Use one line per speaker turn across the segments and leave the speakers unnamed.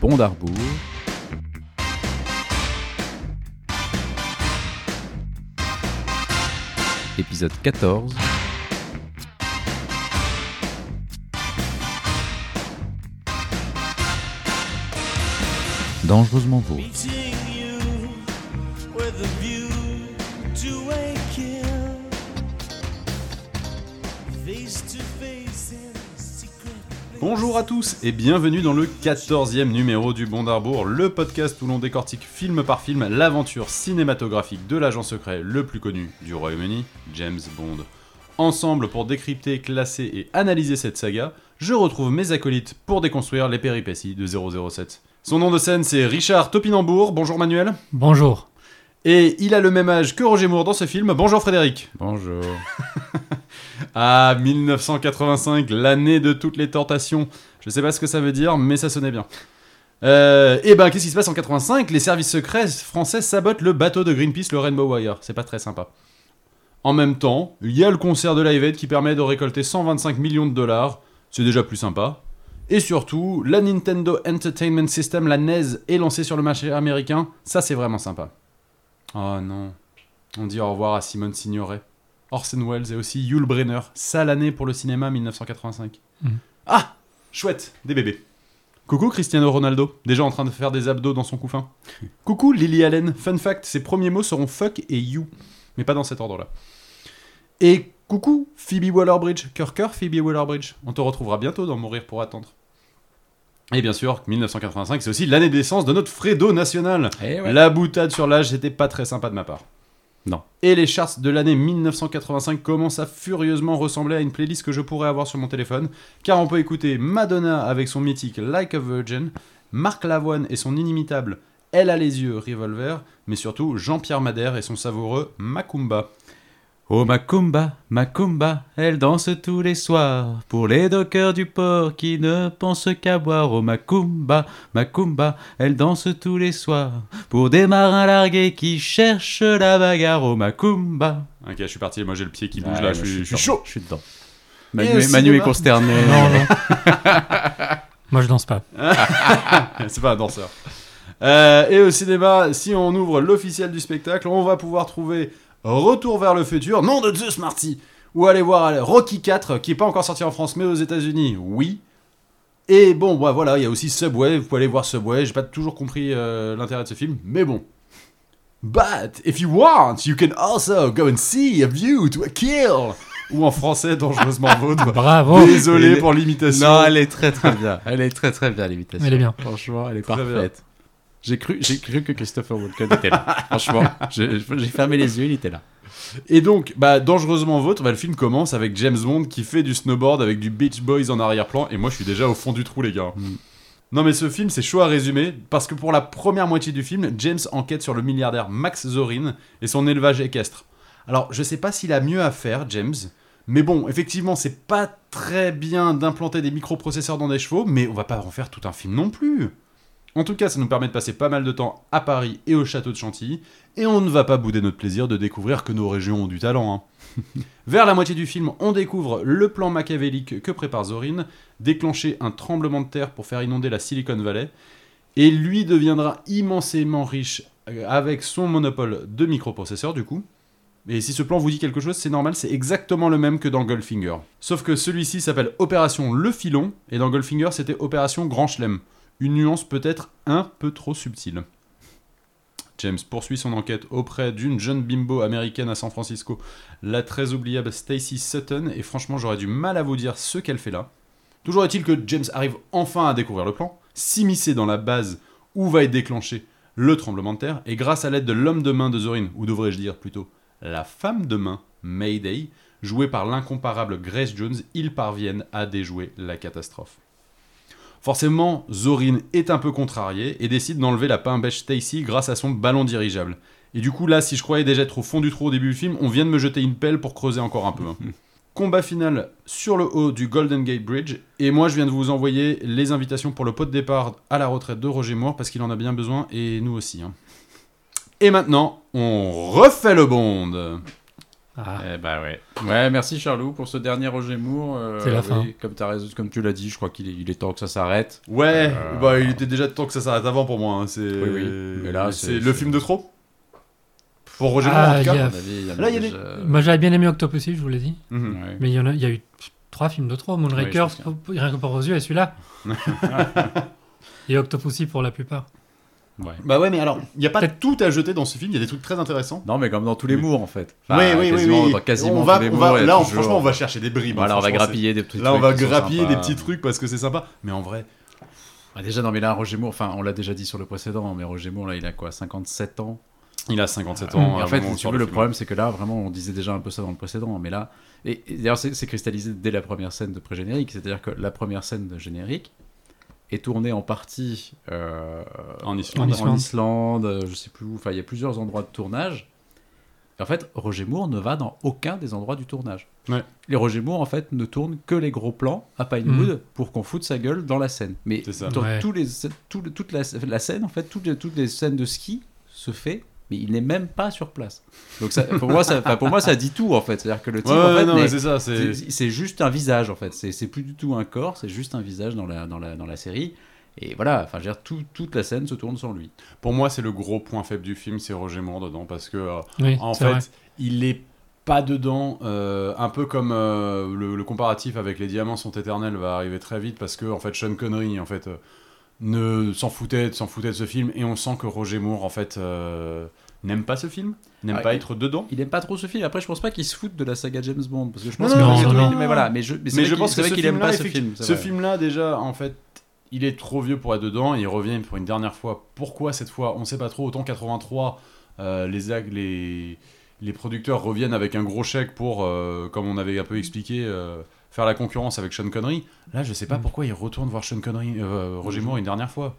Pont d'Arbour. Épisode 14. Dangereusement vôtre.
Meeting you with a view to a kill. Face to face in secret.
Bonjour à tous et bienvenue dans le 14e numéro du Bond d'Arbour, le podcast où l'on décortique film par film l'aventure cinématographique de l'agent secret le plus connu du Royaume-Uni, James Bond. Ensemble pour décrypter, classer et analyser cette saga, je retrouve mes acolytes pour déconstruire les péripéties de 007. Son nom de scène c'est Richard Topinambour, bonjour Manuel,
Bonjour.
et il a le même âge que Roger Moore dans ce film, bonjour Frédéric.
Bonjour.
Ah, 1985, l'année de toutes les tentations. Je sais pas ce que ça veut dire, mais ça sonnait bien. Euh, et ben, qu'est-ce qui se passe en 85 Les services secrets français sabotent le bateau de Greenpeace, le Rainbow Wire. C'est pas très sympa. En même temps, il y a le concert de Live Aid qui permet de récolter 125 millions de dollars. C'est déjà plus sympa. Et surtout, la Nintendo Entertainment System, la NES, est lancée sur le marché américain. Ça, c'est vraiment sympa. Oh non. On dit au revoir à Simone Signoret. Orson Welles et aussi Yul Brenner. Ça l'année pour le cinéma 1985.
Mhm.
Ah Chouette Des bébés. Coucou Cristiano Ronaldo, déjà en train de faire des abdos dans son couffin. Coucou Lily Allen, fun fact, ses premiers mots seront fuck et you, mais pas dans cet ordre-là. Et coucou Phoebe Waller-Bridge, cœur cœur Phoebe Waller-Bridge, on te retrouvera bientôt dans Mourir pour attendre. Et bien sûr, 1985, c'est aussi l'année de naissance de notre Fredo national. Eh La boutade sur l'âge, c'était pas très sympa de ma part.
Non.
Et les charts de l'année 1985 commencent à furieusement ressembler à une playlist que je pourrais avoir sur mon téléphone, car on peut écouter Madonna avec son mythique Like a Virgin, Marc Lavoine et son inimitable Elle a les yeux Revolver, mais surtout Jean-Pierre Madère et son savoureux Macumba.
Oh Macumba, Macumba, elle danse tous les soirs pour les dockers du port qui ne pensent qu'à boire. Oh Macumba, Macumba, elle danse tous les soirs pour des marins largués qui cherchent la bagarre. Oh Macumba.
Ok, je suis parti, moi j'ai le pied qui bouge
Ouais,
là,
moi,
je suis, je suis
dedans,
chaud.
Je suis dedans.
Et
Manu,
au cinéma.
Manu est consterné.
Non, non. Moi, je danse pas.
C'est pas un danseur. Euh, et au cinéma, si on ouvre l'officiel du spectacle, on va pouvoir trouver Retour vers le futur, nom de Zeus Marty, ou aller voir euh, Rocky 4, qui est pas encore sorti en France, mais aux États-Unis, oui. Et bon, bah, voilà, il y a aussi Subway, vous pouvez aller voir Subway, j'ai pas toujours compris euh, l'intérêt de ce film, mais bon. But if you want, you can also go and see a view to a kill. Ou en français, dangereusement vaudre.
Bravo.
Oh.
Désolé
Il est-
pour l'imitation.
Non, elle est très très bien. Elle est très très bien l'imitation.
Elle est bien.
Franchement, elle est
Très
parfaite. J'ai cru, j'ai cru que Christopher Walken était là. Franchement, je- je- j'ai fermé les yeux, il était là.
Et donc, bah, dangereusement vôtre, bah, le film commence avec James Bond qui fait du snowboard avec du Beach Boys en arrière-plan, et moi je suis déjà au fond du trou, les gars.
Mm.
Non mais ce film, c'est chaud à résumer, parce que pour la première moitié du film, James enquête sur le milliardaire Max Zorin et son élevage équestre. Alors, je sais pas s'il a mieux à faire, James, mais bon, effectivement, c'est pas très bien d'implanter des microprocesseurs dans des chevaux, mais on va pas en faire tout un film non plus. En tout cas, ça nous permet de passer pas mal de temps à Paris et au château de Chantilly, et on ne va pas bouder notre plaisir de découvrir que nos régions ont du talent. hein. Vers la moitié du film, on découvre le plan machiavélique que prépare Zorin, déclencher un tremblement de terre pour faire inonder la Silicon Valley, et lui deviendra immensément riche euh, avec son monopole de microprocesseurs du coup. Et si ce plan vous dit quelque chose, c'est normal, c'est exactement le même que dans Goldfinger. Sauf que celui-ci s'appelle Opération Le Filon, et dans Goldfinger c'était Opération Grand Chelem. Une nuance peut-être un peu trop subtile. James poursuit son enquête auprès d'une jeune bimbo américaine à San Francisco, la très oubliable Stacy Sutton, et franchement j'aurais du mal à vous dire ce qu'elle fait là. Toujours est-il que James arrive enfin à découvrir le plan, s'immiscer dans la base où va être déclenché le tremblement de terre, et grâce à l'aide de l'homme de main de Zorin, ou devrais-je dire plutôt la femme de main, Mayday, jouée par l'incomparable Grace Jones, ils parviennent à déjouer la catastrophe. Forcément, Zorin est un peu contrarié et décide d'enlever la pimbèche Stacy grâce à son ballon dirigeable. Et du coup, là, si je croyais déjà être au fond du trou au début du film, on vient de me jeter une pelle pour creuser encore un peu. hein. Combat final sur le haut du Golden Gate Bridge. Et moi, je viens de vous envoyer les invitations pour le pot de départ à la retraite de Roger Moore parce qu'il en a bien besoin et nous aussi. hein. Et maintenant, on refait le bond.
Ah,
Eh bah ouais. Ouais, merci Charlot pour ce dernier Roger Moore. euh,
C'est la
oui,
fin.
Comme, t'as raison- comme tu l'as dit, je crois qu'il est, il est temps que ça s'arrête.
Ouais,
Euh,
bah il était déjà temps que ça s'arrête avant pour moi. hein, C'est
Oui, oui, mais là, c'est-
c'est le
c'est-
film de trop pour Roger
Ah,
Moore, en tout
il y
cas.
a-
À mon avis, il y en a
Là, il y a
déjà- euh,
moi j'avais bien aimé Octopussy, je vous l'ai dit.
Mhm.
Ouais.
Mais il y en a, il y a eu trois films de trop. Moonraker,
Oui, je pense
rien que pour vos yeux, et celui-là. et Octopussy pour la plupart.
Ouais.
Bah ouais, mais alors, il n'y a pas
Peut-être-
tout à jeter dans ce film, il y a des trucs très intéressants.
Non, mais comme dans tous les
Oui.
mours en fait.
oui,
Bah,
oui, oui,
quasiment-
oui.
Dans quasiment
on va,
tous les
on
mours.
va-
il y a
là, on-
toujours-
franchement, on va chercher des bribes. hein,
Voilà, on va
franchement,
grappiller des petits trucs.
c'est- Là, on va
qui sont
grappiller
sympas.
des petits trucs parce que c'est sympa. Mais en vrai,
Ah, déjà, non, mais là, Roger Moore, enfin, on l'a déjà dit sur le précédent, mais Roger Moore, là, il a quoi 57 ans
il a 57
Et
ans. à
en
un
fait,
moment où
tu
sort
veux, hein, le
film.
problème, c'est que là, vraiment, on disait déjà un peu ça dans le précédent, mais là, et, et d'ailleurs, c'est c'est cristallisé dès la première scène de pré-générique, c'est-à-dire que la première scène de générique est tournée en partie euh,
En
en,
Islande.
en
Islande.
Islande. euh, je sais plus où, enfin, il y a plusieurs endroits de tournage. Et en fait, Roger Moore ne va dans aucun des endroits du tournage.
Ouais.
Et Roger Moore, en fait, ne tourne que les gros plans à Pinewood
Mm.
pour qu'on foute sa gueule dans la scène. Mais
C'est ça.
dans
Ouais.
tous les, tout le- toute la, la scène, en fait, toutes les, toutes les scènes de ski se fait, mais il n'est même pas sur place. Donc ça, pour, moi, ça, enfin, pour moi, ça dit tout, en fait. C'est-à-dire que le type,
Ouais,
en
ouais,
fait,
non,
n'est-
mais c'est ça. C'est
c'est c'est juste un visage en fait. C'est c'est plus du tout un corps, c'est juste un visage dans la, dans la, dans la série. Et voilà, enfin, je veux dire, tout- toute la scène se tourne sur lui.
pour moi, c'est le gros point faible du film, c'est Roger Moore dedans, parce que euh,
Oui,
en
c'est
fait,
vrai.
il est pas dedans, euh, un peu comme euh, le, le comparatif avec Les Diamants sont éternels va arriver très vite parce que en fait Sean Connery en fait euh, ne s'en foutait, s'en foutait de ce film et on sent que Roger Moore en fait euh, n'aime pas ce film, n'aime
Ah,
pas
il-
être dedans.
Il aime pas trop ce film. Après, je pense pas qu'il se foute de la saga James Bond parce que je pense
Non,
que
non, non,
oui,
non.
mais voilà, mais je, mais c'est
Mais
vrai
je
qu'il-
pense
c'est
que
vrai
ce
qu'il aime
film-là,
pas ce
effectivement-
film. c'est
Ce
vrai.
film-là déjà en fait il est trop vieux pour être dedans, il revient pour une dernière fois. Pourquoi cette fois On sait pas trop. Autant 83, euh, les, ag- les, les producteurs reviennent avec un gros chèque pour, euh, comme on avait un peu expliqué, euh, faire la concurrence avec Sean Connery. Là, je sais pas
Mm.
pourquoi ils retournent voir Sean Connery, euh, Roger Moore une dernière fois.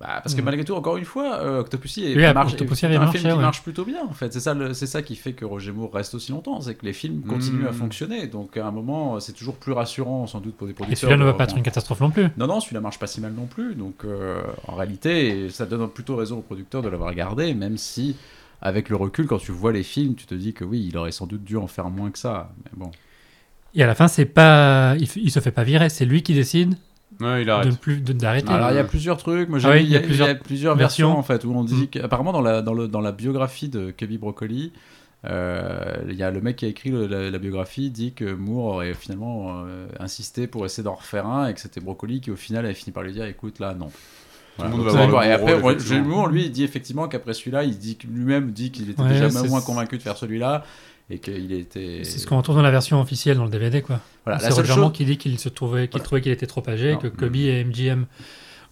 Bah, parce que
Mhm.
malgré tout, encore une fois, euh, Octopussy est,
Oui, ah,
marche,
Octopussy
est
avait
un
marché,
film qui
ouais.
marche plutôt bien. En fait, c'est ça, le- c'est ça qui fait que Roger Moore reste aussi longtemps, c'est que les films continuent
Mhm.
à fonctionner. Donc à un moment, c'est toujours plus rassurant sans doute pour des
Et
producteurs.
celui-là ne
de
va pas être
reprendre-
une catastrophe non plus.
Non, non, celui-là marche pas si mal non plus. Donc euh, en réalité, ça donne plutôt raison aux producteurs de l'avoir regardé, même si avec le recul, quand tu vois les films, tu te dis que oui, il aurait sans doute dû en faire moins que ça. Mais bon.
Et à la fin, c'est pas, il, f- il se fait pas virer, c'est lui qui décide
Ouais, il
de
arrête.
ne plus de- d'arrêter.
Alors il y a plusieurs trucs, moi j'ai
Ah oui,
vu, il y a, plusieurs, plusieurs versions,
versions.
en fait où on dit
Mm.
qu'apparemment dans la dans le dans la biographie de Kevin Broccoli, euh, il y a le mec qui a écrit le- la, la biographie dit que Moore aurait finalement euh, insisté pour essayer d'en refaire un et que c'était Broccoli qui au final avait fini par lui dire écoute là non. Voilà.
monde
Donc,
va
c'est
voir
d'accord.
le
et
bon
après
rôle,
ouais,
effectivement.
Moore lui il dit effectivement qu'après celui-là il dit que- lui-même dit qu'il était
Ouais,
déjà
c'est-
moins convaincu de faire celui-là et qu'il était
C'est ce qu'on retrouve dans la version officielle dans le DVD, quoi.
voilà la
c'est
seule
Roger
chose
Moore qui dit qu'il se trouvait, qu'il
Voilà.
trouvait qu'il était trop âgé,
Non.
que Kobe et MGM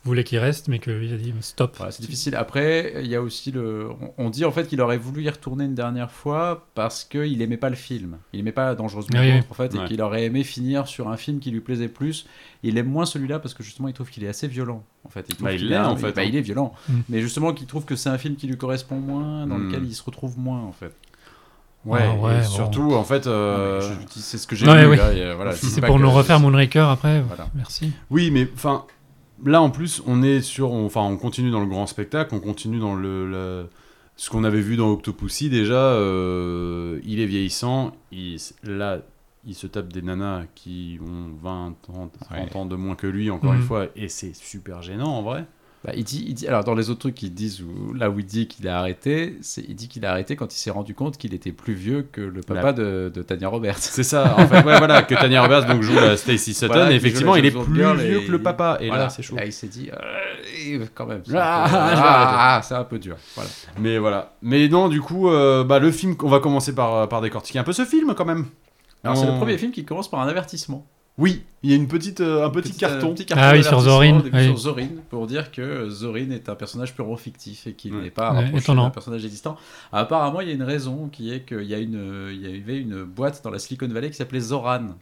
voulaient qu'il reste, mais qu'il a dit stop.
Voilà, c'est difficile. Après, il y a aussi le. On on dit en fait qu'il aurait voulu y retourner une dernière fois parce qu'il aimait pas le film. Il aimait pas Dangereusement
Oui, oui.
Pauvre, en fait,
Ouais.
et qu'il aurait aimé finir sur un film qui lui plaisait plus. Il aime moins celui-là parce que justement, il trouve qu'il est assez violent. En fait, trouve
Bah, il
qu'il
l'est,
a-
en fait,
bah,
hein.
il est violent.
Mm.
Mais justement, qu'il trouve que c'est un film qui lui correspond moins, dans
Mm.
lequel il se retrouve moins, en fait.
Ouais,
Ah ouais,
et
bon.
Surtout en fait. euh,
Non, mais je- je dis- c'est ce que j'ai
Non, mais
vu.
oui.
là, et, euh, voilà,
Si
je dis
c'est
pas
pour
que-
nous refaire Moonraker après,
Voilà.
merci.
Oui, mais enfin, là en plus, on est sur, on- enfin, on continue dans le grand spectacle, on continue dans le, le- ce qu'on avait vu dans Octopussy déjà. euh, il est vieillissant, il, s- là, il se tape des nanas qui ont 20, 30, 30 ans de moins que lui, encore
Mhm.
une fois, et c'est super gênant en vrai.
Bah, il dit, il dit- alors dans les autres trucs qu'ils disent, où, là où il dit qu'il a arrêté, c'est, il dit qu'il a arrêté quand il s'est rendu compte qu'il était plus vieux que le papa
La-
de, de Tania Roberts.
C'est ça, en fait, ouais, voilà, que Tanya Roberts donc joue la Stacy Sutton,
Voilà,
et
qui joue
effectivement,
la
il est
James
plus
Bond girl
vieux
et-
que le papa, et
Voilà.
là, c'est chaud.
Là, il s'est dit, euh, quand même, c'est, un
Ah,
peu-
ah,
ah, ah, c'est un peu dur. Voilà.
Mais voilà. Mais non, du coup, euh, bah, le film, on va commencer par, euh, par décortiquer un peu ce film quand même.
Alors c'est le
On-
premier film qui commence par un avertissement.
Oui, il y a une petite, euh, un petit
Petite,
carton.
euh, petit carton
Ah oui, sur
d'avertissement
Zorin,
au début
oui.
sur Zorin, pour dire que Zorin est un personnage purement fictif et qu'il
Ouais.
n'est pas
Ouais,
rapproché
étonnant.
d'un personnage existant. Apparemment, il y a une raison qui est qu'il y, a une- il y avait une boîte dans la Silicon Valley qui s'appelait Zoran.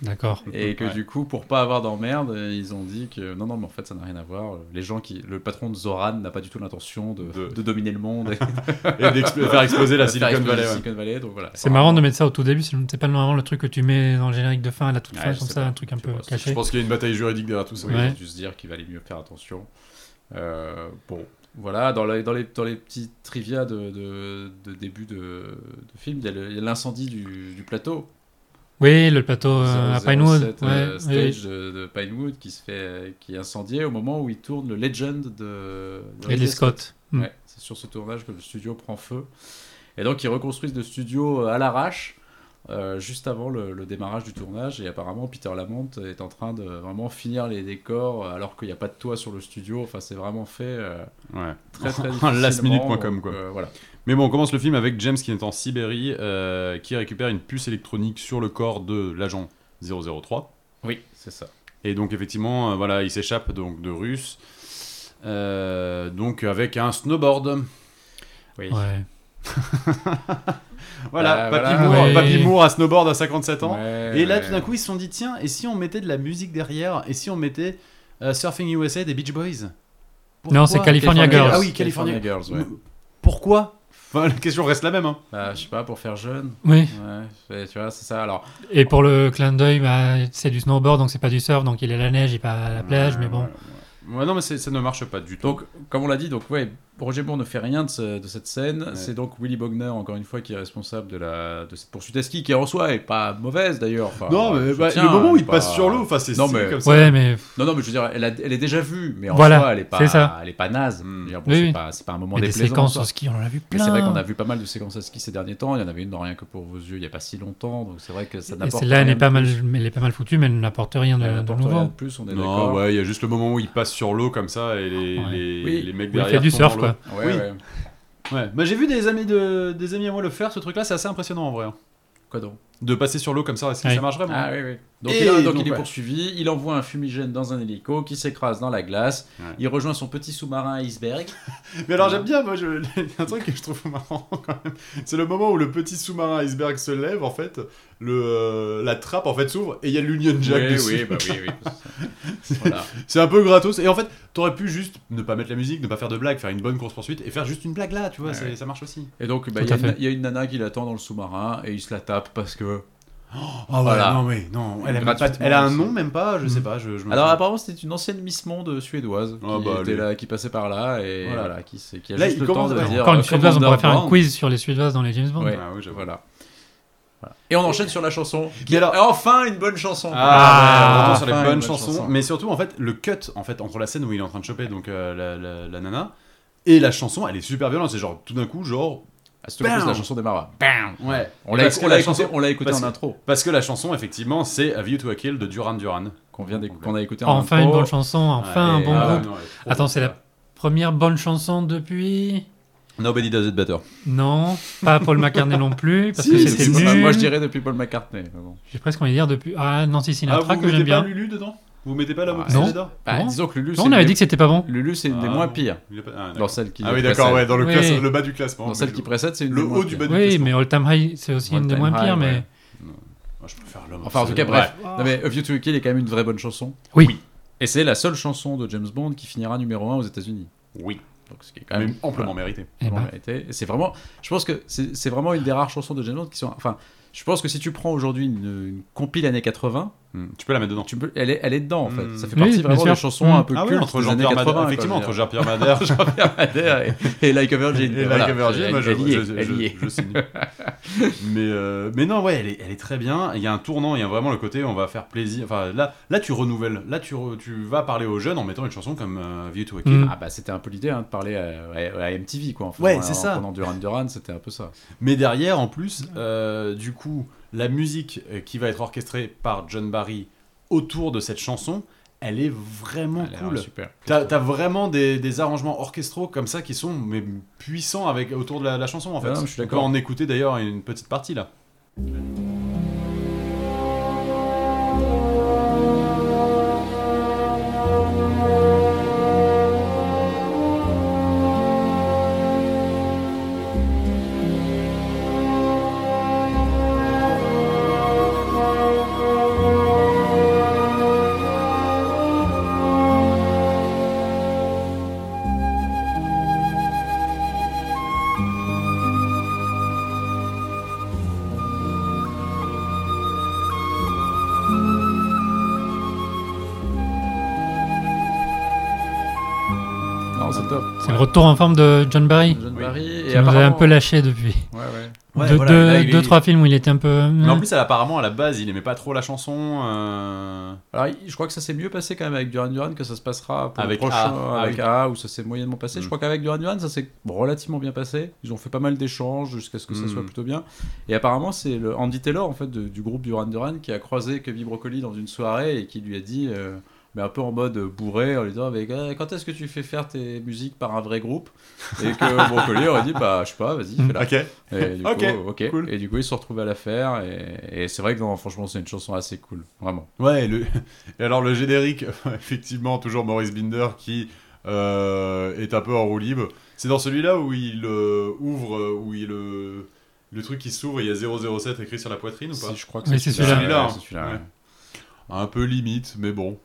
D'accord.
Et que
Ouais.
du coup, pour pas avoir d'emmerde, euh, ils ont dit que non, non, mais en fait, ça n'a rien à voir. Les gens qui, le patron de Zoran n'a pas du tout l'intention de,
De-
de dominer le monde et de
et d'explo- faire exploser la
faire
Silicon
exploser
Valley. ouais.
Silicon Valley, Donc voilà.
C'est marrant de mettre ça au tout début, c'est c'est pas normalement le truc que tu mets dans le générique de fin à la toute
Ouais,
fin,
je
comme
sais
ça,
pas.
un truc un
Tu
peu
vois, c'est-
caché.
Je pense qu'il y a une bataille juridique derrière tout ça.
Oui,
Ouais.
Ils ont dû se dire qu'il valait mieux faire attention. Euh, bon, Voilà, dans les, dans les, dans les petites trivia de, de, de début de, de film, il y a le- il y a l'incendie du, du plateau.
Oui, le plateau euh, à
007,
Pinewood.
euh,
ouais, oui.
stage de, de Pinewood qui, se fait, euh, qui est incendié au moment où il tourne le Legend de, de
Ridley Scott. Mm.
Ouais, c'est sur ce tournage que le studio prend feu. Et donc ils reconstruisent le studio euh, à l'arrache, euh, juste avant le, le démarrage du tournage. Et apparemment Peter Lamont est en train de vraiment finir les décors euh, alors qu'il n'y a pas de toit sur le studio. Enfin c'est vraiment fait euh,
Ouais.
très très
Lastminute.com,
difficilement.
quoi.
Euh, voilà.
Mais bon, on commence le film avec James qui est en Sibérie, euh, qui récupère une puce électronique sur le corps de l'agent 003.
Oui, c'est ça.
Et donc effectivement, euh, voilà, il s'échappe donc de Russe, euh, donc avec un snowboard.
Oui.
Ouais.
Voilà,
Bah,
Papy,
voilà.
Moore,
Ouais.
Euh, Papy Moore à snowboard à 57 ans.
Ouais,
Et là,
ouais.
tout d'un coup, ils se sont dit, tiens, et si on mettait de la musique derrière Et si on mettait euh, Surfing USA des Beach Boys
Non, c'est California Girls.
Ah oui, California,
Girls, ouais.
Pourquoi Enfin, la question reste la même. Hein.
Bah, je sais pas, pour faire jeune.
Oui.
Ouais, c'est- tu vois, c'est ça. Alors,
Et pour le clin d'œil, bah, c'est du snowboard, donc c'est pas du surf, donc il est à la neige, il est pas à la plage, mais bon.
Ouais, non, mais c'est- ça ne marche pas du tout.
Donc, comme on l'a dit, donc ouais, Roger Moore ne fait rien de, ce- de cette scène.
Ouais.
C'est donc Willy Bogner, encore une fois, qui est responsable de, la, de cette poursuite à ski, qui en soi est pas mauvaise d'ailleurs. Enfin,
non, mais
je
bah,
tiens,
le moment où il
pas-
passe sur l'eau, enfin, c'est
Non,
c'est
mais-
comme ça.
Ouais, mais
Non, non, mais je veux dire, elle, a- elle est déjà vue, mais en
Voilà,
soi, elle est pas,
c'est ça.
elle est pas naze.
Hmm.
Je veux dire, bon,
Oui,
c'est
oui.
pas, c'est pas un moment
mais des
déplaisant.
séquences
ça.
au ski, on en a vu
Mais
plein.
c'est vrai qu'on a vu pas mal de séquences à ski ces derniers temps. Il y en avait une dans Rien que pour vos yeux il n'y a pas si longtemps. Donc c'est vrai que ça
Et
n'apporte
celle-là, elle
rien
est, pas
de
mal,
plus.
mais elle est pas mal foutue, mais elle n'apporte rien de,
Elle
de
n'apporte rien de
nouveau.
plus, on est
Non,
d'accord.
ouais, il y a juste le moment où il passe sur l'eau comme ça et les,
Ouais.
les,
Oui.
les mecs
Il
derrière.
fait du
sont dans
surf,
l'eau.
quoi.
Ouais,
Oui.
ouais.
Ouais. Bah, j'ai vu des amis, de, des amis à moi le faire, ce truc-là, c'est assez impressionnant en vrai. hein.
Quoi donc
De passer sur l'eau comme ça, est-ce que
Ouais.
ça marche vraiment
Ah oui, oui. Donc,
Et
il, a- donc
donc,
il est
ouais.
poursuivi, il envoie un fumigène dans un hélico qui s'écrase dans la glace,
Ouais.
il rejoint son petit sous-marin à iceberg.
Mais alors j'aime bien, moi, je... un truc que je trouve marrant quand même, c'est le moment où le petit sous-marin iceberg se lève, en fait, le, euh, la trappe en fait s'ouvre et il y a l'Union Jack
oui,
dessus.
oui, bah oui, oui. voilà.
C'est un peu gratos. Et en fait, t'aurais pu juste ne pas mettre la musique, ne pas faire de blague, faire une bonne course-poursuite et faire juste une blague là, tu vois,
Ouais,
c'est-
ouais.
ça marche aussi.
Et donc, bah,
Tout
il y a
à fait.
une- il y, a une nana qui l'attend dans le sous-marin et il se la tape parce que.
Oh,
Voilà.
non, mais non, elle a, même
Gratuitement
pas- elle a un
aussi.
nom, même pas, je sais pas. Je, je me
Alors,
souviens.
apparemment, c'était une ancienne Miss Monde suédoise qui,
Ah, bah,
était
lui.
là, qui passait par là et
Voilà.
voilà, qui, s'est- qui a
Là,
juste
il
le temps
commence
de
à-
dire.
Encore une
euh,
suédoise, on pourrait faire un
Commander
quiz sur les suédoises dans les James Bond.
Ouais.
Ah oui, j'avoue.
Voilà. Voilà. Et on enchaîne sur la chanson.
Mais alors-
Et enfin, une bonne chanson.
Ah, ouais, on retourne sur les
Enfin,
bonnes
une bonne
chansons.
chanson.
Mais surtout, en fait, le cut en fait, entre la scène où il est en train de choper donc, euh, la, la- la nana et la chanson, elle est super violente. C'est genre tout d'un coup, genre.
Ah, S'il te plaît,
Bam.
la chanson démarre.
Ouais.
On l'a
Parce
écou-
que
on
la
l'a écouté,
chanson-
on l'a écouté
parce
en
que-
intro.
Parce que la chanson, effectivement, c'est A View to a Kill de Duran Duran.
qu'on vient d'éc- qu'on a écouté en
Enfin
intro.
une bonne chanson, enfin
Allez,
un bon
ah,
groupe.
non, elle est trop
Attends,
bonne,
c'est la
ça.
première bonne chanson depuis.
Nobody Does It Better.
Non, pas Paul McCartney non plus, parce
Si,
que
si,
c'était
si,
Bah,
nul.
moi je dirais depuis Paul McCartney. mais bon.
J'ai presque envie de dire depuis. Ah, Nancy
Ah,
Sinatra
vous
que
mettez
j'aime
pas
bien.
Lulu dedans Vous mettez pas la
Ah,
Moupie
non.
dedans
Bah,
Bon.
disons que Lulu,
Non,
c'est
on avait
une
dit
des-
que c'était pas bon.
Lulu, c'est une des
Ah,
moins
non.
pires
Il a pas- Ah,
dans
d'accord.
celle qui
Ah oui,
précède.
d'accord, ouais, dans le,
Oui.
classe- le bas du classement.
Dans
mais
celle
je-
qui précède, c'est une
Le
des
haut
moins
du
pires.
bas du
Oui,
classement.
mais All Time High, c'est aussi
All
une des
Time
moins
High,
pires, mais.
ouais.
Ah, je préfère l'homme.
Enfin, en tout cas, bref. Non, mais A View to a Kill est quand même une vraie bonne chanson.
Oui.
Et c'est la seule chanson de James Bond qui finira numéro 1 aux États-Unis.
Oui,
Donc, ce qui est quand
quand
même
même amplement mérité.
Eh
Vraiment
ben.
mérité. Et C'est vraiment, je pense que c'est c'est vraiment une des rares chansons de James Bond qui sont. Enfin, je pense que si tu prends aujourd'hui une, une compile années 80,
Hmm, Tu peux la mettre dedans.
tu peux, elle, est, elle est dedans en fait.
Mm.
Ça fait
Oui,
partie
bien
vraiment
sûr.
des chansons
Mm.
un peu
Ah oui,
cultes
entre
des années
Jean-Pierre
80.
Madère,
quoi,
effectivement,
je veux
entre
dire.
Jean-Pierre Madère, Jean-
Madère et, et Like a Virgin.
et
voilà.
Like a Virgin,
Elle-
moi, je,
elle y
je,
est,
je-
elle y est.
je signe. mais, euh, mais non, ouais, elle est, elle est très bien. Il y a un tournant, il y a vraiment le côté, on va faire plaisir. Enfin, là, là tu renouvelles. Là, tu, re- tu vas parler aux jeunes en mettant une chanson comme euh, View to a Kill.
Mm.
Ah bah c'était un peu l'idée hein, de parler à, à- à MTV quoi. En
Ouais,
faisant-
c'est
en
ça.
prenant Duran Duran, c'était un peu ça.
Mais derrière, en plus, euh, du coup, la musique euh, qui va être orchestrée par John Barry autour de cette chanson, elle est vraiment
Elle a l'air
cool.
Super.
T'as t'as vraiment des, des arrangements orchestraux comme ça qui sont mais, puissants avec, autour de la, la chanson en fait.
Ah non, je suis
On peut
d'accord.
en écouter d'ailleurs une petite partie là.
non, c'est top.
C'est le retour en forme de John Barry.
John
Oui.
Barry. Et
qui nous avait un
apparemment-
peu lâché depuis.
Ouais, ouais.
Ouais,
deux,
voilà,
deux-
là, il est-
deux, trois films où il était un peu.
Mais en plus, elle, apparemment, à la base, il aimait pas trop la chanson. euh,
Alors, il- je crois que ça s'est mieux passé quand même avec Duran Duran que ça se passera pour
Avec
le prochain
A.
avec
Ah
A où ça s'est moyennement passé.
Mm.
Je crois qu'avec Duran Duran ça s'est relativement bien passé. Ils ont fait pas mal d'échanges jusqu'à ce que ça
Mm.
soit plutôt bien. Et apparemment, c'est le Andy Taylor en fait de- du groupe Duran Duran qui a croisé Kevin Broccoli dans une soirée et qui lui a dit euh, mais un peu en mode bourré en lui disant mais, euh, quand est-ce que tu fais faire tes musiques par un vrai groupe et que Broccoli aurait dit bah je sais pas vas-y fais-la
Ok.
et du
Ok,
coup, ok.
cool.
Et du coup, ils se sont retrouvés à la faire. Et, et c'est vrai que non, franchement, c'est une chanson assez cool. Vraiment.
Ouais, et le... et alors le générique, effectivement, toujours Maurice Binder qui euh, est un peu en roue libre. C'est dans celui-là où il euh, ouvre, euh, où il. euh, Le truc qui s'ouvre, il y a 007 écrit sur la poitrine ou pas
Si, je crois que
Oui,
c'est
c'est
celui-là.
celui-là.
Ouais, c'est celui-là, ouais.
Ouais. Un peu limite, mais bon.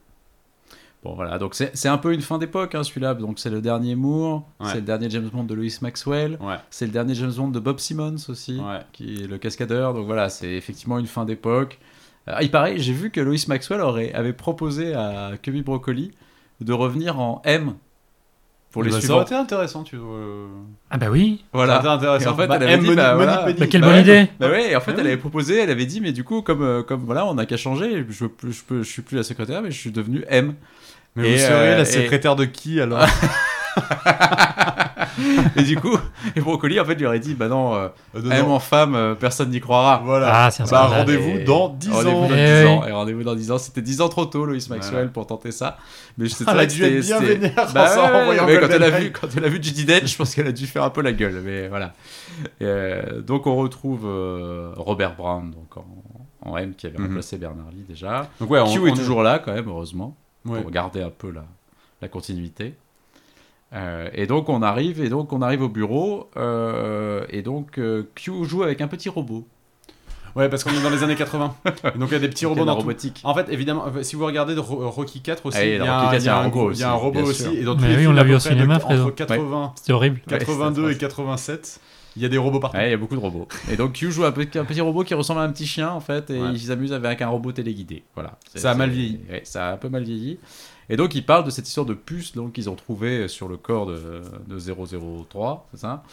Bon, voilà. Donc, c'est c'est un peu une fin d'époque, hein, celui-là. Donc, c'est le dernier Moore.
Ouais.
C'est le dernier James Bond de Louis Maxwell.
Ouais.
C'est le dernier James Bond de Bob Simmons aussi,
Ouais.
qui est le cascadeur. Donc, voilà, c'est effectivement une fin d'époque. Euh, il paraît, j'ai vu que Louis Maxwell aurait, avait proposé à Cubby Broccoli de revenir en M pour les
Bah, Ça
suivants.
aurait été intéressant, tu vois.
Ah bah oui.
Voilà.
Ça aurait été intéressant.
Et en fait,
Bah,
elle avait
M,
dit,
Money,
bah,
Money,
voilà.
Penny.
Bah, quelle
Bah,
bonne
ouais.
idée
Bah ouais, et en fait,
Ah
elle
oui.
avait proposé, elle avait dit, mais du coup, comme, euh, comme voilà, on n'a qu'à changer, je, peux- je, peux- je suis plus la secrétaire, mais je suis devenu M.
Mais
Et,
vous serez
euh,
la
et-
secrétaire de qui alors
Et du coup, et Brocoli, en fait, lui aurait dit, bah non, euh,
Euh, non,
M
non.
en femme, euh, personne n'y croira.
Voilà.
Ah, c'est un
Bah,
scandale.
rendez-vous
Et-
dans 10
Rendez-vous
ans.
dans
Eh
10
oui.
ans. Et rendez-vous dans 10 ans. C'était 10 ans trop tôt, Lois Maxwell,
Voilà. Ah,
pour tenter ça. Mais je sais
Elle a dû être bien
Bah
vénère en s'en renvoyant
mais quand elle a
Goldeneye.
vu, quand elle a vu Judy Dench, je pense qu'elle a dû faire un peu la gueule. Mais voilà. Et, euh, donc on retrouve euh, Robert Brown, donc en, en M, qui avait
Mhm.
remplacé Bernard Lee déjà.
Donc, ouais,
Q est toujours là quand même, heureusement,
Ouais.
pour garder un peu la, la continuité. Euh, et donc on arrive, et donc on arrive au bureau, euh, et donc euh, Q joue avec un petit robot.
Ouais, parce qu'on est dans les années 80. Donc il y a des petits
Donc, il y a
robots
de la
dans tout.
robotique.
En fait, évidemment, euh, si vous regardez Ro- Rocky 4 aussi,
Ah oui,
il y
dans
a
Rocky
un-
IV,
il y a un
robot
il y a
aussi,
un robot
bien
aussi.
sûr.
Et dans tous
Mais
les
oui,
films,
on l'a
à peu
vu au
près
cinéma,
de-
Fredo.
entre 80,
C'était horrible.
Ouais,
82
c'est
et 87, il y a des robots partout.
Ouais, il y a beaucoup de robots. Et donc Q joue avec un petit robot qui ressemble à un petit chien en fait, et
Ouais.
ils s'amusent avec un robot téléguidé. Voilà. C'est-
Ça a
c'est-
mal vieilli.
ouais, ça a un peu mal vieilli. Et donc ils parlent de cette histoire de puce donc qu'ils ont trouvé sur le corps de, de 003, c'est ça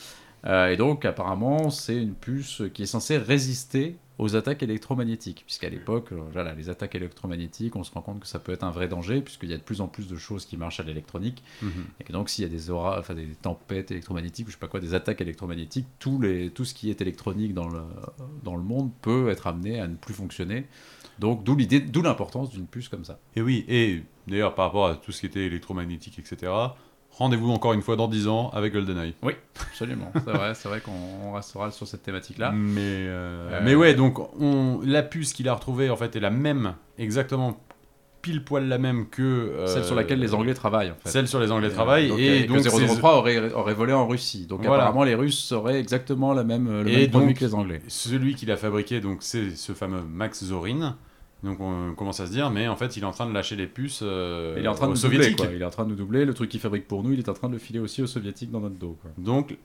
Euh, Et donc apparemment c'est une puce qui est censée résister aux attaques électromagnétiques, puisqu'à l'époque, euh, voilà, les attaques électromagnétiques, on se rend compte que ça peut être un vrai danger, puisqu'il y a de plus en plus de choses qui marchent à l'électronique. Et donc, s'il y a des auras, enfin des tempêtes électromagnétiques ou je sais pas quoi, des attaques électromagnétiques, tout, les, tout ce qui est électronique dans le, dans le monde peut être amené à ne plus fonctionner. Donc, d'où l'idée, d'où l'importance d'une puce comme ça.
Et oui, et d'ailleurs, par rapport à tout ce qui était électromagnétique, etc., rendez-vous encore une fois dans 10 ans avec GoldenEye.
Absolument. Mm. c'est vrai, c'est vrai qu'on on restera sur cette thématique-là.
Mais, euh,
Euh,
mais ouais, donc on, la puce qu'il a retrouvée, en fait, est la même, exactement pile poil la même que. euh,
Celle sur laquelle les Anglais travaillent, en fait.
Celle sur les Anglais travaillent.
euh,
et donc,
que
c'est-
003 aurait, aurait volé en Russie. Donc,
Voilà.
apparemment, les Russes auraient exactement la même, le
Et
même produit
donc-
que les Anglais.
Celui qui l'a fabriqué, donc c'est ce fameux Max Zorin. Donc on commence à se dire, mais en fait, il est en train de lâcher les puces. euh,
il est en train de
aux
nous doubler,
soviétiques.
quoi. Il est en train de nous doubler. Le truc qu'il fabrique pour nous, il est en train de le filer aussi aux Soviétiques dans notre dos. quoi.
Donc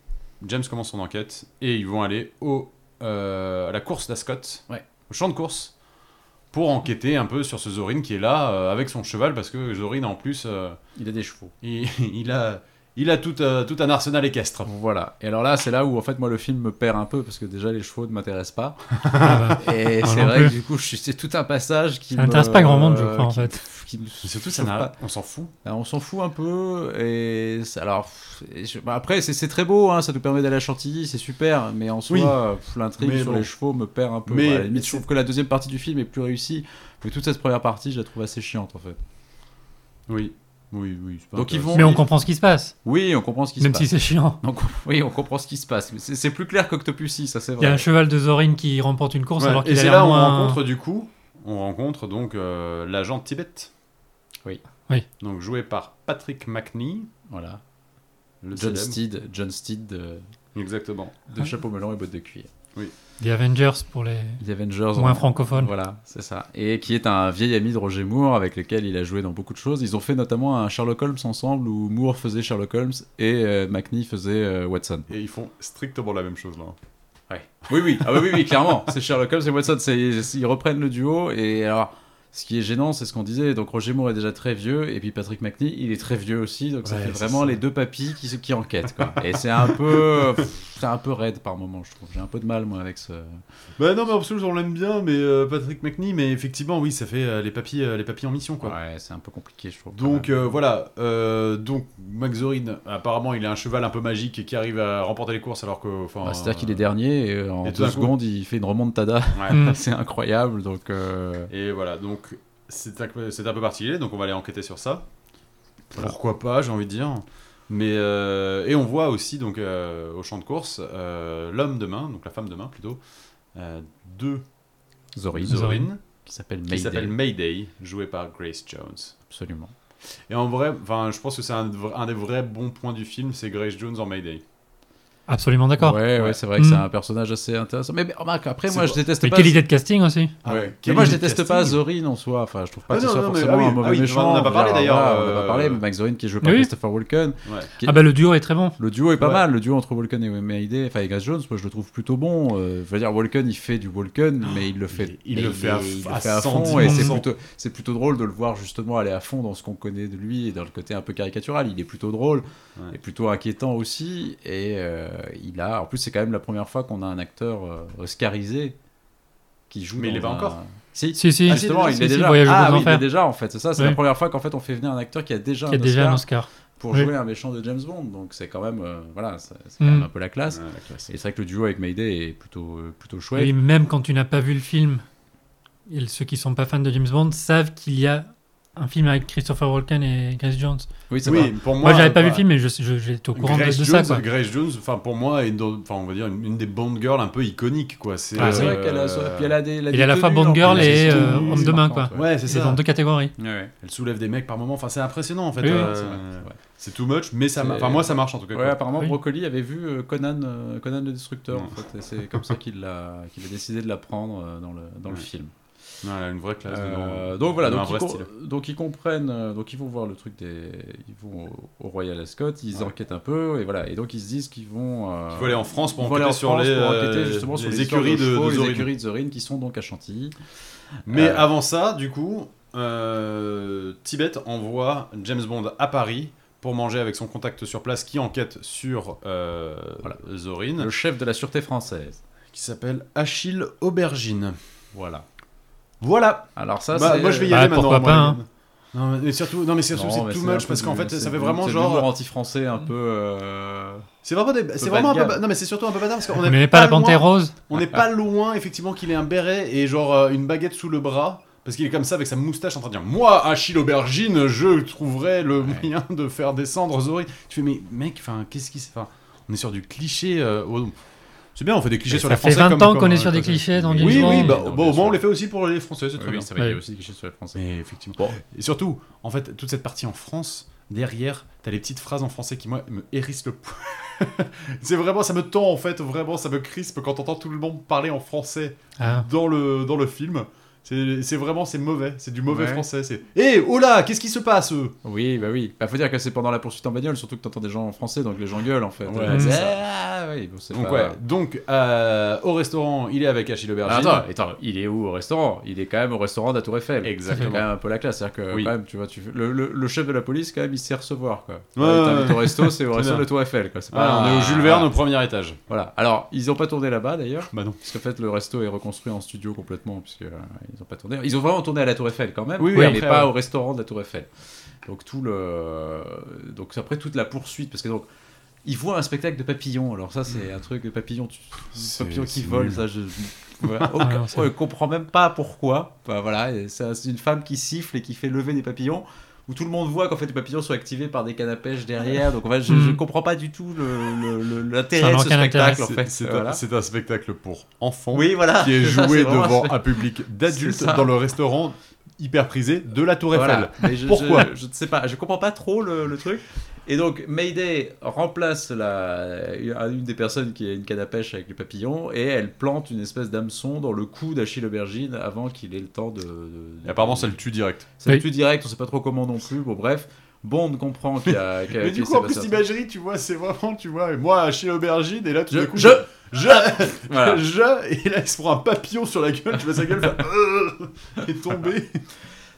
James commence son enquête et ils vont aller au euh, à la course d'Ascot,
Ouais.
au champ de course, pour enquêter un peu sur ce Zorin qui est là euh, avec son cheval parce que Zorin en plus euh,
Il a des chevaux.
il, il a il a tout, euh, tout un arsenal équestre.
Voilà. Et alors là, c'est là où en fait moi le film me perd un peu parce que déjà les chevaux ne m'intéressent pas.
Ah
Et
Moi
c'est
non
vrai
plus.
que du coup, je suis- c'est tout un passage qui
Ça n'intéresse pas grand monde, je
euh,
crois, en
qui-
fait.
qui me
Et Surtout ça
chauffe
n'a-
pas.
on s'en fout.
Alors, on s'en fout un peu. Et c'est- alors pff, et je- bah, après, c'est c'est très beau, hein, ça nous permet d'aller à Chantilly, c'est super. Mais en soi,
Oui.
euh, pff, l'intrigue
Mais
sur
bon.
les chevaux me perd un peu.
Mais-
Voilà, à la limite, je trouve que la deuxième partie du film est plus réussie. Mais toute cette première partie, je la trouve assez chiante en fait.
Oui, oui, oui. c'est pas
Donc, ils
intéressant.
vont-
Mais on comprend ce qui se passe,
Oui, on comprend ce qui
même
se
si
passe.
c'est chiant.
On com- oui, on comprend ce qui se passe. Mais c'est c'est plus clair qu'Octopussy, ça c'est
Il y
vrai.
a un cheval de Zorin qui remporte une course
Ouais,
alors
Et
qu'il a
c'est
l'air
là où on
moins...
rencontre du coup, on rencontre donc euh, l'agent Tibet.
Oui.
Oui.
Donc joué par Patrick McNee,
Voilà.
le
John
célèbre.
Steed, John Steed de,
Exactement.
de chapeau melon et bottes de cuir.
The Avengers pour les
The Avengers.
moins
en-
francophones.
Voilà, c'est ça. Et qui est un vieil ami de Roger Moore avec lequel il a joué dans beaucoup de choses. Ils ont fait notamment un Sherlock Holmes ensemble où Moore faisait Sherlock Holmes et euh, McNee faisait euh, Watson.
Et ils font strictement la même chose là.
Oui, oui, ah bah oui, oui, clairement. C'est Sherlock Holmes et Watson. c'est- Ils reprennent le duo et alors. Ce qui est gênant, c'est ce qu'on disait. Donc Roger Moore est déjà très vieux, et puis Patrick McNee, il est très vieux aussi. Donc ça
Ouais,
fait
c'est
vraiment
ça.
les deux papys qui, se- qui enquêtent. quoi. et c'est un peu, pff, c'est un peu raide par moment, je trouve. J'ai un peu de mal moi avec ce.
Bah non, mais Absol, on l'aime bien, mais euh, Patrick McNee, mais effectivement, oui, ça fait euh, les, papiers, euh, les papiers en mission, quoi.
Ouais, c'est un peu compliqué, je trouve. quand
Donc
même.
euh, voilà, euh, donc Max Zorin, apparemment, il a un cheval un peu magique et qui arrive à remporter les courses alors que. enfin,
Bah, C'est-à-dire qu'il
euh,
est dernier, et euh, en
et tout
deux
d'un coup-
secondes, il fait une remontada.
ouais.
Mm.
c'est incroyable. Donc euh,
Et voilà, donc c'est un, peu- c'est un peu particulier, donc on va aller enquêter sur ça. Pourquoi pas, j'ai envie de dire. Mais euh, et on voit aussi donc euh, au champ de course euh, l'homme de main, donc la femme de main plutôt, euh, de
Zorin,
Zorin,
qui s'appelle
qui s'appelle
Mayday.
Mayday, joué par Grace Jones.
Absolument.
Et en vrai, enfin, je pense que c'est un, vra- un des vrais bons points du film, c'est Grace Jones en Mayday.
Absolument d'accord.
Ouais, ouais,
Ouais. Hmm.
c'est vrai que
Mm.
c'est un personnage assez intéressant. Mais, mais remarque, après,
C'est
moi,
pas-
je déteste
Mais
pas.
quelle idée de casting aussi.
Ah,
Ouais.
quel
Mais moi, je
idée de
déteste
casting.
pas Zorin en soi. Enfin, je trouve pas
Ah
que ce
non,
soit
non, mais-
forcément
ah oui,
un mauvais
ah oui,
méchant.
on en a
Je
pas
veux
parlé,
dire,
d'ailleurs,
voilà, On en a
euh,
pas parlé, mais Max Zorin qui joue par
Oui.
Christopher Walken.
Ouais.
Qui-
Ah bah le duo est très bon.
Le duo est pas
Ouais.
mal. Le duo entre Walken et Mayday, enfin, et Grace Jones, moi, je le trouve plutôt bon. Euh, je veux dire, Walken, il fait du Walken, mais il le fait.
Oh, il
mais
le fait à
il
f-
le
à
fait à
110
fond. Et c'est
pour cent.
plutôt, c'est plutôt drôle de le voir justement aller à fond dans ce qu'on connaît de lui et dans le côté un peu caricatural. Il est plutôt drôle
Ouais.
et plutôt inquiétant aussi. Et euh, il a, en plus, c'est quand même la première fois qu'on a un acteur euh, oscarisé qui joue.
Mais il
dans
est pas
un-
encore.
Si,
Si, si,
ah,
si,
justement, il
si,
est
si,
déjà.
Voyage aux
Ah oui, il
enfers,
est déjà en fait. C'est ça, c'est
Oui.
la première fois qu'en fait on fait venir un acteur qui a déjà,
qui a
un
déjà un
Oscar
Oscar.
pour
Oui.
jouer un méchant de James Bond. Donc c'est quand même euh, voilà, c'est c'est
Mm.
quand même un peu la classe.
Ouais, la classe.
Et c'est vrai que le duo avec Mayday est plutôt euh, plutôt chouette.
Et même quand tu n'as pas vu le film, et ceux qui sont pas fans de James Bond savent qu'il y a un film avec Christopher Walken et Grace Jones.
Oui, c'est
Oui,
vrai.
pour moi,
Moi, j'avais pas vu
voilà.
le film, mais je- je- j'étais au courant de,
Grace
de
Jones,
ça. Quoi.
Grace Jones, enfin pour moi, est dans- enfin on va dire une, une des Bond girls un peu iconiques quoi. C'est
Ah,
C'est
euh,
vrai qu'elle a, soit- puis elle a des. Elle a
il
des
y a à la fois
tenues,
Bond
en
Girl
plus, elle a
et,
des
euh,
tenues,
homme
c'est
de main,
marquant,
quoi.
Ouais, c'est
C'est
ça.
dans deux catégories.
Ouais, ouais.
Elle soulève des mecs par moment. Enfin, c'est impressionnant en fait.
Oui, oui.
euh,
C'est vrai, c'est vrai.
c'est too much, mais ça.
C'est-
m'a- Enfin moi, ça marche en tout cas.
Ouais,
quoi.
apparemment,
Oui.
Brocoli avait vu euh, Conan, euh, Conan le Destructeur,
Non.
en fait, et c'est comme ça qu'il a, qu'il a décidé de la prendre euh, dans, le, dans le
Ouais.
film.
Ouais, elle a une vraie classe.
Euh,
dedans.
donc voilà,
Elle a
donc
un
ils,
vrai
co-
style.
donc ils comprennent, euh, donc ils vont voir le truc des, ils vont au, au Royal Ascot, ils
Ouais.
enquêtent un peu et voilà, et donc ils se disent qu'ils vont, euh,
Il faut aller en France pour
ils vont aller
enquêter sur les,
pour
euh,
enquêter justement sur
les
les histoires
écuries
de
de-
chevaux,
de
les
Zorin.
écuries de Zorin qui sont donc à Chantilly.
Mais
Euh,
avant ça, du coup, euh, Tibet envoie James Bond à Paris pour manger avec son contact sur place qui enquête sur euh,
Voilà.
Zorin,
le chef de la sûreté française.
qui s'appelle Achille Aubergine.
Voilà.
Voilà.
Alors ça,
Bah,
c'est euh,
moi je vais y
Bah,
aller maintenant.
pourquoi
moi,
pas,
les-
hein.
Non mais- mais surtout, non mais surtout
Non, mais
c'est too
un
much
peu
parce
du-
qu'en fait
c'est
ça fait
du-
vraiment
c'est du
genre
humour anti-français un peu. euh,
c'est vraiment des- c'est
bas
vraiment
de
un
gamme.
peu ba- non mais c'est surtout un peu bâtard parce qu'on
On
est
n'aimait
pas
pas la Panthère
loin,
Rose
on n'est pas loin effectivement qu'il ait un béret et genre euh, une baguette sous le bras parce qu'il est comme ça avec sa moustache en train de dire moi Achille aubergine je trouverai le moyen de faire descendre Zori. Tu fais mais mec enfin qu'est-ce qui se enfin on est sur du cliché euh, oh, c'est bien on fait des clichés
Mais
sur
ça
les français
fait 20
comme-
ans
comme,
qu'on est
euh,
sur des
comme-
clichés dans
Oui,
James
Oui
Bond.
oui bah
Non,
bon
bien
au moins, on
sûr.
les fait aussi pour les français c'est très
oui,
bien.
c'est vrai, il y a
Ouais.
aussi des clichés sur les français.
Mais effectivement.
Bon.
Et surtout, en fait, toute cette partie en France, derrière, t'as les petites phrases en français qui, moi, me hérissent le poil. c'est vraiment, ça me tend, en fait, vraiment, ça me crispe quand t'entends tout le monde parler en français
Ah.
dans le, dans le film. C'est c'est vraiment, c'est mauvais, c'est du mauvais
Ouais.
français. C'est Hé, oh là, qu'est-ce qui se passe eux
Oui, bah oui. Bah, faut dire que c'est pendant la poursuite en bagnole, surtout que t'entends des gens en français, donc les gens gueulent en fait.
Ouais,
Euh,
c'est
Ah, oui, bon, c'est
Donc,
pas-
ouais, donc euh, au restaurant, il est avec Achille
Ah,
Aubergine.
attends, attends, il est où au restaurant Il est quand même au restaurant de la Tour Eiffel.
Exactement.
C'est quand même un peu la classe. C'est-à-dire que
Oui.
quand même, tu vois, tu... Le, le- le chef de la police, quand même, il sait recevoir. Quoi.
Ouais,
Ouais, T'invites
ouais, ouais.
au resto, c'est au
Très
resto de
bien.
la Tour Eiffel. Quoi. C'est pas- Ah,
Voilà, on est au Jules Verne au premier étage.
Voilà. Alors, ils n'ont pas tourné là-bas d'ailleurs.
Bah non.
Parce qu'en fait, le resto est reconstruit en studio complètement, puisque euh, ils ont pas tourné. Ils ont vraiment tourné à la Tour Eiffel quand même,
Oui, oui,
mais
après,
pas
ouais.
au restaurant de la Tour Eiffel. Donc tout le, donc après toute la poursuite, parce que donc ils voient un spectacle de papillons. Alors ça, c'est un truc de papillons, tu-
C'est-
papillons qui
c'est
volent.
nul.
Ça, je, je- voilà. Aucun-
Ah non, c'est-
on ne comprend même pas pourquoi. Enfin, voilà, et c'est c'est une femme qui siffle et qui fait lever des papillons. Où tout le monde voit qu'en fait les papillons sont activés par des cannes à pêche derrière, donc en fait, je,
Mm.
je comprends pas du tout le- le- le-
Ça
l'intérêt
n'a
de ce
aucun intérêt.
spectacle en
C'est-
fait.
C'est
Voilà.
un, c'est un spectacle pour enfants.
Oui, voilà.
qui est
C'est ça,
joué
c'est vraiment
devant
un-
un public d'adultes
C'est ça.
dans le restaurant hyper prisé de la Tour Eiffel.
Voilà. Mais je-
Pourquoi
je, je ne sais pas, je comprends pas trop le, le truc. Et donc Mayday remplace la, une des personnes qui a une canne à pêche avec les papillons et elle plante une espèce d'hameçon dans le cou d'Achille Aubergine avant qu'il ait le temps de. de-
Et apparemment, ça le tue direct.
Ça le
Oui.
tue direct, on sait pas trop comment non plus. Bon, bref, Bond comprend qu'il y a. qu'il y a-
Mais
qu'il
du coup,
s'est
en
passé
plus,
un truc.
l'imagerie, tu vois, c'est vraiment, tu vois, et moi, chez Aubergine, et là, tout
Je, Ah.
d'un coup,
je-
Je,
Voilà.
je, et là il se prend un papillon sur la gueule, tu vois sa gueule faire, euh, et tomber.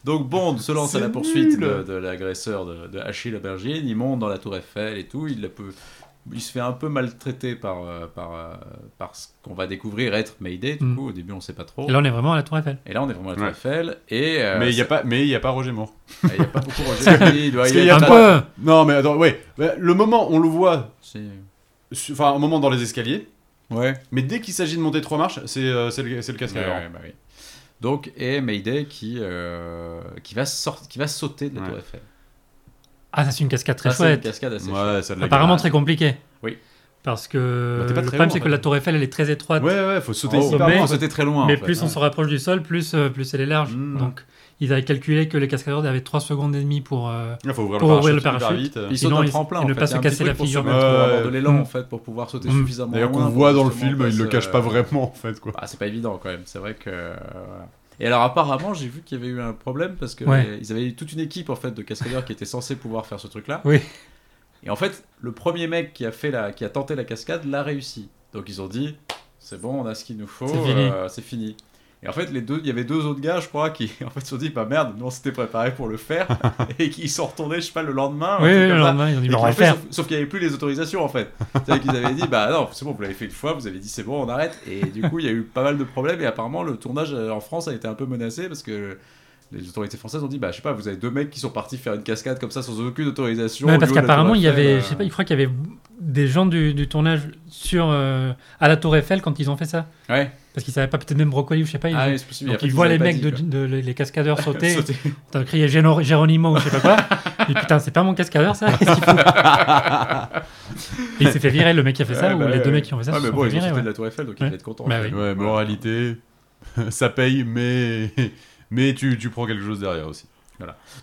Donc Bond se lance à la
C'est
poursuite
nul.
de, de l'agresseur de, de Achille Aubergine, il monte dans la tour Eiffel et tout, il, la peut- il se fait un peu maltraiter par, euh, par, euh, par ce qu'on va découvrir être Mayday, du
Mm.
coup au début on sait pas trop.
Et là, on est vraiment à la Tour Eiffel.
Et là on est vraiment à la tour
Ouais.
Eiffel et euh,
mais il n'y a pas, mais il y a pas Roger Moore.
il y a pas beaucoup Roger Moore, il doit
parce
y
qu'il y a
être-
Un
pas-
peu
Non, mais attends, ouais, bah, le moment on le voit,
Si.
su- enfin un moment dans les escaliers,
Ouais.
mais dès qu'il s'agit de monter trois marches, c'est euh, c'est le, c'est le
Ouais,
cascadeur.
ouais, bah oui. Donc et Mayday qui euh, qui va sortir, qui va sauter de la
Ouais.
tour Eiffel.
Ah, ça, c'est une cascade très
Ça, c'est une
chouette.
cascade assez chouette.
Ouais, ça de la
Apparemment très compliqué.
Oui.
Parce que
Ah, Bah, t'es pas
le
très
problème,
loin, en
c'est que
fait.
la Tour Eiffel, elle est très étroite.
Ouais, ouais, faut sauter
En haut.
hyper
sommet,
loin,
Faut
en fait.
sauter très loin.
Oh, mais
en fait. hein.
plus on se rapproche du sol, plus, euh, plus elle est large.
Mm.
Donc, ils avaient calculé que les cascadeurs avaient 3 secondes et demie pour. euh,
Il faut ouvrir
Pour
le
ouvrir le
parachute, hyper
parachute.
vite.
Ils
Sinon,
sautent d'un
ils-
tremplin.
et
en
ne
fait. Il y
pas
a
se
un petit
casser
truc
la
pour se
figure.
mettre, pour avoir de
Ouais.
l'élan
Mm.
en fait pour pouvoir sauter
Mm.
suffisamment.
D'ailleurs qu'on
loin
voit
pour
dans le
justement
film, il le
passer,
cache pas
euh,
vraiment en fait quoi.
Ah, c'est pas évident quand même. C'est vrai que. euh, voilà. Et alors apparemment j'ai vu qu'il y avait eu un problème parce que
Ouais.
les- ils avaient eu toute une équipe en fait de cascadeurs qui était censée pouvoir faire ce truc là.
Oui.
Et en fait le premier mec qui a fait la qui a tenté la cascade l'a réussi. Donc ils ont dit c'est bon on a ce qu'il nous faut
C'est fini.
euh, c'est fini. Et en fait les deux il y avait deux autres gars je crois qui en fait se sont dit bah merde nous on s'était préparé pour le faire et qui sont retournés je sais pas le lendemain. Ah, un
Oui,
truc
oui,
comme
le
ça.
lendemain, ils ont dit
Et
mais
qu'ils
on va
l'ont
le
fait,
faire.
sauf, sauf qu'il n'y avait plus les autorisations en fait. C'est-à-dire qu'ils avaient dit, bah non, c'est bon, vous l'avez fait une fois, vous avez dit c'est bon, on arrête. Et du coup, il y a eu pas mal de problèmes. Et apparemment, le tournage euh, en France a été un peu menacé parce que les autorités françaises ont dit, bah je sais pas, vous avez deux mecs qui sont partis faire une cascade comme ça sans aucune autorisation.
Ouais,
au
parce
lieu de la
qu'apparemment,
Tour
il y avait,
Eiffel,
je sais pas,
euh,
il croit qu'il y avait des gens du, du tournage sur euh, à la Tour Eiffel quand ils ont fait ça.
Ouais,
Parce qu'ils savaient pas peut-être même brocoli ou je sais pas. Ils,
ah, oui, c'est possible.
donc
en fait,
ils voient les
avaient pas
mecs
dit,
de,
quoi.
de- les cascadeurs sauter.
Sauter.
T'as crié Géno- Géronimo ou je sais pas quoi. Et putain, c'est pas mon cascadeur ça. Qu'est-ce qu'il fout Et il s'est fait virer le mec qui a fait ça
Ouais,
ou
bah,
les deux
ouais.
mecs qui ont fait ça.
Ah,
se
mais
sont
bon,
fait
ils ont
virer,
sauté
ouais.
de la Tour Eiffel, donc ils
Ouais.
devaient être contents.
Bah
en fait.
oui.
Ouais, moralité, ça paye, mais mais tu, tu prends quelque chose derrière aussi.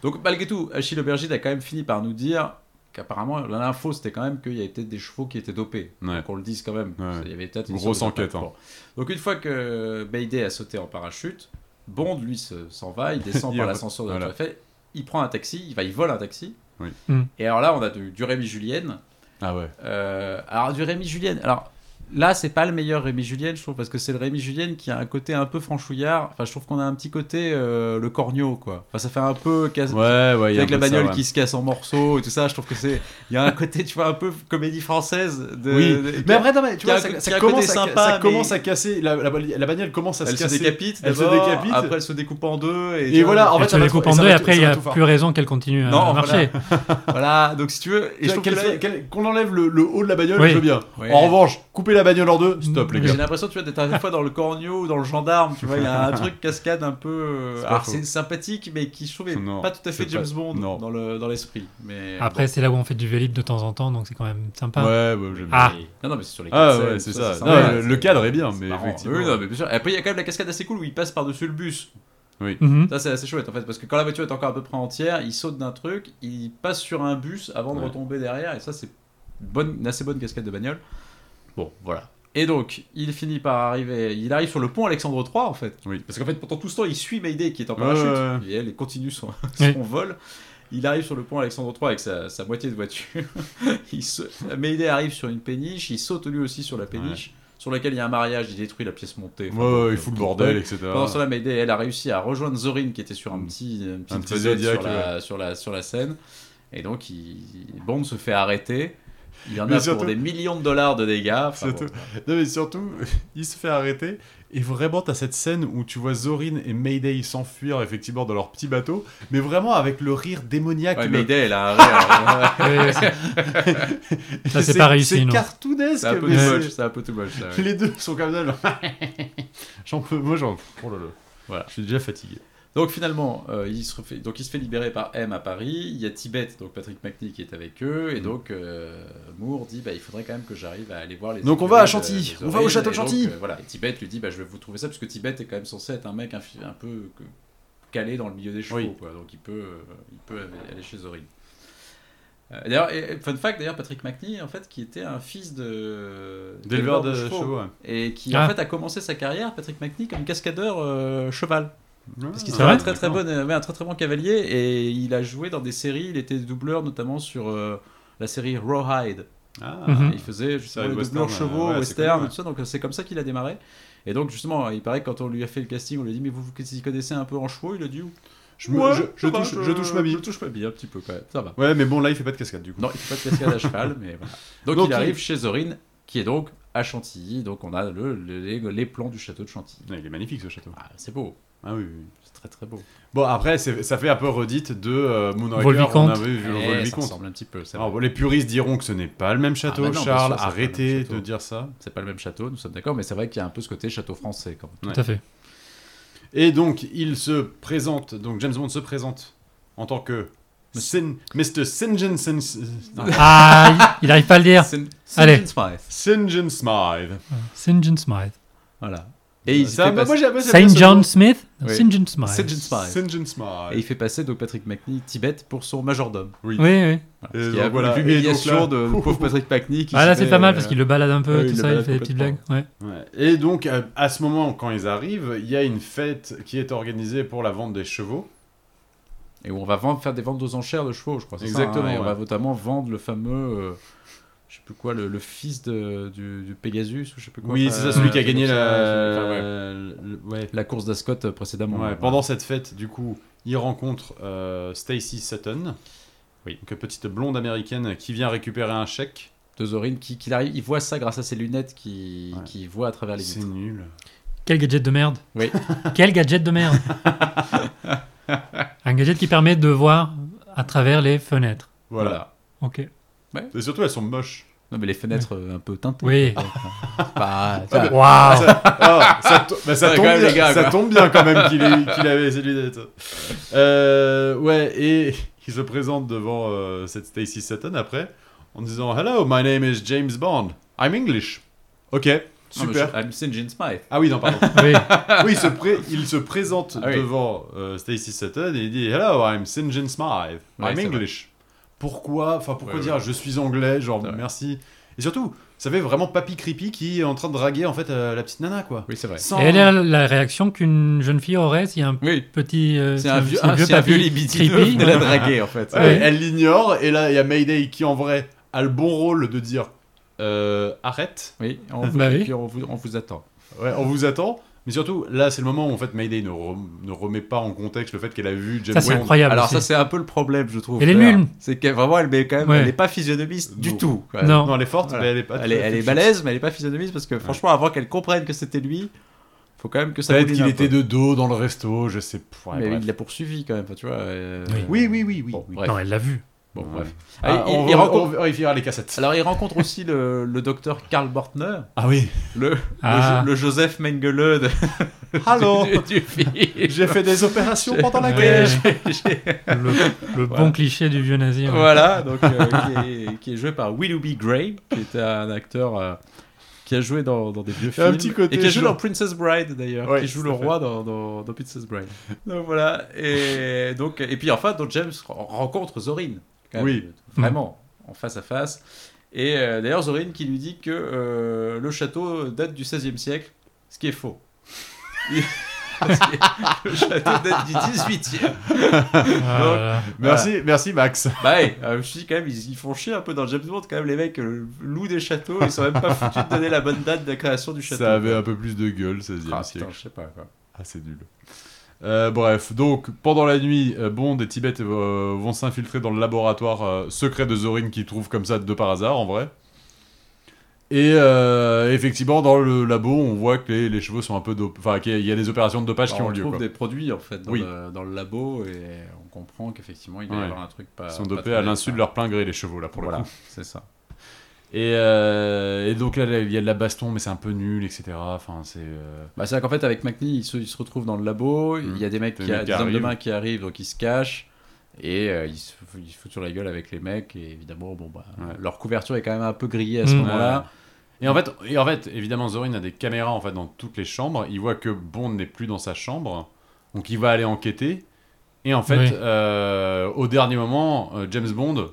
Donc malgré tout, Achille Aubergine a quand même fini par nous dire qu'apparemment l'info c'était quand même qu'il y avait peut-être des chevaux qui étaient dopés.
Ouais.
Qu'on le dise quand même.
Ouais.
Il y avait peut-être une
Grosse
sorte de dopage.
enquête, hein.
Bon. Donc une fois que Mayday a sauté en parachute, Bond lui se- s'en va, il descend
Il
par
re-
l'ascenseur de la
voilà.
Tour Eiffel, il prend un taxi, il va, il vole un taxi.
Oui.
Mm.
Et alors là on a du, du Rémi Julienne.
Ah ouais.
Euh, alors du Rémi Julienne. Alors là c'est pas le meilleur Rémi Julienne je trouve parce que c'est le Rémi Julienne qui a un côté un peu franchouillard. Enfin je trouve qu'on a un petit côté euh, le corneau quoi. Enfin ça fait un peu cas-
Ouais, ouais. il
avec
y a un
la
peu ça,
bagnole
ouais.
qui se casse en morceaux et tout ça, je trouve que c'est. Il y a un côté, tu vois, un peu comédie française. De,
Oui.
de- euh, qui-
Mais après, non, mais tu
qui a
vois,
un co- qui a
ça, ça
un
commence,
côté
à,
sympa,
ça commence
mais-
à casser. La, la, la bagnole commence à
elle
se
se
casser.
décapite,
elle se
d'abord,
décapite.
Après, elle se découpe en deux. Et, tu
Et
vois,
voilà, en
Elle
fait,
se
ça va
découpe
tout-
en
ça
deux
va
et
tout-
après,
ça
il n'y
va
a
tout faire.
plus raison qu'elle continue à
Non, voilà.
marcher.
Voilà, donc si tu veux. Et je trouve
Qu'elle-
que
qu'elle
là,
fait- qu'elle- Qu'on enlève le, le haut de la bagnole,
Oui.
je veux bien.
Ouais.
En revanche, couper la bagnole en deux, hmm, stop les
Oui.
gars.
J'ai l'impression, tu vois, d'être à la fois dans le corneau ou dans le gendarme, tu vois, il y a un truc cascade un peu. euh,
C'est pas
Alors,
faux.
c'est sympathique, mais qui, je trouve, est
Non,
pas tout à fait
c'est
James
pas-
Bond
non.
dans le- dans l'esprit. mais
Après, c'est là où on fait du vélib de temps en temps, donc c'est quand même sympa.
Ouais, ouais, j'aime bien.
Ah.
Non, non, mais c'est sur les
Ah
quatre
ouais,
scènes,
c'est
tout
ça.
sympa,
Non, le-
c'est-
le cadre est bien,
c'est
mais
marrant.
effectivement.
Oui, non, mais bien sûr. Et Après, il y a quand même la cascade assez cool où il passe par-dessus le bus.
Mhm.
Ça, c'est assez chouette en fait, parce que quand la voiture est encore à peu près entière, il saute d'un truc, il passe sur un bus avant de
Ouais.
retomber derrière, et ça, c'est une bonne, une assez bonne cascade de bagnole. Bon, voilà. Et donc, il finit par arriver, il arrive sur le pont Alexandre III en fait.
Oui.
Parce qu'en fait, pendant tout ce temps, il suit Mayday qui est en
Ouais,
parachute,
ouais,
et elle elle continue son,
Oui.
son vol. Il arrive sur le pont Alexandre III avec sa, sa moitié de voiture. il se... Mayday arrive sur une péniche, il saute lui aussi sur la péniche, sur laquelle il y a un mariage, il détruit la pièce montée. Enfin,
Ouais,
donc,
ouais, il
euh,
fout le bordel, etc.
pendant cela, Mayday, elle a réussi à rejoindre Zorin qui était sur un petit, une petite
Un petit
vedette
Zodiac,
sur, la, sur, la, sur la scène. Et donc, il, Bond se fait arrêter. Il en
Mais
a pour
surtout-
des millions de dollars de dégâts. Enfin, Ah bon,
Surtout- Non mais surtout, il se fait arrêter et vraiment t'as cette scène où tu vois Zorin et Mayday s'enfuir effectivement dans leur petit bateau, mais vraiment avec le rire démoniaque.
ouais,
le-
Mayday, elle a un rire.
Ouais, ouais, c'est- Ça, c'est
C'est-
pas réussi,
C'est
non.
cartoonesque.
C'est un peu
mais
too much.
c'est-
C'est un peu too much. ça, ouais.
Les deux sont comme ça. genre, J'en peux, moi j'en. Oh là là.
Voilà.
Je suis déjà fatigué.
Donc finalement, euh, il se refait- donc il se fait libérer par M à Paris. Il y a Tibet, donc Patrick McNee qui est avec eux, et
Mm.
donc euh, Moore dit bah, il faudrait quand même que j'arrive à aller voir les.
Donc on
écuries
va à
de-
Chantilly.
des
On va au
Orines.
château de
Et donc,
Chantilly.
euh, voilà. Et Tibet lui dit bah, je vais vous trouver ça parce que Tibet est quand même censé être un mec un, fi- un peu que- calé dans le milieu des chevaux,
Oui.
quoi. Donc il peut, euh, il peut aller- aller chez Zorin. Euh, D'ailleurs, et- et fun fact, d'ailleurs, Patrick McNee, en fait, qui était un fils de
D'éleveur de chevaux. ouais.
et qui en
Ah.
fait a commencé sa carrière, Patrick McNee, comme cascadeur euh, cheval. Parce qu'il
Ah,
était un
vrai
très très bon, euh, ouais, un très très bon cavalier et il a joué dans des séries. Il était doubleur notamment sur euh, la série Rawhide
Ah,
Mhm.
Il faisait justement
Ouais,
les
le
doubleurs
western,
chevaux,
euh, ouais, c'est
western,
connu, ouais.
tout ça. Donc c'est comme ça qu'il a démarré. Et donc justement, il paraît que quand on lui a fait le casting, on lui a dit mais vous vous y connaissez un peu en chevaux, il a dit
je, me- je- je touche, je touche ma bille.
Je touche ma bille un petit peu quand même. Ça va.
Ouais, mais bon, là, il fait pas de cascade du coup.
Non, il fait pas de cascade à cheval, mais voilà. Donc,
Donc,
il
il-
arrive chez Zorin, qui est donc à Chantilly. Donc on a le, le- les, les plans du château de Chantilly.
Ouais, il est magnifique ce château.
Ah, c'est beau,
Ah oui, oui, oui.
c'est très très beau.
Bon, après, c'est- ça fait un peu redite de euh, Moonraker.
Volvicomte.
On avait vu euh, le Ah,
Eh, ça
Volvicomte.
ressemble un petit peu. c'est
Alors,
vrai.
bon, Oh, les puristes diront que ce n'est pas le même château,
Ah, bah non, bien
Charles.
sûr, c'est pas le même
arrêtez
château.
de dire ça.
C'est pas le même château, nous sommes d'accord, mais c'est vrai qu'il y a un peu ce côté château français quand même.
Tout à fait.
Et donc, il se présente, donc James Bond se présente en tant que Sin- Mr. St. John Sin- non,
Ah, il, il arrive pas à le dire.
Saint-
Allez.
Saint John Smith.
St. John Smythe.
St. John Smith.
Voilà. Et il,
Ça, bah,
fait
moi,
passer,
j'ai- moi, j'aime bien
Saint
ce
John
nom.
Smith Non,
Oui.
Saint John Smith.
Saint John Smythe.
St. John
et il
Smythe.
fait passer donc Patrick McNee Tibet pour son majordome.
Oui.
Oui, oui.
Et
Il y a
donc, voilà. Et
l'humiliation
donc là-
de, de pauvre Patrick McNee qui
Ah, là,
se
c'est
fait,
pas
euh,
mal parce qu'il le balade un peu,
oui,
tout
il le
ça, il
balade
fait des petites blagues.
complètement.
Ouais.
Ouais. Et donc, à, à ce moment, quand ils arrivent, il y a une fête qui est organisée pour la vente des chevaux.
Et où on va vendre, faire des ventes aux enchères de chevaux, je crois. c'est ça,
Exactement,
hein, et on
ouais.
va notamment vendre le fameux. euh, je sais plus quoi, le, le fils de, du, du Pegasus, ou je sais plus quoi.
Oui,
Enfin,
c'est ça, celui
euh,
qui a gagné
comme
la,
ça, enfin, ouais.
le- ouais.
la course d'Ascot euh, précédemment.
Ouais,
Voilà.
pendant cette fête, du coup, il rencontre euh, Stacy Sutton, oui. une petite blonde américaine qui vient récupérer un chèque.
De Zorin, qui, qui arrive, il voit ça grâce à ses lunettes qui,
Ouais.
qui voit à travers Ah, les
C'est
vitres.
nul.
Quel gadget de merde
Oui.
Quel gadget de merde Un gadget qui permet de voir à travers les fenêtres.
Voilà.
Ok.
Et surtout, elles sont moches.
Non, mais les fenêtres euh, un peu teintées.
Oui.
Bah,
mais-
Waouh
Ah, ça, to- bah, ça
Ouais,
tombe
quand même,
bien,
les gars,
ça
quoi.
tombe bien quand même qu'il ait- qu'il avait ses lunettes. Euh, ouais, et il se présente devant euh, cette Stacy Sutton après en disant Hello, my name is James Bond. I'm English. Ok,
Non, Ah, mais
super.
je- I'm St. Jean Smith.
Ah oui, non, pardon.
Oui.
oui, il se, pré- il se présente
Ah oui.
devant euh, Stacy Sutton et il dit Hello, I'm St. John Smythe.
Ouais,
I'm
c'est
English. Pourquoi Enfin, pourquoi
Ouais,
dire je suis anglais Genre,
C'est vrai.
merci. Et surtout, ça fait vraiment papy creepy qui est en train de draguer en fait euh, la petite nana quoi.
Oui, c'est vrai.
Sans-
Et elle a la réaction qu'une jeune fille aurait s'il y a un
Oui,
petit. euh,
c'est
si
un
si
vieux, un, c'est un
papy
vieux libidineux
creepy.
de la draguer, en fait.
Ouais,
Ouais.
Elle l'ignore et là, il y a Mayday qui en vrai a le bon rôle de dire euh, arrête,
Oui, on vous,
Bah oui.
et puis on vous, on vous attend.
Ouais, on vous attend. Mais surtout, là, c'est le moment où en fait Mayday ne, rem- ne remet pas en contexte le fait qu'elle a vu James
Ça, Ah, c'est
Bond.
incroyable.
Alors
aussi.
ça c'est un peu le problème je trouve.
Elle est
Claire.
nulle.
C'est qu'elle vraiment elle est quand même
Ouais.
elle est pas physionomiste du
Non.
tout. quoi.
Non.
Non, elle est forte,
Voilà.
mais elle est pas.
Elle est, elle est balèze mais elle est pas physionomiste parce que franchement avant qu'elle comprenne que c'était lui, faut quand même que ça.
Peut-être
couline
qu'il
un
était
peu.
de dos dans le resto, je sais pas.
Mais
bref.
il l'a poursuivi quand même. enfin, Tu vois. euh,
Oui.
Oui, oui, oui, oui.
Bon, bref.
Non, elle l'a vu.
Bon,
Ouais.
bref.
Ah,
Ah, il-
on,
il
va-
rencontre-
on vérifiera les cassettes.
Alors il rencontre aussi le, le docteur Karl Bortner,
Ah oui.
le, le
Ah.
Jo- le Joseph Mengele de,
Allô
du, du film.
J'ai fait des opérations pendant la
Ouais.
guerre.
Le, le bon
Voilà.
cliché du vieux nazi. hein. ouais.
Voilà, donc euh, qui, est, qui est joué par Willoughby Gray, qui était un acteur euh, qui a joué dans, dans des vieux
Il y a
films
un petit côté
et qui a joué
genre-
dans Princess Bride d'ailleurs,
Ouais,
qui joue
tout
le
à fait.
roi dans, dans, dans Princess Bride. Donc voilà, et donc et puis enfin, donc James ren- rencontre Zorin, quand même,
Oui.
vraiment en face à face. Et euh, d'ailleurs Zorin qui lui dit que euh, le château date du XVIe siècle, ce qui est faux. Parce que le château date du 18e.
Ah là là.
Merci, merci Max.
Bah ouais, euh, je me suis dit quand même, ils, ils font chier un peu dans James Bond quand même, les mecs euh, louent des châteaux, ils sont même pas foutus de donner la bonne date de la création du château.
Ça avait un peu plus de gueule, 16
Ah,
e
putain,
siècle.
je sais pas quoi.
Ah, c'est nul. Euh, bref, donc pendant la nuit, euh, Bond et Tibet euh, vont s'infiltrer dans le laboratoire euh, secret de Zorin qu'ils trouvent comme ça de par hasard en vrai. Et euh, effectivement, dans le labo, on voit que les, les chevaux sont un peu dopés. Enfin, qu'il y a- il y a des opérations de dopage
Bah,
qui ont
on
lieu.
trouve
quoi.
des produits en fait dans,
Oui.
le, dans le labo et on comprend qu'effectivement il doit
Ouais.
y avoir un truc pas.
Ils sont
Euh, pas
dopés
très-
à l'insu de leur plein gré, les chevaux, là, pour le
Voilà,
coup.
c'est ça.
Et, euh, et donc là, il y a de la baston, mais c'est un peu nul, etc. Enfin, c'est. euh,
Bah, c'est vrai qu'en fait avec McNee il se, il se retrouve dans le labo, il y a des mecs
Des
qui, a-
mecs Hmm. qui
des hommes de
arrivent.
main qui arrivent donc ils se cachent. Et euh, ils, se, ils se foutent sur la gueule avec les mecs, et évidemment, bon, bah,
Ouais.
leur couverture est quand même un peu grillée à ce
Mm.
moment-là.
Et en, fait, et en fait, évidemment, Zorin a des caméras en fait, dans toutes les chambres. Il voit que Bond n'est plus dans sa chambre. Donc il va aller enquêter. Et en fait,
Oui.
euh, au dernier moment, euh, James Bond,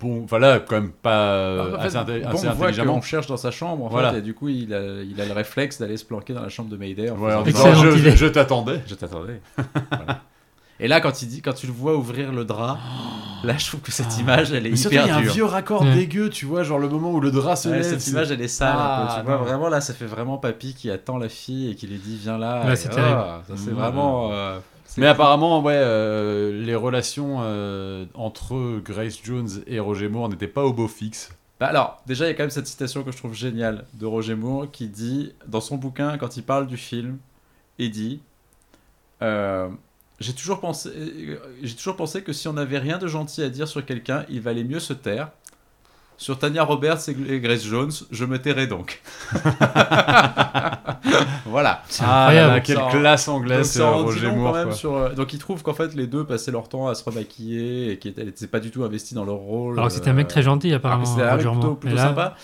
bon, voilà, quand même pas euh,
Ah, En fait,
assez, inté-
Bond
assez
voit
intelligemment.
qu'on cherche dans sa chambre, en
Voilà.
fait, et du coup, il a, il a le réflexe d'aller se planquer dans la chambre de Mayday. en
Ouais,
faisant-
en disant,
Excellente
je
idée.
je t'attendais.
Je t'attendais. Voilà. Et là, quand, il dit, quand tu le vois ouvrir le drap, Là, je trouve que cette image, elle est
Mais surtout, il y
hyper
a un
dure.
vieux raccord
Ouais.
dégueu, tu vois, genre le moment où le drap se
Ouais,
lève.
cette
c'est-
image, elle est sale. un peu,
Ah,
tu vois,
non.
vraiment là, ça fait vraiment papy qui attend la fille et qui lui dit viens là.
Ouais,
et
c'est
ah,
terrible.
ça, c'est
Mmh.
vraiment. euh, c'est-
Mais apparemment, ouais, euh, les relations euh, entre Grace Jones et Roger Moore n'étaient pas au beau fixe.
Bah alors, déjà, il y a quand même cette citation que je trouve géniale de Roger Moore qui dit, dans son bouquin, quand il parle du film, il dit euh, J'ai toujours, pensé- euh, j'ai toujours pensé que si on n'avait rien de gentil à dire sur quelqu'un, il valait mieux se taire. Sur Tania Roberts et Grace Jones, je me tairai donc. voilà.
C'est
Ah là là,
incroyable.
quelle
Ça en-
classe
Donc,
anglaise,
ça
euh,
en dit
Roger
long
Moore.
quand même
quoi.
sur, euh, donc il trouve qu'en fait les deux passaient leur temps à se remaquiller et qu'ils n'étaient pas du tout investis dans leur rôle.
Alors que c'était un mec
euh,
très gentil,
alors
apparemment.
que c'était un mec
Roger
plutôt,
Moore.
plutôt
Et là,
sympa.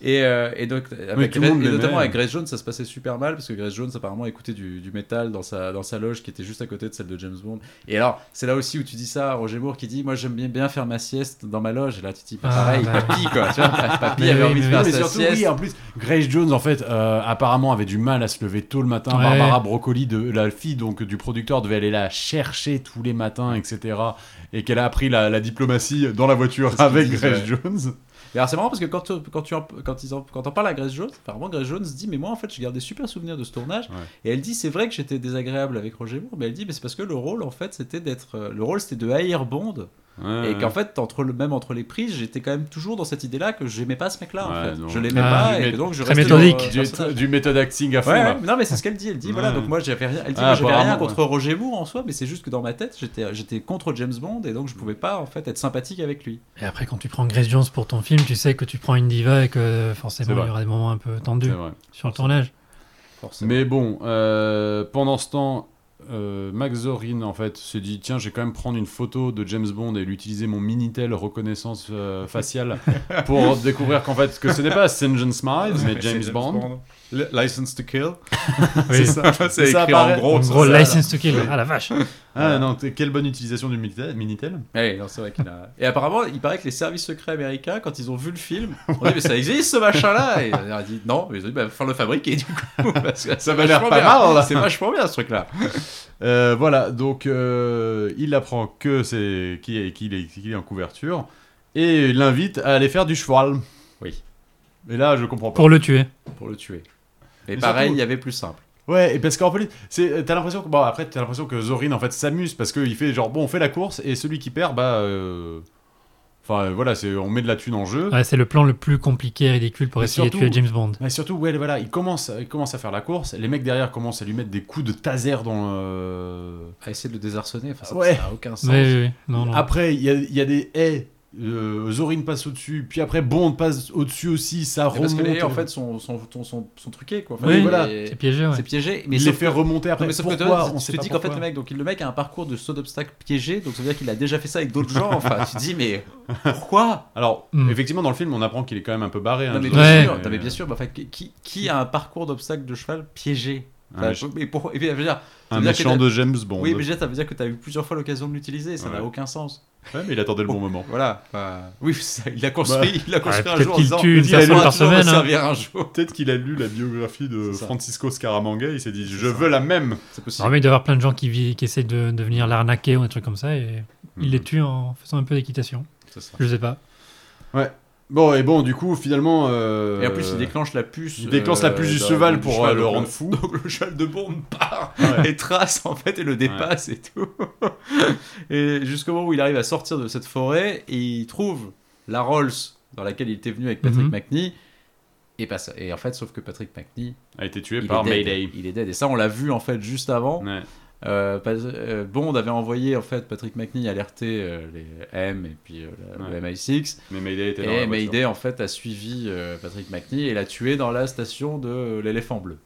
Et, euh, et donc, avec
tout le
Gra-
monde
et
l'aimait.
notamment avec Grace Jones, ça se passait super mal parce que Grace Jones, apparemment, écoutait du, du métal dans sa, dans sa loge qui était juste à côté de celle de James Bond. Et alors, c'est là aussi où tu dis ça à Roger Moore qui dit Moi, j'aime bien, bien faire ma sieste dans ma loge. Et là, tu te dis
Ah,
Pareil,
bah.
papy, quoi. Tu vois, papy
Mais
avait
oui,
envie de
mais
faire
mais
sa
surtout,
sieste.
oui, en plus, Grace Jones, en fait, euh, apparemment avait du mal à se lever tôt le matin.
Ouais.
Barbara Broccoli, de, la fille donc, du producteur, devait aller la chercher tous les matins, etc. Et qu'elle a appris la, la diplomatie dans la voiture
C'est ce qu'ils
avec
disent,
Grace
ouais.
Jones.
Et alors c'est marrant parce que quand tu, quand tu en- quand ils en, quand on parle à Grace Jones, apparemment Grace Jones dit mais moi en fait je garde des super souvenirs de ce tournage
Ouais.
et elle dit c'est vrai que j'étais désagréable avec Roger Moore mais elle dit mais c'est parce que le rôle en fait c'était d'être euh, le rôle c'était de haïr Bond et qu'en fait entre le même entre les prises j'étais quand même toujours dans cette idée là que j'aimais pas ce mec là
Ouais,
en fait
non.
je l'aimais
Ah,
pas
du
et
mé-
que donc je
très
restais dans, euh,
méthodique.
du,
personnage.
du méthode acting à fond.
Ouais,
là.
ouais, non mais c'est ce qu'elle dit. Elle dit voilà
Ah, Ouais.
donc moi j'avais rien. Elle dit
Ah,
moi, j'avais rien
apparemment,
contre Roger Moore en soi, mais c'est juste que dans ma tête j'étais j'étais contre James Bond et donc je pouvais pas en fait être sympathique avec lui.
Et après, quand tu prends Grace Jones pour ton film, tu sais que tu prends une diva et que euh,
C'est
forcément,
vrai.
il y aura des moments un peu
C'est
tendus
vrai.
sur le tournage.
Forcément.
Mais bon, euh, pendant ce temps, euh, Max Zorin en fait s'est dit tiens, je vais quand même prendre une photo de James Bond et l'utiliser mon minitel reconnaissance euh, faciale pour découvrir qu'en fait que ce n'est pas St. John Smiles mais James Bond.
License to Kill.
Oui.
ça.
C'est écrit en gros,
En gros, License to Kill. Ah la vache.
Ah non, t'es- quelle bonne utilisation du minitel. minitel.
Eh c'est vrai qu'il a. Et apparemment, il paraît que les services secrets américains, quand ils ont vu le film, ont dit mais ça existe ce machin-là Et on a dit non, mais ils ont dit bah, faut le fabriquer du coup. Parce que
Ça m'a l'air
vachement
pas
bien.
mal, là.
C'est vachement bien ce truc-là.
Euh, voilà, donc euh, il apprend que c'est qu'il est, qu'il est, qu'il est en couverture et il l'invite à aller faire du cheval.
Oui.
Et là, je comprends pas.
Pour le tuer.
Pour le tuer. Mais
Et
pareil,
surtout-
il y avait plus simple.
Ouais, et parce qu'en fait, c'est euh, t'as l'impression que bon après t'as l'impression que Zorin en fait s'amuse parce qu'il fait genre bon on fait la course et celui qui perd bah euh, enfin euh, voilà c'est on met de la thune en jeu.
Ouais, c'est le plan le plus compliqué et ridicule pour
Mais
essayer
surtout-
de tuer James Bond.
Mais surtout ouais voilà il commence il commence à faire la course les mecs derrière commencent à lui mettre des coups de taser dans euh, le...
À essayer de le désarçonner, enfin, ça
Ouais. euh,
n'a aucun sens.
Oui, oui, oui. Non, non.
Après il y a, il y a des haies. euh, Zorin passe au-dessus, puis après Bond passe au-dessus aussi, ça
Et
remonte.
Parce que les en fait sont, sont, sont, sont- sont truqués quoi. Enfin,
Oui,
il-
voilà.
C'est
C'est piégé, ouais.
piégé. Mais
il les
sauf
fait
que-
remonter
Non,
après.
mais sauf que
pourquoi
tu vois,
on
tu
sait
te
pas
dis qu'en fait le
pourquoi.
mec, donc, le mec a un parcours de saut d'obstacle piégé, donc ça veut dire qu'il a déjà fait ça avec d'autres gens. Enfin, tu te dis mais pourquoi
Alors
Hmm.
effectivement dans le film on apprend qu'il est quand même un peu barré. hein,
Non mais
Zorin,
bien
Ouais.
sûr, non, mais bien sûr, mais enfin, qui, qui a un parcours d'obstacle de cheval piégé
Un
Enfin,
méchant-
Mais pourquoi Et puis, je veux dire, ça
Un
veut dire que
méchant
t'as-
de James Bond.
Oui, mais déjà, ça veut dire que tu as eu plusieurs fois l'occasion de l'utiliser, ça
Ouais.
n'a aucun sens.
Ouais, mais il attendait le bon moment.
Voilà. Enfin, oui, ça- il a construit, il a construit
Bah,
un
Ouais, peut-être
jour en
qu'il
disant,
tue une
il va
personne par
toujours me
semaine, hein.
servir un jour.
Peut-être qu'il a lu la biographie de
C'est ça.
Francisco Scaramanga, il s'est dit je
ça.
veux la même.
C'est possible.
Non, mais il doit y avoir plein de gens qui, vivent- qui essaient de, de venir l'arnaquer ou des trucs comme ça et il les tue en faisant un peu d'équitation.
Mhm. c'est ça.
Je sais pas.
Bon et bon du coup finalement. euh,
Et en plus, il déclenche la puce.
il déclenche la puce du
dans-
cheval
du
pour, euh, le
donc
rendre fou.
Donc le cheval de bombe part
Ouais.
et trace en fait et le dépasse et tout. et jusqu'au moment où il arrive à sortir de cette forêt, et il trouve la Rolls dans laquelle il était venu avec Patrick
Mhm.
McNee. Et, pas ça. et en fait, sauf que Patrick McNee,
a été tué
il est,
par
dead.
Mayday.
il est dead. Et ça, on l'a vu en fait juste avant.
Ouais.
Euh, pas- euh, Bond avait envoyé en fait Patrick McNee alerter euh, les M et puis euh, la-
Ouais.
le MI6.
Mais Mayday était dans la
Et
voiture.
Eh, Mayday, en fait, a suivi euh, Patrick McNee et l'a tué dans la station de euh, l'éléphant bleu.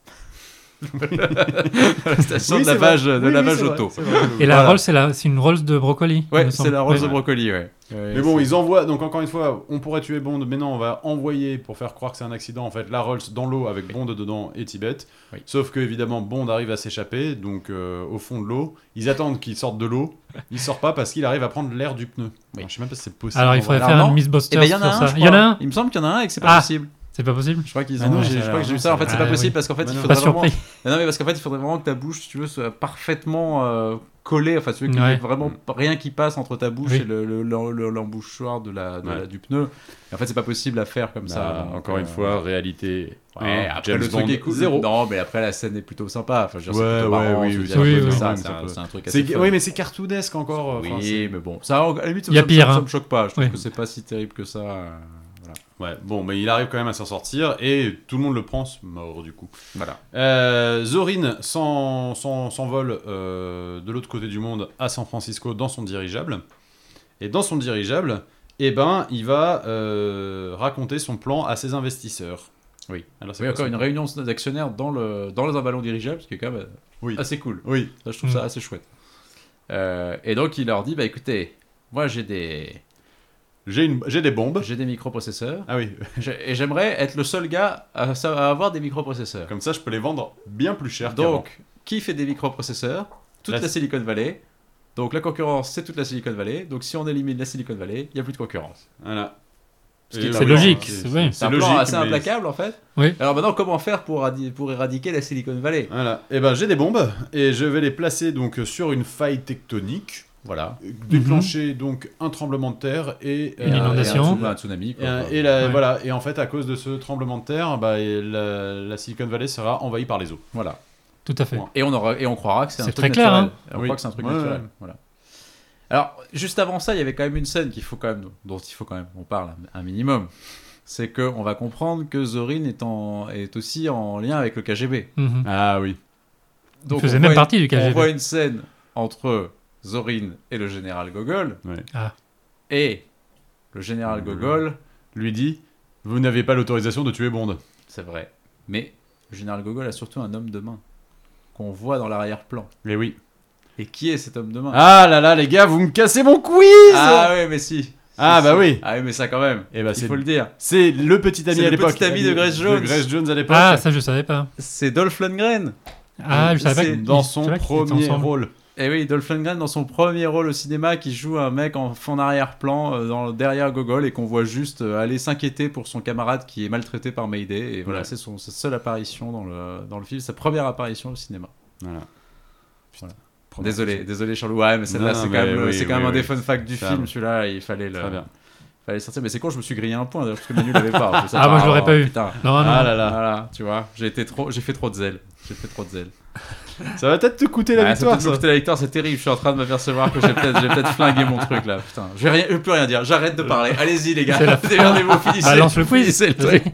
la station
Oui,
de
c'est
lavage,
vrai.
de
Oui, oui,
lavage
c'est vrai,
auto.
c'est vrai.
Et la
Voilà.
Rolls, c'est la- c'est une Rolls de brocoli. il me
Ouais, c'est
semble.
la rose
Ouais.
de brocoli, ouais.
Mais bon, ils envoient, donc encore une fois, on pourrait tuer Bond, mais non, on va envoyer pour faire croire que c'est un accident, en fait, la Rolls dans l'eau avec Bond dedans et Tibet.
Oui.
Sauf que, évidemment, Bond arrive à s'échapper, donc euh, au fond de l'eau. Ils attendent qu'il sorte de l'eau. Il sort pas parce qu'il arrive à prendre l'air du pneu. Alors, je sais même pas si c'est possible.
Alors il
en
faudrait
vrai.
Alors,
faire
non.
un Miss
Eh
Buster
ben, il y
sur
en a un,
ça.
je
Il y en a
crois.
un
Il me semble qu'il y en a un et que c'est
Ah.
pas possible.
C'est pas possible
Je crois qu'ils
Ah
ont.
non,
j'ai-
j'ai-
je crois que j'ai vu
alors,
ça. En fait, c'est
ah
pas
oui.
possible parce qu'en fait,
Bah
il
non.
faudrait
Pas
vraiment.
surpris.
Non, non, mais parce qu'en fait, il faudrait vraiment que ta bouche, si tu veux, soit parfaitement euh, collé, enfin celui qui
Ouais.
n'est vraiment p- rien qui passe entre ta bouche
Oui.
et le- le- le- le- l'embouchoir de la, de
Ouais.
la- du pneu. Et en fait, c'est pas possible à faire comme ça.
Bah,
donc,
encore
euh,
une fois, réalité.
ouais,
hein,
après,
James
le truc
Bond,
est cool.
zéro.
Non, mais après, la scène est plutôt sympa. Enfin, je veux dire,
Ouais,
c'est plutôt
ouais,
marrant,
oui,
je veux
oui,
dire,
oui,
c'est
oui,
ça,
oui,
c'est
ça
un-
peut-
c'est un truc assez.
C'est-
fun.
Oui, mais c'est cartoonesque encore. euh, enfin,
Oui,
c'est-
mais bon, ça, à la limite, ça,
Y a
ça-
pire,
ça
hein.
me choque pas. Je trouve
Oui.
que c'est pas si terrible que ça. euh,
Ouais, bon, mais il arrive quand même à s'en sortir et tout le monde le prend c'est mort du coup.
Voilà.
Euh, Zorin s'en- s'en- s'envole euh, de l'autre côté du monde à San Francisco dans son dirigeable. Et dans son dirigeable, eh ben, il va euh, raconter son plan à ses investisseurs.
Oui.
Alors c'est
Oui, encore
quoi son
une
plan
réunion d'actionnaires dans, le, dans un ballon dirigeable, ce qui est quand même euh,
Oui.
assez cool.
Oui.
Ça, je trouve
Mm.
ça assez chouette. Euh, et donc, il leur dit bah écoutez, moi j'ai des,
J'ai une- j'ai des bombes.
j'ai des microprocesseurs
Ah oui.
j'ai- et j'aimerais être le seul gars à, sa- à avoir des microprocesseurs.
Comme ça, je peux les vendre bien plus cher. qu'avant.
Donc, qui fait des microprocesseurs Toute
La-
la, Silicon Valley. Donc, la concurrence, c'est toute la Silicon Valley. Donc, si on élimine la Silicon Valley, il n'y a plus de concurrence.
Voilà.
Ce qui est
Et bah
un
C'est
plan,
logique,
hein.
c'est-
c'est vrai.
C'est un plan assez
mais-
implacable en fait.
Oui.
Alors maintenant, comment faire pour, radi- pour éradiquer la Silicon Valley
Voilà. Et ben j'ai des bombes et je vais les placer donc sur une faille tectonique,
Voilà.
déclencher donc un tremblement de terre et
Une
euh,
inondation.
Et un tsunami, un
et
tsunami,
Et,
quoi.
euh, et la-
Ouais.
voilà. Et en fait, à cause de ce tremblement de terre, bah, et la, la Silicon Valley sera envahie par les eaux.
Voilà.
Tout à fait.
Ouais.
Et on, aura- et on croira que c'est un
C'est
truc
très clair, hein.
naturel. Et On
Oui.
croit que c'est un truc
Ouais,
naturel.
ouais.
Voilà. Alors, juste avant ça, il y avait quand même une scène qu'il faut quand même, dont il faut quand même qu'on parle un un minimum. C'est qu'on va comprendre que Zorin est, en- est aussi en lien avec le KGB.
Mhm.
Ah oui.
Donc,
faisait
on
même
voit
partie
une-
du KGB.
On voit une scène entre Zorin et le général Gogol.
Ouais.
Ah.
Et le général
Mhm.
Gogol,
Lui dit, vous n'avez pas l'autorisation de tuer Bond.
c'est vrai. Mais le général Gogol a surtout un homme de main qu'on voit dans l'arrière-plan.
Mais oui.
Et qui est cet homme de main
Ah là là, les gars, vous me cassez mon quiz.
Ah ouais, mais si.
Ah,
Si,
bah
si.
oui.
Ah oui, mais ça quand même.
Eh ben,
Il
c'est-
faut le dire.
C'est le petit ami
C'est
à
le
l'époque.
petit ami de Grace Jones.
Grace Jones à l'époque.
Ah, ça, je savais pas.
C'est Dolph Lundgren.
Ah, je savais pas.
C'est
qu'ils-
dans
c'est
son
vrai qu'ils étaient
premier
ensemble.
rôle.
Et Eh oui, Dolph Lundgren dans son premier rôle au cinéma qui joue un mec en fond arrière-plan euh, dans- derrière Gogol et qu'on voit juste euh, aller s'inquiéter pour son camarade qui est maltraité par Mayday. Et voilà,
Ouais.
c'est son, sa seule apparition dans le, dans le film, sa première apparition au cinéma.
Voilà.
Désolé, désolé Charles. Ouais, mais celle-là,
Non,
c'est
mais
quand même, le-
oui,
c'est quand même
oui,
un des
oui.
fun facts du
Ça va.
film, celui-là, il fallait le,
Très bien.
fallait le sortir. Mais c'est con, je me suis grillé un point d'ailleurs, parce que Manu l'avait pas. Je sais
Ah, moi, je l'aurais
oh,
pas eu.
putain.
Non, non.
Ah là là.
Voilà, tu vois, j'ai été trop, j'ai fait trop de zèle. J'ai fait trop de zèle.
Ça va peut-être te coûter la
Ah, ça peut
victoire.
toujours
ça.
coûter la victoire, c'est terrible. Je suis en train de m'apercevoir que j'ai peut-être j'ai peut-être flingué mon truc là. Putain, je vais, rien, je vais plus rien dire. J'arrête de parler. Allez-y les gars.
C'est la
Démerdez-vous, finissez.
Bah, lance le quiz.
Finissez le truc.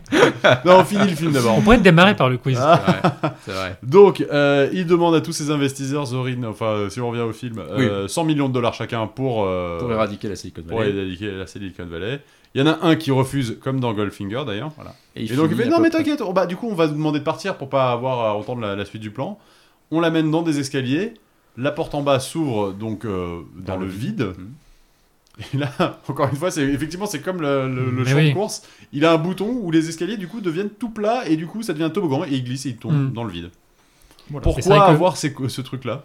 Non, on finit le film d'abord.
On pourrait démarrer par le quiz.
Ah.
C'est vrai, C'est vrai.
Donc, euh, il demande à tous ses investisseurs, Zorin, enfin, euh, si on revient au film, euh, 100 millions de dollars chacun pour, euh,
Pour éradiquer la Silicon Valley.
pour éradiquer la Silicon Valley. Il y en a un qui refuse, comme dans Goldfinger d'ailleurs.
il
Et donc il
finit
fait
à
non
peu
mais
près-
t'inquiète, on- bah, du coup on va te demander de partir pour pas avoir à entendre la, la suite du plan. On l'amène dans des escaliers, la porte en bas s'ouvre donc euh, dans, le vide.
Mhm.
Et là, encore une fois, c'est effectivement c'est comme le, le- le
Mais
champ de
oui.
course. Il a un bouton où les escaliers du coup deviennent tout plats et du coup ça devient un toboggan et il glisse et il tombe
Mhm.
dans le vide.
C'est vrai
Pourquoi
que-
avoir ces- ce truc là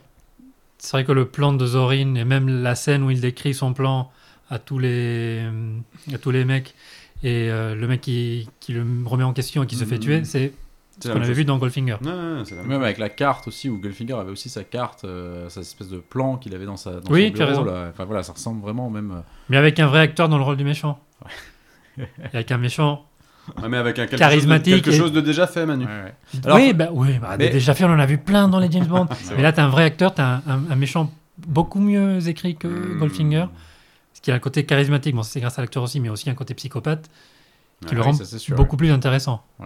C'est vrai que le plan de Zorin et même la scène où il décrit son plan à tous les, euh, à tous les mecs et euh, le mec qui, qui le remet en question et qui se
Mm-hmm.
fait
Mhm.
tuer, c'est ce qu'on avait vu dans Goldfinger.
Non, non, non, c'est la même.
Même avec la carte aussi, où Goldfinger avait aussi sa carte, euh, sa espèce de plan qu'il avait dans sa. Dans
Oui,
son
tu
bureau,
as raison.
là. Enfin voilà, ça ressemble vraiment au même. euh,
Mais avec un vrai acteur dans le rôle du méchant. Et avec un méchant.
Ouais, Ah, mais avec un quelque
Charismatique
chose de, quelque
et-
chose de déjà fait, Manu.
Ouais, ouais. Alors,
oui, bah, oui bah,
Mais-
déjà fait, on en a vu plein dans les James Bond. Mais là, t'as un vrai acteur, t'as un, un- un méchant beaucoup mieux écrit que
Hmm.
Goldfinger. Parce qu'il a un côté charismatique, bon, c'est grâce à l'acteur aussi, mais aussi un côté psychopathe qui
Ouais,
le rend
Ah ça, c'est sûr,
beaucoup plus intéressant.
Mm.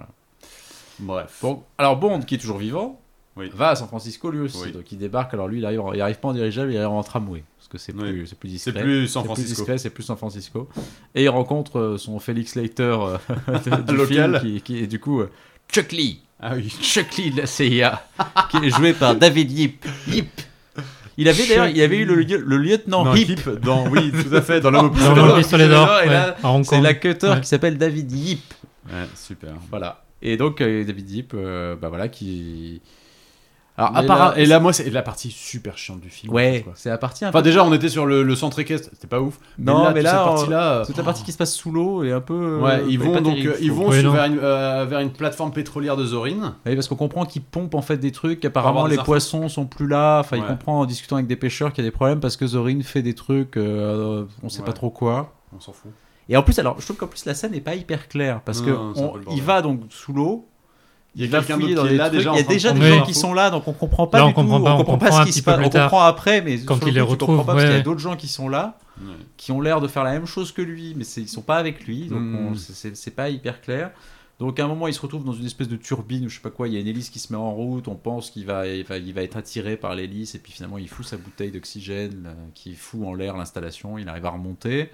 Bref.
Bon, alors Bond, qui est toujours vivant,
Oui.
va à San Francisco lui aussi.
Oui.
Donc il débarque, alors lui, il arrive, en- il arrive pas en dirigeable, il arrive en tramway. Parce que c'est
Oui.
plus, c'est plus discret.
C'est plus
C'est
San
plus
Francisco.
discret, c'est plus San Francisco. Et il rencontre euh, son Félix Leiter euh, de- du
Local.
film, qui, qui est du coup euh, Chuck Lee.
Ah oui.
Chuck Lee de la CIA, qui est joué par David Yip. Yip. Il avait d'ailleurs, il avait eu le, lieu- le lieutenant
Non,
Yip.
hip dans, oui, tout à fait, dans l'homme au
Dans
pistolet
l'homme
le
au
d'or.
pistolet d'or,
Et
ouais,
là,
à Hong
C'est
Kong.
l'acteur
Ouais.
qui s'appelle David Yip.
Ouais, super.
Voilà. Et donc, euh, David Deep, bah voilà, qui.
Alors,
Mais
appara-
là-
et là, moi, c'est la partie super chiante du film. en fait,
Ouais,
quoi.
c'est la partie un
Enfin,
peu-
déjà, on était sur le, le centre équestre, c'était pas ouf.
Non, mais
toute
là,
cette
on-
partie-là, euh,
toute la partie qui se passe sous l'eau est un peu.
ouais,
euh,
ils
pas
vont donc,
terrible,
euh,
je
ils
trouve.
vont
Oui,
sur-
non.
vers, une, euh, vers une plateforme pétrolière de Zorin.
Oui, parce qu'on comprend qu'ils pompent en fait des trucs.
avoir
Apparemment,
des
les
infos.
poissons sont plus là. Enfin,
Ouais.
il comprend en discutant avec des pêcheurs qu'il y a des problèmes parce que Zorin fait des trucs, euh, on sait
Ouais.
pas trop quoi.
On s'en fout.
Et en plus, alors, je trouve qu'en plus la scène n'est pas hyper claire parce
Non,
que
non, c'est un
on-
peu le bordel.
il va donc sous l'eau.
Il y a
va
quelqu'un
fouiller
d'autre
dans
qui est
les
là
trucs.
déjà.
Il y a
en train
déjà
de
des
prendre
gens
l'info.
qui sont là, donc on comprend pas
Là, on
du tout.
comprend pas,
on
on
comprend
comprend
ce
un
qui
petit
se
peu
passe.
plus
On
tard.
comprend après, mais
Quand
sur le
il les
coup, tu
retrouve,
comprends pas, parce qu'il y a
ouais.
d'autres gens qui sont là,
Ouais.
qui ont l'air de faire la même chose que lui, mais c'est- ils sont pas avec lui, donc
Hmm.
on- c'est- c'est c'est pas hyper clair. Donc à un moment, il se retrouve dans une espèce de turbine ou je sais pas quoi. Il y a une hélice qui se met en route. On pense qu'il va, il va, il va être attiré par l'hélice et puis finalement, il fout sa bouteille d'oxygène euh, qui fout en l'air l'installation. Il arrive à remonter.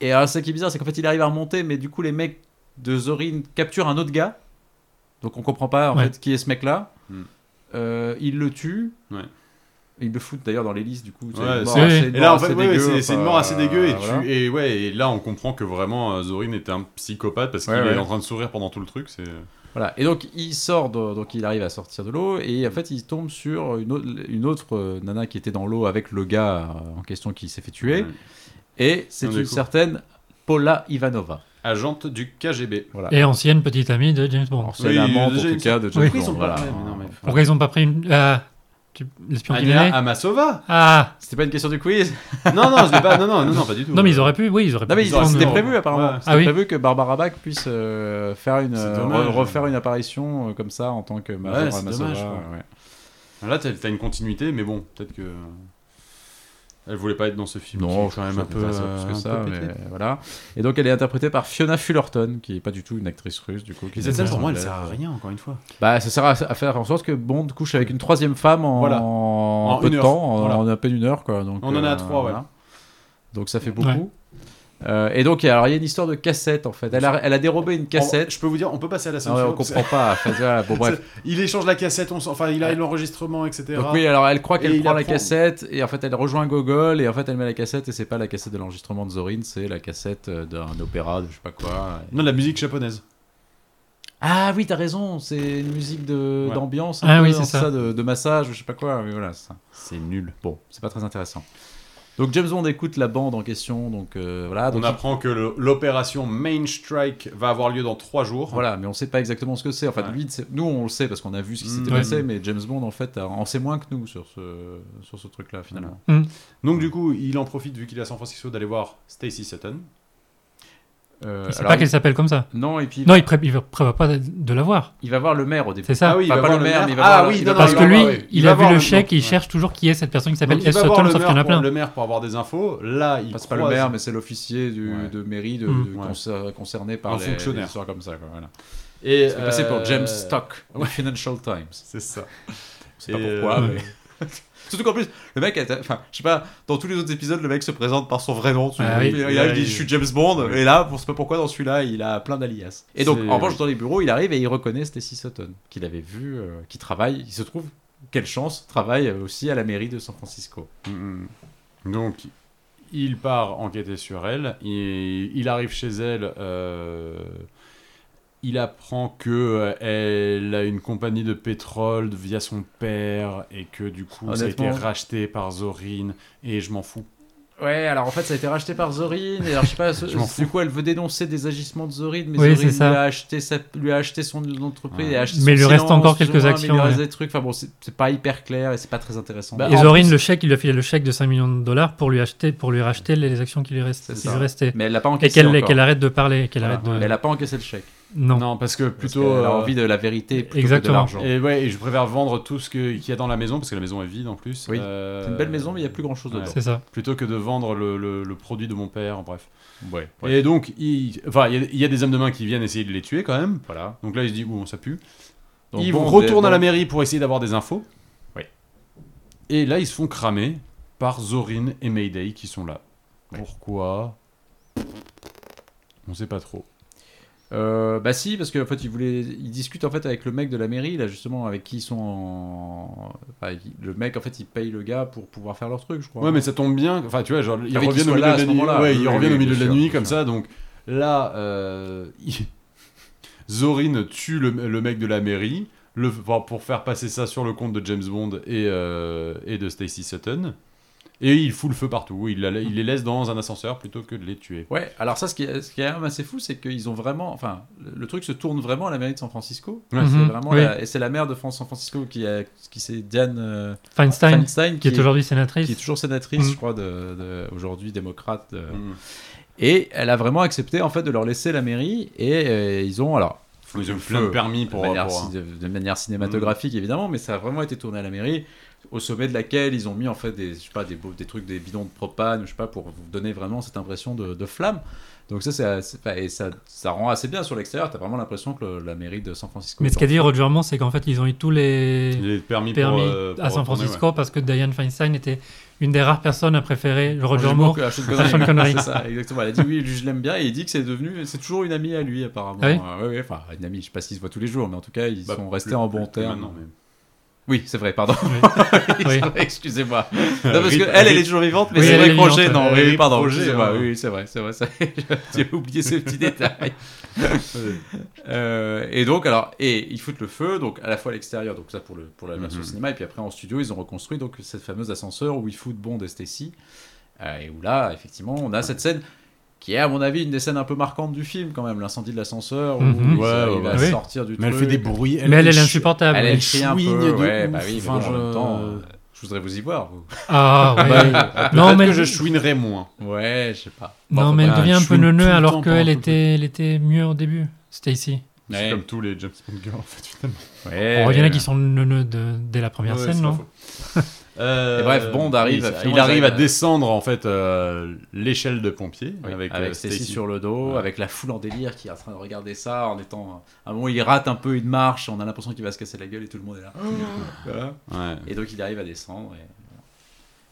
Et alors, ça qui est bizarre, c'est qu'en fait, il arrive à remonter, mais du coup, les mecs de Zorin capturent un autre gars. Donc on comprend pas en
Ouais.
fait qui est ce mec-là.
Hmm.
Euh, il le tue.
Ouais.
Il le foutent d'ailleurs dans l'hélice du coup. c'est
Ouais,
une mort
c'est-
assez- une
Et là,
mort
en fait,
assez
ouais, ouais,
dégueu,
c'est c'est une
enfin,
mort assez dégueu. Et, tu-
voilà.
et ouais, et là, on comprend que vraiment euh, Zorin était un psychopathe parce qu'il
Ouais,
est
ouais.
en train de sourire pendant tout le truc. C'est
Voilà. Et donc il sort, de- donc il arrive à sortir de l'eau et en fait il tombe sur une autre, une autre euh, nana qui était dans l'eau avec le gars euh, en question qui s'est fait tuer.
Ouais.
Et c'est
On
une
découvre.
certaine Paula Ivanova.
agente du KGB.
Voilà.
Et ancienne petite amie de James Bond.
Alors, c'est
Oui,
l'amante
déjà,
en
ils
tout cas de James
Oui.
Bond,
Ils sont pas
voilà.
prêts, mais non, mais-
Pourquoi ils ont pas pris une. Ah, tu- L'espion qui
Ania
venait
Amasova
Ah
C'était pas une question du quiz
Non, non, je l'ai pas- non, non, non, non, pas du tout.
Non, mais ils auraient pu, oui, ils auraient
Non
pu.
mais ils-
auraient-
prendre-
c'était
non.
prévu apparemment.
Ouais.
C'était
Ah oui.
prévu que Barbara Bach puisse euh, faire une
C'est
euh,
dommage.
re- refaire une apparition euh, comme ça en tant que Major
Ouais, c'est
Amazova,
dommage, quoi.
ouais.
Là, t'as t'as une continuité, mais bon, peut-être que. euh, Elle voulait pas être dans ce film.
Non,
qui est quand même
je
un
sais
peu. euh,
pas ça plus que
un
ça,
peu pété.
mais voilà. Et donc elle est interprétée par Fiona Fullerton, qui est pas du tout une actrice russe du coup. qui
Et
est
cette
une
scène, pour moi, elle
anglaise.
sert à rien, encore une fois.
Bah, ça sert à, à faire en sorte que Bond couche avec une troisième femme en,
Voilà.
en
En
peu
une
de
heure.
temps, en,
Voilà.
en à peine une heure quoi. Donc euh,
On en est à trois, ouais.
Donc ça fait
Ouais.
beaucoup. Euh, et donc alors il y a une histoire de cassette en fait. Elle a, elle a dérobé une
En-
cassette.
Je peux vous dire, on peut passer à la scène
Ah ouais, on
suivante,
comprend
parce
pas. Enfin, voilà, bon, bref.
que Il échange la cassette, on s'en- enfin, il a l'enregistrement, etc.
Donc oui, alors elle croit
Et
qu'elle
il
prend la
apprend.
cassette et en fait elle rejoint Gogol et en fait elle met la cassette et c'est pas la cassette de l'enregistrement de Zorin, c'est la cassette euh, d'un opéra, de je sais pas quoi.
Non, de la musique japonaise.
Ah oui, t'as raison, c'est une musique de
Ouais.
d'ambiance,
Ah
un peu
oui, c'est
dans
ça.
de, de massage, ou je sais pas quoi, mais voilà, ça. C'est nul. Bon, c'est pas très intéressant. Donc James Bond écoute la bande en question, donc euh, voilà.
On
Donc,
apprend que le- l'opération Main Strike va avoir lieu dans trois jours.
Voilà, mais on sait pas exactement ce que c'est. En fait,
Ouais. Mm,
lui, c'est- nous, on le sait parce qu'on a vu ce qui s'était
Ouais.
passé, mais James Bond, en fait, a- en sait moins que nous sur ce, sur ce truc-là, finalement.
Donc du coup, il en profite, vu qu'il est à San Francisco, d'aller voir Stacy Sutton.
Euh,
Il sait
alors,
pas qu'elle s'appelle comme ça.
il- Non, et puis il
Non,
va-
il ne prévoit pas de- de la voir.
il va voir le maire au début.
C'est ça.
Ah oui, il
Enfin,
va
pas
voir
le
le
maire,
maire.
mais il va
Ah
voir le-
oui,
il
non,
va
non,
voir
Parce
le-
que
va
lui,
voir, oui.
il,
Il va
a vu
voir
le
le-
chèque, il
ouais.
cherche toujours qui est cette personne qui s'appelle
Donc, il
S.
va voir
Sutton,
le
sauf qu'il y en
maire
a
pour-
plein.
le maire pour avoir des infos. Là, il
Enfin, c'est pas
croise...
le maire, mais c'est l'officier du-
Ouais.
de mairie de,
Mm.
de
Ouais.
concer- concerné par
Un
les,
fonctionnaire.
les histoires comme ça. Quoi, voilà.
Et
C'est passé pour James
Stock.
Stock, au Financial Times.
C'est ça.
Je sais pas
Et, euh,
pourquoi.
ouais.
mais- Surtout qu'en plus, le mec, a- enfin, je sais pas, dans tous les autres épisodes, le mec se présente par son vrai nom. tu
Ah
vois.
oui.
il, il arrive, il dit je suis James Bond,
Ouais.
et là, on sait pas pourquoi, dans celui-là, il a plein d'alias. Ah Et donc,
C'est-
en revanche, dans les bureaux, il arrive et il reconnaît Stacy Sutton, qu'il avait vu, euh, qui travaille, il se trouve, quelle chance, travaille euh, aussi à la mairie de San Francisco.
Mm, mm. Donc, il part enquêter sur elle. Et il arrive chez elle. euh, Il apprend que euh, elle a une compagnie de pétrole via son père et que du coup ça a été
Honnêtement.
racheté par Zorin et je m'en fous.
Ouais, alors en fait, ça a été racheté par Zorin. Et alors, je sais pas, ce-
Je m'en fous.
du coup, elle veut dénoncer des agissements de Zorin, mais
Oui,
Zorin
c'est ça.
lui a, acheté sa- lui a acheté son entreprise.
Ouais.
Et a acheté
Mais
son
il lui reste
silence,
encore quelques
plus ou moins,
actions,
mais il lui reste
ouais.
des trucs. Enfin bon, c'est c'est pas hyper clair et c'est pas très intéressant.
Bah,
Et
en
Zorin,
plus-
le chèque, il lui a filé le chèque de 5 millions de dollars pour lui acheter, pour lui racheter les les actions qui lui restent-
C'est
qui
ça.
lui restaient.
mais elle l'a pas
Et
encaissé.
qu'elle
encore.
qu'elle arrête de parler, qu'elle
Voilà.
arrête de.
Mais elle a pas encaissé le chèque.
Non.
Non, parce que
Parce
plutôt.
qu'elle a
euh,
envie de la vérité plutôt que de
exactement.
l'argent.
Et ouais, et je préfère vendre tout ce que- qu'il y a dans la maison, parce que la maison est vide en plus.
Oui.
Euh,
C'est une belle maison, mais il y a plus grand chose
Ouais.
dedans.
C'est ça.
Plutôt que de vendre le, le- le produit de mon père, en bref.
Ouais.
Et donc, il, enfin, il y a- il y, a des hommes de main qui viennent essayer de les tuer quand même.
Voilà.
Donc là, il se dit, ouh, ça pue.
Donc,
ils
bon,
retournent
bon,
à la mairie pour essayer d'avoir des infos.
Oui.
Et là, ils se font cramer par Zorin et Mayday qui sont là.
Oui.
Pourquoi On sait pas trop.
Euh, bah si, parce qu'en fait, ils voulaient, ils discutent en fait avec le mec de la mairie là justement avec qui ils sont. En... enfin, il- le mec en fait, il paye le gars pour pouvoir faire leur truc, je crois.
Ouais, mais ça tombe bien. Enfin, tu vois, genre, ils
Ah oui, qu'ils
reviennent
soient
au milieu
là
de
à
la
ce
nuit.
moment-là.
Ouais, ils
Oui,
reviennent
oui,
au milieu
bien
de la
sûr,
nuit
bien
comme
sûr.
ça. Donc là, euh, il- Zorin tue le, le mec de la mairie. le, enfin, pour faire passer ça sur le compte de James Bond et, euh, et de Stacy Sutton. Et il fout le feu partout. Il, la- il les laisse dans un ascenseur plutôt que de les tuer.
Ouais, alors ça, ce qui est, ce qui est quand même assez fou, c'est qu'ils ont vraiment. Enfin, le, le truc se tourne vraiment à la mairie de San Francisco.
Ouais.
C'est
Mhm,
vraiment
oui.
la- et c'est la maire de France- San Francisco qui, a- qui c'est Diane euh,
Feinstein,
Feinstein,
qui est aujourd'hui sénatrice.
qui est toujours sénatrice,
Mhm.
je crois, de, de- aujourd'hui démocrate. de-
Mhm.
Et elle a vraiment accepté, en fait, de leur laisser la mairie. Et euh, ils ont, alors,
Ils ont
le
plein de
feu. Bah,
permis pour.
de, manière,
pour- Mm.
ci- de- de manière cinématographique évidemment, mais ça a vraiment été tourné à la mairie, au sommet de laquelle ils ont mis en fait des, je sais pas, des, beaux- des trucs, des bidons de propane, je sais pas, pour vous donner vraiment cette impression de, de flamme. Donc ça, c'est assez- enfin, et ça, ça rend assez bien sur l'extérieur. T'as vraiment l'impression que le- la mairie de San Francisco.
Mais ce qu'a dit Roger Moore, c'est qu'en fait, ils ont eu tous les
les euh, permis, pour,
permis
euh, pour
à San
retourner, ouais.
Francisco parce que Diane Feinstein était une des rares personnes à préférer le Roger
Roger
Moore.
Moore, Sean
Sean
Connery.
Connery.
C'est ça, exactement. Elle a dit oui, lui, je l'aime bien, et il dit que c'est devenu, c'est toujours une amie à lui apparemment.
Ah oui
Euh, ouais, ouais, enfin une amie. Je sais pas s'ils se voient tous les jours, mais en tout cas ils
Bah,
sont restés
plus-
en
plus
bon
que
terme.
maintenant, mais-
Oui, c'est vrai, pardon.
Oui.
Oui,
Oui.
c'est vrai, excusez-moi. Non, parce
Rip-
que elle, elle est
rip-
toujours vivante, mais
Oui,
c'est
elle
vrai
est
que Roger,
vivante.
non,
Euh,
oui,
rip
pardon,
Roger,
excusez-moi,
hein.
oui, oui, c'est vrai, c'est vrai, ça- j'ai oublié ce petit détail. Euh, et donc, alors, et ils foutent le feu, donc à la fois à l'extérieur, donc ça pour, le, pour la version
Mhm.
cinéma, et puis après en studio, ils ont reconstruit donc cette fameuse ascenseur où ils foutent Bond et Stacy, euh, et où là, effectivement, on a cette scène qui est, à mon avis, une des scènes un peu marquantes du film, quand même, l'incendie de l'ascenseur, où
Mhm.
il
Ouais,
va-
ouais,
il va
ouais.
Oui.
sortir du
Mais elle
truc. euh,
fait des bruits.
Mais elle, elle est
ch-
insupportable.
Elle,
Elle
elle crie un
chouigne
peu,
Ah, de
ouais,
ouf.
bah oui, mais
Enfin,
bon, en
je-
même temps, euh, je voudrais vous y voir, vous.
Ah ouais.
bah, Peut-être
non mais
que je chouinerais moins.
Ouais, je sais pas.
non mais elle
Ah, elle
devient un peu
chouine tout
neuneu
le
alors
temps pendant
qu'elle
tout le
était, elle était mieux au début. Stacy.
C'est
Ouais.
comme tous les James Bond girls, en fait, finalement.
Ouais,
Oh, Il y en a
euh,
ouais.
qui sont neuneux de- dès la première
Ouais, c'est
scène,
pas
non
faux. Euh,
Et bref, Bond arrive,
oui, ça-
finalement, ils
il arrive à
arrivent à-
descendre en fait euh, l'échelle de pompier
Oui,
avec,
avec,
euh,
Stacy sur le dos,
Ouais.
avec la foule en délire qui est en train de regarder ça, en étant. À un moment, il rate un peu une marche, on a l'impression qu'il va se casser la gueule et tout le monde est là.
Oh.
Voilà.
Ouais.
Et donc, il arrive à descendre.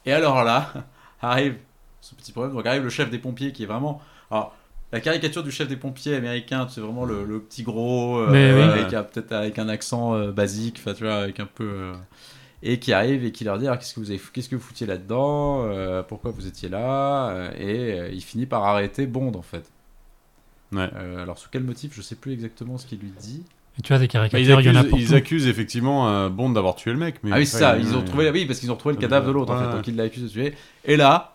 Et, et alors là, arrive ce petit problème. Donc, arrive le chef des pompiers qui est vraiment. Alors, la caricature du chef des pompiers américain, c'est vraiment le, le petit gros, euh,
Mais oui.
avec, euh, peut-être avec un accent euh, basique, enfin, tu vois, avec un peu. euh, et qui arrive et qui leur dit Alors, qu'est-ce que vous avez fou- qu'est-ce que vous foutiez là-dedans Euh, pourquoi vous étiez là Euh, et euh, il finit par arrêter Bond en fait
Ouais.
Euh, alors sous quel motif je sais plus exactement ce qu'il lui dit
Et Tu vois des
Bah, ils
caricatures, il y en a
accusent,
pour
ils
tout.
accusent effectivement euh, Bond d'avoir tué le mec. Mais
ah oui c'est ça
ouais,
ils ont
ouais.
trouvé oui parce qu'ils ont retrouvé le
Ouais.
cadavre de l'autre en
Ouais.
fait donc ils l'accusent de tuer et là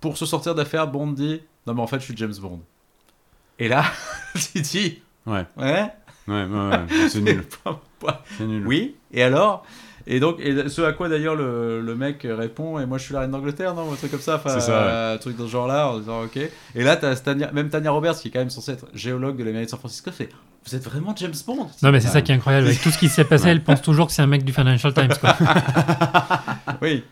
pour se sortir d'affaire Bond dit non mais en fait je suis James Bond et là il dit
Ouais. Mm.
ouais
Ouais, ouais, ouais, c'est nul. C'est nul.
oui et alors et donc et ce à quoi d'ailleurs le, le mec répond et moi je suis la reine d'Angleterre non ou un truc comme ça enfin
C'est ça,
euh, un truc dans ce genre là en disant ok et là t'as Tania- même Tania Roberts qui est quand même censée être géologue de la mairie de San Francisco fait vous êtes vraiment James Bond
Non mais c'est ça qui est incroyable. Avec tout ce qui s'est passé, elle pense toujours que c'est un mec du Financial Times. Quoi.
Oui.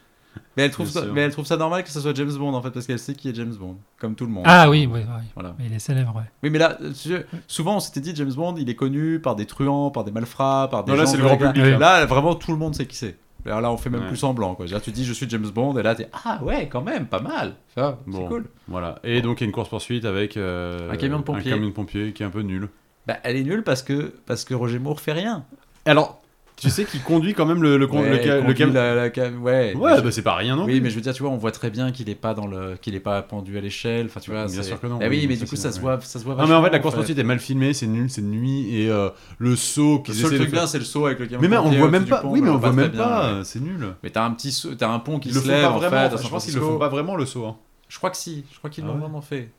Mais elle, trouve
Bien
ça,
sûr.
mais elle trouve ça normal que ce soit James Bond en fait, parce qu'elle sait qui est James Bond, comme tout le monde.
Ah oui, oui, oui.
Voilà.
Mais il est célèbre. Ouais.
Oui, mais là, tu sais, souvent on s'était dit James Bond, il est connu par des truands, par des malfrats, par des.
Non, là,
gens
c'est
de
le grand
la-
public, hein.
là.
Là, vraiment tout le monde sait qui c'est. Alors là, on fait même
Ouais.
plus semblant. Quoi. C'est-à-dire, tu dis je suis James Bond, et là, t'es ah ouais, quand même, pas mal. Ça,
Bon.
C'est cool.
Voilà. Et donc il y a une course poursuite avec euh,
Un camion de pompiers.
un camion de pompiers qui est un peu nul.
Bah, elle est nulle parce que, parce que Roger Moore fait rien.
Alors, tu sais qu'il conduit quand même le le con-
Ouais,
le ca-
il
le
conduit
camion.
la- la cam- Ouais.
Ouais,
Mais
bah c'est pas rien non.
Oui, mais je veux dire, tu vois, on voit très bien qu'il est pas dans le, qu'il est pas pendu à l'échelle. Enfin, tu vois.
Bien
c'est-
sûr que non.
Bah oui,
Oui,
mais
ça,
du coup,
c'est-
ça se
ouais.
voit, ça se voit.
Non mais en fait la
vachement,
course poursuite est mal filmée, c'est nul, c'est nuit et euh, le saut
Le
qu'ils
seul
essaient de
truc
faire.
bien, c'est le saut avec le camion.
Mais même on euh,
pompier
voit
au-dessus
même
du
pas.
pont,
oui mais on voit
très
même
bien,
pas.
ouais.
euh, C'est nul.
Mais t'as un petit saut, t'as un pont qui
Ils
se
le font
lève
pas
en
vraiment.
fait. à
enfin,
San
je pense qu'ils le
Francisco.
font pas vraiment le saut. hein.
Je crois que si, je crois qu'ils
Ah
l'ont
ouais.
vraiment fait.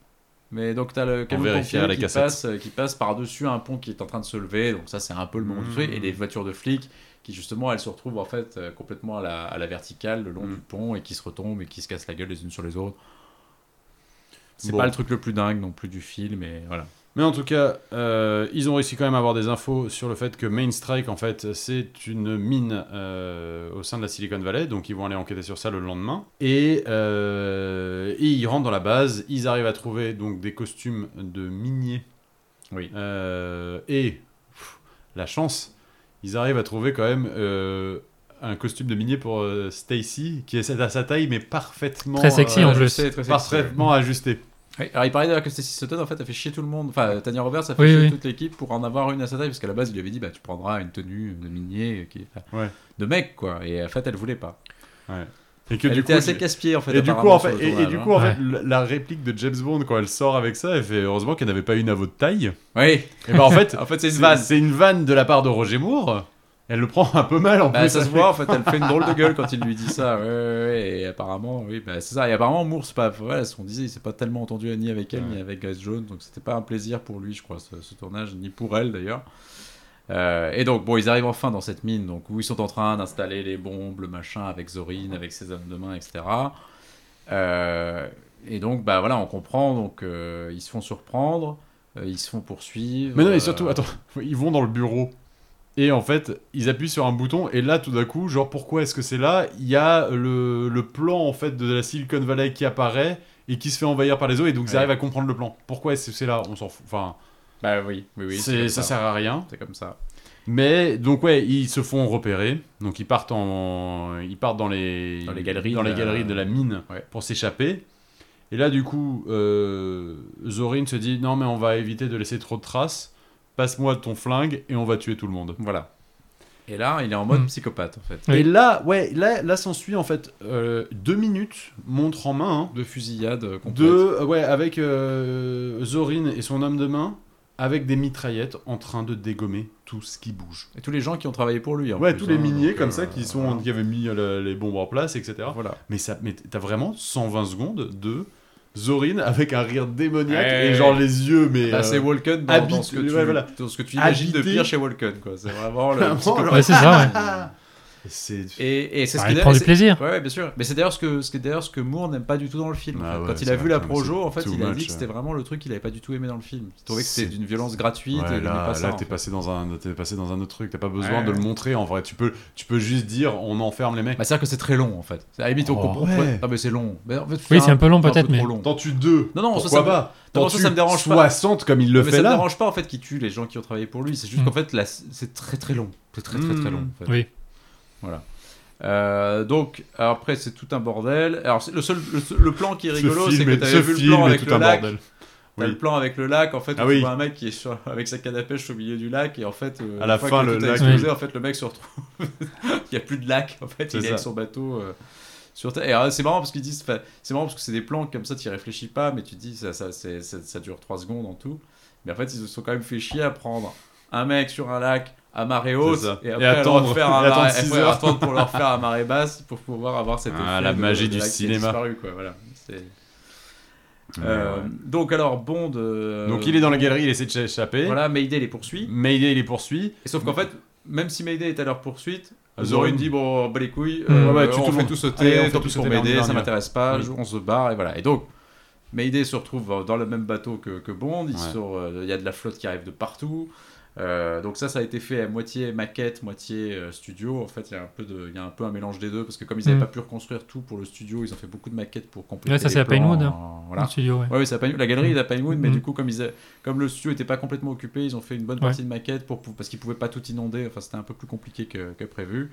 Mais donc t'as le
On
camion
vérifiera
pompier
les
qui
cassettes.
passe, euh, qui passe par-dessus un pont qui est en train de se lever, donc ça c'est un peu le moment du
Mhm.
truc, et les voitures de flics qui justement elles se retrouvent en fait euh, complètement à la, à la verticale le long
Mhm.
du pont et qui se retombent et qui se cassent la gueule les unes sur les autres. C'est
Bon.
pas le truc le plus dingue non plus du film, mais voilà.
Mais en tout cas, euh, ils ont réussi quand même à avoir des infos sur le fait que Main Strike, en fait, c'est une mine euh, au sein de la Silicon Valley, donc ils vont aller enquêter sur ça le lendemain. Et, euh, et ils rentrent dans la base, ils arrivent à trouver donc des costumes de miniers.
Oui.
Euh, et pff, la chance, ils arrivent à trouver quand même euh, un costume de minier pour euh, Stacy, qui est à sa taille, mais parfaitement, euh,
Très sexy, Si, en
je
plus.
sais, très sexy, ouais.
parfaitement ajusté.
Oui, Alors il paraît d'ailleurs que Stacy Sutton en fait a fait chier tout le monde, enfin Tania Roberts a fait
Oui,
chier
oui.
toute l'équipe pour en avoir une à sa taille parce qu'à la base il lui avait dit bah tu prendras une tenue de minier euh, qui enfin,
Ouais.
de mec quoi et en fait elle voulait pas.
Ouais. Et que
Elle
du
était
coup,
assez
j'ai-
casse-pied en fait.
et du coup,
apparemment,
en
sur
fait,
le
et, et
tournage,
du
hein.
coup, en
hein.
fait, la la réplique de James Bond quand elle sort avec ça, elle fait heureusement qu'elle n'avait pas une à votre taille.
Oui.
Et bah en fait,
En fait, c'est une
c'est une-
vanne.
c'est une vanne de la part de Roger Moore. Elle le prend un peu mal en
Bah,
plus.
ça se voit en fait, elle fait une drôle de gueule quand il lui dit ça. Ouais, ouais, ouais, Et apparemment, oui, bah, c'est ça. Et apparemment, Moore, c'est pas. Voilà, ce qu'on disait, il s'est pas tellement entendu ni avec elle ni avec Grace Jones, donc c'était pas un plaisir pour lui, je crois, ce, ce tournage, ni pour elle d'ailleurs. Euh, et donc, bon, ils arrivent enfin dans cette mine, donc où ils sont en train d'installer les bombes, le machin, avec Zorin, avec ses hommes de main, etc. Euh, et donc, bah voilà, on comprend. Donc, euh, ils se font surprendre, euh, ils se font poursuivre.
Mais non,
euh,
et surtout, attends, ils vont dans le bureau. Et en fait, ils appuient sur un bouton, et là, tout d'un coup, genre, pourquoi est-ce que c'est là Il y a le, le plan, en fait, de la Silicon Valley qui apparaît, et qui se fait envahir par les eaux, et donc ils
Ouais.
arrivent à comprendre le plan. Pourquoi est-ce que c'est là On s'en fout. Enfin,
Bah oui, oui, oui.
c'est-
c'est comme
ça
ça.
sert à rien.
C'est comme ça.
Mais donc ouais, ils se font repérer. Donc ils partent en, ils partent dans les
Dans les galeries
dans
de
les
la-
galeries de la mine
Ouais.
pour s'échapper. Et là du coup, euh, Zorin se dit non mais on va éviter de laisser trop de traces. Passe-moi ton flingue et on va tuer tout le monde.
Voilà. Et là, il est en mode
Mm.
psychopathe, en fait.
Oui.
Et là ouais, là là s'ensuit en fait euh, deux minutes montre en main. hein,
De fusillade euh, complète.
de euh, ouais avec euh, Zorin et son homme de main avec des mitraillettes en train de dégommer tout ce qui bouge.
Et tous les gens qui ont travaillé pour lui. en
Ouais,
plus,
tous les
hein,
miniers
donc,
comme
euh,
ça qui sont
voilà.
qui avaient mis euh, les bombes en place, etc.
Voilà.
Mais ça, mais t'as vraiment 120 secondes de Zorin avec un rire démoniaque
Ouais.
et genre les yeux, mais
Là,
euh,
Bah, c'est Walken dans,
habite-
dans ce que tu,
ouais, voilà.
dans ce que tu imagines de
Habité.
pire chez Walken, quoi. C'est vraiment le.
Vraiment,
psychopathe.
genre-
Ouais, c'est ça, ouais.
c'est
Et, et c'est ce
Bah,
qui
il
est-
prend du
c'est-
plaisir.
Ouais, ouais, bien sûr. Mais c'est d'ailleurs ce que, ce qui est d'ailleurs ce que Moore n'aime pas du tout dans le film. en
Ah
fait.
ouais,
Quand il
ça
a
va,
vu la
quand même,
projo, en fait,
too
il a
much,
dit que c'était
ouais.
vraiment le truc qu'il avait pas du tout aimé dans le film. Il trouvait que c'était
C'est-
d'une violence gratuite.
Ouais,
il aimait
là,
pas ça,
là,
en
t'es
fait.
passé dans un, t'es passé dans un autre truc. T'as pas besoin
Ouais.
de le montrer en vrai. Tu peux, tu peux juste dire, on enferme les mecs.
Bah, c'est-à-dire que c'est très long, en fait. À la limite, on
Oh,
comprend.
ouais.
Ah, mais c'est long. Mais en fait,
Oui, c'est un peu long,
peu
peut-être, mais.
trop long.
T'en tues deux.
Non, non, ça,
pourquoi
ça me-
pas
non,
T'en
ça,
tues
ça me dérange pas.
60 comme il le
mais
fait
ça me
là.
dérange pas en fait qu'il tue les gens qui ont travaillé pour lui. C'est juste
Mm.
qu'en fait là, c'est- c'est très très long. C'est très très très
Mm.
long. en fait.
Oui.
Euh, donc après c'est tout un bordel. Alors c'est- le seul le, seul- le plan qui est
Ce
rigolo, c'est
film
que
est-
t'avais
ce
vu le
film
plan
est
avec
tout
le
un
lac.
bordel.
T'as
Oui.
le plan avec le lac en fait.
Ah
où
oui.
Tu vois un mec qui est sur- avec sa canne à pêche au milieu du lac et en fait euh,
À la
une fois
fin,
que
le
tout a
lac-
explosé, en fait le mec se retrouve. Il y a plus de lac en fait.
C'est
Il est avec
ça.
son bateau. euh, Sur Terre. Et alors, c'est marrant parce qu'ils disent, enfin, c'est marrant parce que c'est des plans comme ça, tu réfléchis pas, mais tu te dis ça, ça, c'est- ça, ça dure 3 secondes en tout. Mais en fait, ils se sont quand même fait chier à prendre un mec sur un lac à marée haute
C'est ça.
et
Et
après à leur
attendre-
faire à
et attendre
marée-
six
après
heures.
attendre pour leur faire à marée basse pour pouvoir avoir cette
Ah, la magie du cinéma.
quoi, voilà. C'est-
Ouais,
Euh,
ouais.
Donc alors Bond. euh,
Donc il est dans la galerie, il essaie de s'échapper.
Voilà, Mayday les poursuit.
Mayday les poursuit.
Et sauf qu'en fait, même si Mayday est à leur poursuite,
Zorin
Zorin dit bon, bah les couilles,
Mm.
euh,
Ah, Ouais, ouais, tu-
on
tout le
fait
monde.
tout
Allez, on fait
sauter, tant
tout
pis pour
sauter, mais on y
Mayday,
va, on y
ça
va.
m'intéresse pas,
Oui.
je- on se barre et voilà. Et donc Mayday se retrouve dans le même bateau que, que Bond, ils
Ouais.
sont, euh, il y a de la flotte qui arrive de partout. Euh, donc ça, ça a été fait à moitié maquette, moitié euh, studio. En fait, il y, a un peu de, il y a un peu un mélange des deux parce que comme ils n'avaient
Mm.
pas pu reconstruire tout pour le studio, ils ont fait beaucoup de maquettes pour compléter.
Ouais, ça,
les
c'est à
plans,
Pinewood,
euh,
hein.
voilà.
Le studio, ouais.
Ouais, oui, c'est à Pinewood. La galerie est à Pinewood, mais
Mhm.
du coup, comme, ils a- comme le studio n'était pas complètement occupé, ils ont fait une bonne partie de maquette pour, pour- parce qu'ils pouvaient pas tout inonder. Enfin, c'était un peu plus compliqué que, que prévu.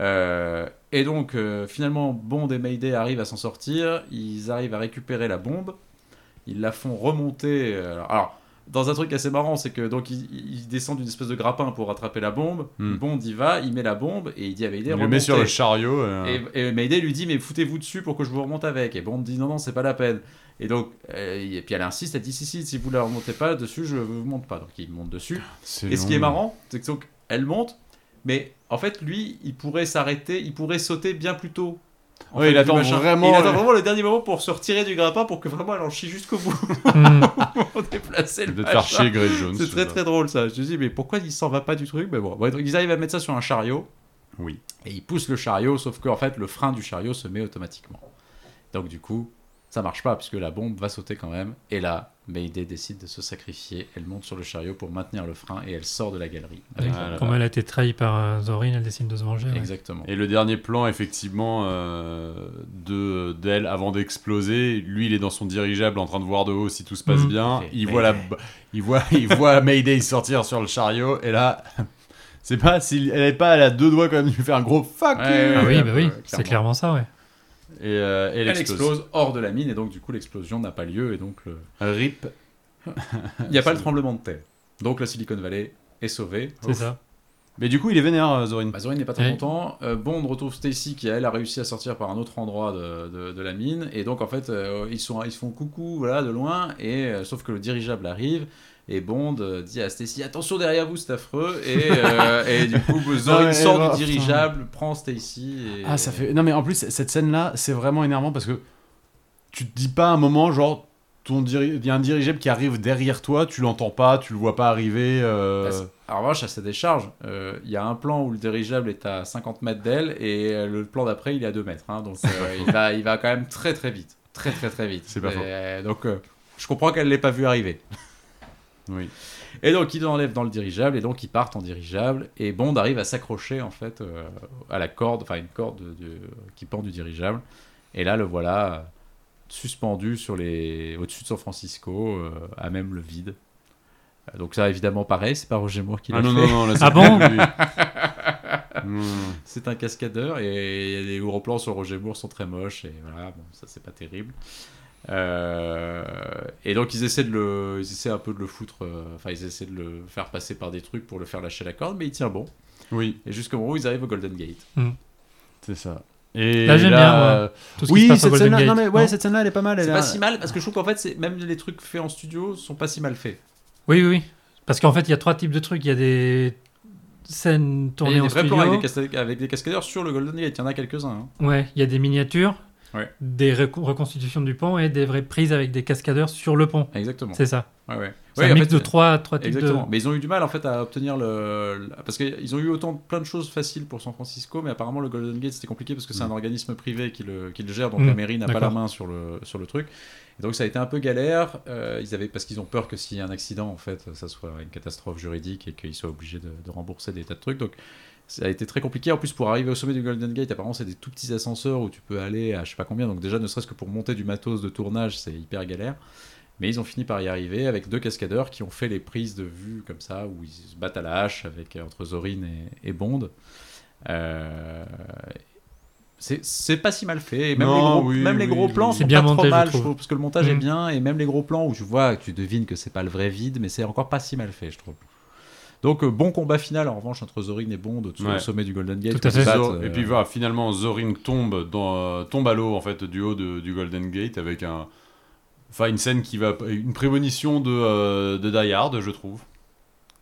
Euh, et donc, euh, finalement, Bond et Mayday arrivent à s'en sortir. Ils arrivent à récupérer la bombe. Ils la font remonter. euh, Alors, alors, dans un truc assez marrant, c'est que donc ils, ils descendent d'une espèce de grappin pour rattraper la bombe.
Mhm.
Bond y va, il met la bombe et il dit à Mayday
Il le met
remontez.
sur le chariot. euh,
Et, et Mayday lui dit mais foutez-vous dessus pour que je vous remonte avec. Et Bond dit non non c'est pas la peine. Et donc euh, et puis elle insiste, elle dit si si si vous la remontez pas dessus je vous monte pas. Donc il monte dessus.
c'est
Et ce qui est
long.
marrant c'est que donc elle monte, mais en fait lui il pourrait s'arrêter, il pourrait sauter bien plus tôt. En
Ouais, il
du
attend
machin.
vraiment- euh,
Et il attend vraiment le dernier moment pour se retirer du grappin pour que vraiment elle en chie jusqu'au bout
Mm.
pour déplacer le
de te
machin.
faire chier Grey Jones.
C'est très très drôle ça. Je me dis mais pourquoi il s'en va pas du truc Mais bon, Ouais, donc ils arrivent à mettre ça sur un chariot.
Oui.
Et ils poussent le chariot, sauf qu'en fait le frein du chariot se met automatiquement. Donc du coup, ça marche pas puisque la bombe va sauter quand même. Et là, Mayday décide de se sacrifier. Elle monte sur le chariot pour maintenir le frein et elle sort de la galerie. Avec
Ah
la-
là
Comme elle a été trahie par euh, Zorin, elle décide de se venger. ouais.
Exactement.
Et le dernier plan, effectivement, euh, de d'elle avant d'exploser, lui, il est dans son dirigeable en train de voir de haut si tout se passe
Mhm.
bien.
Et
Il
Mayday.
voit, la, b- il, voit, il voit Mayday sortir sur le chariot et là, c'est pas si elle est pas elle a deux doigts quand même de lui faire un gros fuck
Ouais,
you.
Ah oui, bah oui,
Euh,
c'est
clairement.
clairement ça, ouais.
Et euh,
Elle
elle, explose.
explose hors de la mine et donc du coup l'explosion n'a pas lieu et donc le-
Rip.
il n'y a pas le tremblement de terre. Donc la Silicon Valley est sauvée.
C'est ça.
Mais du coup, il est vénère, euh, Zorin.
Bah, Zorin n'est pas très
Ouais.
content. Euh, Bond retrouve Stacy qui, elle, a réussi à sortir par un autre endroit de, de- de la mine. Et donc, en fait, euh, ils, sont, ils se font coucou voilà, de loin. Et, euh, sauf que le dirigeable arrive. Et Bond euh, dit à Stacy Attention derrière vous, c'est affreux. Et, euh, et du coup, Zorin
Ah ouais,
sort
oh,
du dirigeable, prend Stacy. et-
Ah, ça fait. Non, mais en plus, cette scène-là, c'est vraiment énervant parce que tu te dis pas à un moment, genre, ton diri- il y a un dirigeable qui arrive derrière toi, tu l'entends pas, tu le vois pas arriver. euh,
Parce- En revanche, à sa décharge, euh, il y a un plan où le dirigeable est à 50 mètres d'elle et euh, le plan d'après, il est à 2 mètres. hein. donc euh, il, va, il va quand même très très vite. Très très très vite.
C'est pas
Et,
faux.
euh, donc euh, je comprends qu'elle ne l'ait pas vu arriver.
Oui.
Et donc ils l'enlèvent dans le dirigeable et donc ils partent en dirigeable et Bond arrive à s'accrocher en fait euh, à la corde, enfin une corde de- de- qui pend du dirigeable. Et là le voilà euh, suspendu sur les au-dessus de San Francisco euh, à même le vide. Euh, Donc ça évidemment pareil, c'est pas Roger Moore qui l'a
Ah non,
fait.
non, non, là, c'est-
Ah bon
oui. Hmm.
C'est un cascadeur et les gros plans sur Roger Moore sont très moches et voilà, bon, ça c'est pas terrible. Euh, et donc ils essaient de le, ils essaient un peu de le foutre, euh, enfin ils essaient de le faire passer par des trucs pour le faire lâcher la corde, mais il tient bon.
Oui,
Et jusqu'au moment où ils arrivent au Golden Gate.
c'est ça. Et
Là, j'aime bien, moi.
euh,
Tout ce qui se
Oui,
passe au
cette
Golden
scène-là,
Gate,
non, mais ouais,
non
cette scène-là, elle est pas mal.
C'est
elle
pas
a-
si mal parce que je trouve qu'en fait c'est- même les trucs faits en studio sont pas si mal faits.
Oui, oui, oui. Parce qu'en fait, il y a trois types de trucs. Il y a des
Et
scènes
il y
tournées
a
en
des vrais plans avec
studio.
des, casca- avec des cascadeurs sur le Golden Gate, il y en a quelques-uns. hein.
Ouais, il y a des miniatures,
Ouais.
des reco- reconstitutions du pont et des vraies prises avec des cascadeurs sur le pont.
Exactement.
C'est ça.
Ouais, ouais.
C'est
Ouais,
un
en
mix
fait,
de trois, trois types
Exactement.
de.
Mais ils ont eu du mal en fait à obtenir le, le- parce qu'ils ont eu autant de- plein de choses faciles pour San Francisco, mais apparemment le Golden Gate c'était compliqué parce que c'est un
Mm.
organisme privé qui le, qui le gère, donc
Mm,
la mairie n'a pas la
d'accord.
main sur le sur le truc. Et donc ça a été un peu galère. Euh, ils avaient parce qu'ils ont peur que s'il y a un accident en fait, ça soit une catastrophe juridique et qu'ils soient obligés de, de rembourser des tas de trucs. Donc ça a été très compliqué. En plus, pour arriver au sommet du Golden Gate, apparemment, c'est des tout petits ascenseurs où tu peux aller à je sais pas combien. Donc, déjà, ne serait-ce que pour monter du matos de tournage, c'est hyper galère. Mais ils ont fini par y arriver avec deux cascadeurs qui ont fait les prises de vue comme ça, où ils se battent à la hache avec, euh, entre Zorin et, et Bond. Euh, C'est c'est pas si mal fait. Et même
Non,
les gros,
oui,
même les
oui,
gros
oui.
plans,
C'est
sont
bien
pas
monté,
trop
je
mal, je
trouve.
trouve, parce que le montage est
Mm.
bien. Et même les gros plans où tu vois, tu devines que c'est pas le vrai vide, mais c'est encore pas si mal fait, je trouve. Donc euh, bon combat final en revanche entre Zorin et Bond au-dessus- au
Ouais.
sommet du Golden Gate.
Tout à
où ils se
fait.
battent,
Zor-
euh,
Et puis voilà, finalement, Zorin tombe, dans, euh, tombe à l'eau en fait du haut de- du Golden Gate avec un, enfin une scène qui va, une prémonition de, euh, de Die Hard, je trouve.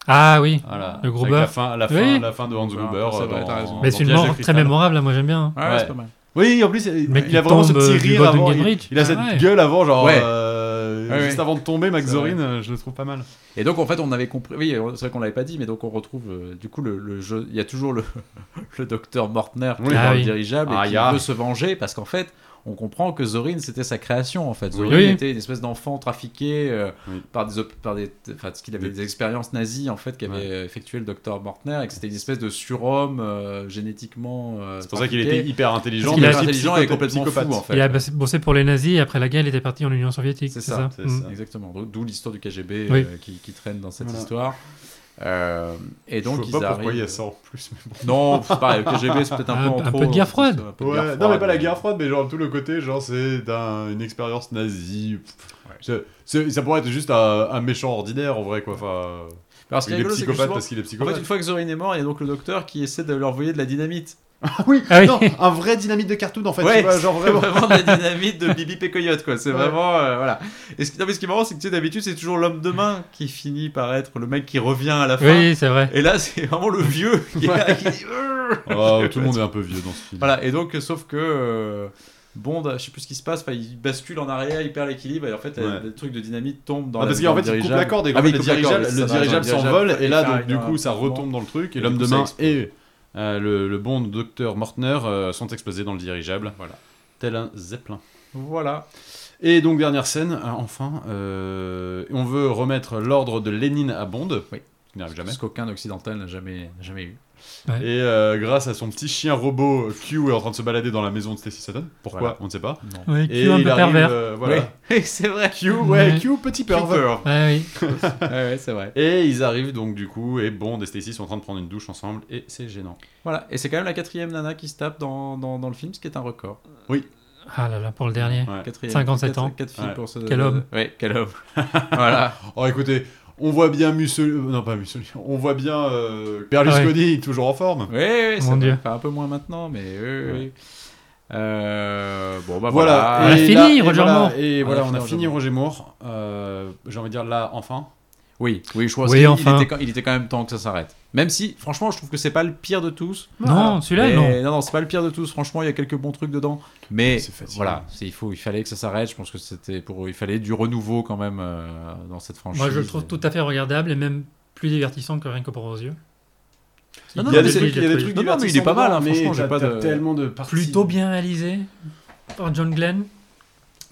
Ah oui.
Voilà.
Le Gruber.
Avec la fin, la fin,
Oui.
la fin de Hans
Ouais,
Gruber.
c'est
euh,
vrai,
dans-
t'as raison.
Mais
dans
c'est une
Piège
mort
de
très
cristal.
mémorable, là, moi j'aime bien.
Ouais, ouais, c'est
Ouais.
pas mal.
Oui, en plus, il,
mec
il
qui
a vraiment ce
tombe,
petit
euh, du
rire
Golden
avant.
Gate
Il,
Bridge.
il a
Ah
cette
ouais.
gueule avant, genre
Ouais.
euh,
Ouais,
juste
ouais.
avant de tomber, Max
C'est
Zorin, euh, je le trouve pas mal.
Et donc en fait on avait compris, oui c'est vrai qu'on l'avait pas dit, mais donc on retrouve euh, du coup le, le jeu, il y a toujours le, le docteur Mortner qui
Oui.
est dans
Ah
le
oui.
dirigeable
Ah,
et qui
ya.
veut se venger parce qu'en fait on comprend que Zorin c'était sa création en fait. Zorin
Oui.
était une espèce d'enfant trafiqué euh,
Oui.
par des op- par des enfin parce qu'il avait
Des-
des expériences nazies en fait qu'avait euh, effectué le docteur Mortner et que c'était une espèce de surhomme euh, génétiquement. euh,
C'est pour ça qu'il
trafiqué.
était hyper intelligent,
Parce qu'il
mais
a-
aussi
intelligent et
psychopa-
complètement
psychopathe.
fou en fait.
Il a bossé- bossé pour les nazis et après la guerre, il était parti en Union soviétique.
C'est
C'est
ça,
ça.
c'est
Mm.
ça.
Exactement. Donc, D'où l'histoire du KGB
Oui.
euh, qui, qui traîne dans cette
Voilà.
histoire. Euh, et donc,
je
ils
vois pas
arrivent...
pourquoi il y a ça en plus. mais bon.
Non, c'est pareil, le KGB, c'est peut-être un, peu
Un-
en
un
trop,
peu de guerre
c'est
froide.
un peu de
Ouais,
guerre
non mais pas la
mais-
guerre froide, mais genre tout le côté, genre c'est d'un- une expérience nazie. Pff, c'est- c'est- ça pourrait être juste un, un méchant ordinaire en vrai quoi. Enfin,
Alors, ce qui est
il est
rigolo, c'est que
psychopathe
justement,
parce qu'il est
en
psychopathe.
fait, une fois que Zorin est mort, il y a donc le docteur qui essaie de leur envoyer de la dynamite.
oui,
Ah oui.
non, un vrai dynamite de cartoon en fait.
ouais,
tu vois, genre
c'est
vraiment.
vraiment de la dynamite de Bibi Pécoyote, quoi. C'est
Ouais.
vraiment. euh, voilà. Et ce qui, non, mais ce qui est marrant, c'est que tu sais, d'habitude, c'est toujours l'homme de main qui finit par être le mec qui revient à la fin.
Oui, c'est vrai.
Et là, c'est vraiment le vieux qui, est là, qui dit. Urgh
Oh, tout le monde est un peu vieux dans ce film.
Voilà, et donc, euh, sauf que euh, Bond, je sais plus ce qui se passe, enfin, il bascule en arrière, il perd l'équilibre, et en fait, euh,
Ouais.
le truc de dynamite tombe dans
Ah,
la
parce qu'en
dans le
fait, il coupe
dirigeable.
la corde et
Ah
quand
oui,
le
il coupe la
dirigeable,
corde, et
le
ça va dans
dirigeable
le
s'envole
dirigeable,
et là
il fait
donc
un-
du
un
coup ça
mouvement.
retombe dans le truc et
Et
l'homme
du
de
coup, ça
main
explose.
et euh, le, le bon docteur Mortner euh, sont explosés dans le dirigeable. Voilà, tel un zeppelin.
Voilà.
Et donc, dernière scène, euh, enfin, euh, on veut remettre l'ordre de Lénine à Bond,
Oui.
qui n'arrive jamais.
Ce qu'aucun occidental n'a jamais, n'a jamais eu.
Et euh, grâce à son petit chien robot, euh, Q est en train de se balader dans la maison de Stacy Sutton. Pourquoi
Voilà.
On ne sait pas.
Non.
Oui,
Et
cul un peu
arrive,
pervers.
euh, voilà.
c'est vrai.
Q, ouais,
Ouais.
Q, petit pervers.
Ouais, oui.
ouais, ouais, c'est vrai.
Et ils arrivent donc du coup, et Bond et Stacy sont en train de prendre une douche ensemble, et c'est gênant.
Voilà, et c'est quand même la quatrième nana qui se tape dans, dans, dans le film, ce qui est un record.
Ah là là, pour le dernier.
Ouais.
Quatrième,
57 ans.
4 filles
Ouais.
pour ce.
Quel homme.
Ouais, quel homme. voilà.
Oh écoutez, On voit bien Mussolini, euh, non pas Mussolini, on voit bien euh, Berlusconi, toujours en forme.
Oui, oui,
Mon
c'est
Dieu.
vrai. Enfin, un peu moins maintenant, mais oui, oui. Euh, bon, bah voilà.
Voilà.
On a
et
fini,
là- et
Roger
voilà,
Moore.
Et
On
voilà,
a
on a
fini,
fini
Roger
Roger Moore. Euh, J'ai envie de dire là, enfin.
Oui, oui, je crois
Oui,
qu'il
enfin.
il était, quand- il était quand même temps que ça s'arrête. Même si, franchement, je trouve que c'est pas le pire de tous.
Non, celui-là,
Mais-
non.
Non, c'est pas le pire de tous. Franchement, il y a quelques bons trucs dedans. Mais
C'est fatigant.
voilà, c'est- il, faut, il fallait que ça s'arrête. Je pense que c'était pour. Il fallait du renouveau quand même euh, dans cette franchise.
Moi, je le trouve tout à fait regardable et même plus divertissant que rien que pour vos yeux.
Non, non,
il y a
mais
des
c'est-
trucs, il y a des trucs
Non, non, mais il est
divertissants
pas mal, hein,
dedans, mais
franchement, j'ai
t'as-
pas
t'as
de-
tellement de parties.
plutôt bien réalisé par John Glenn.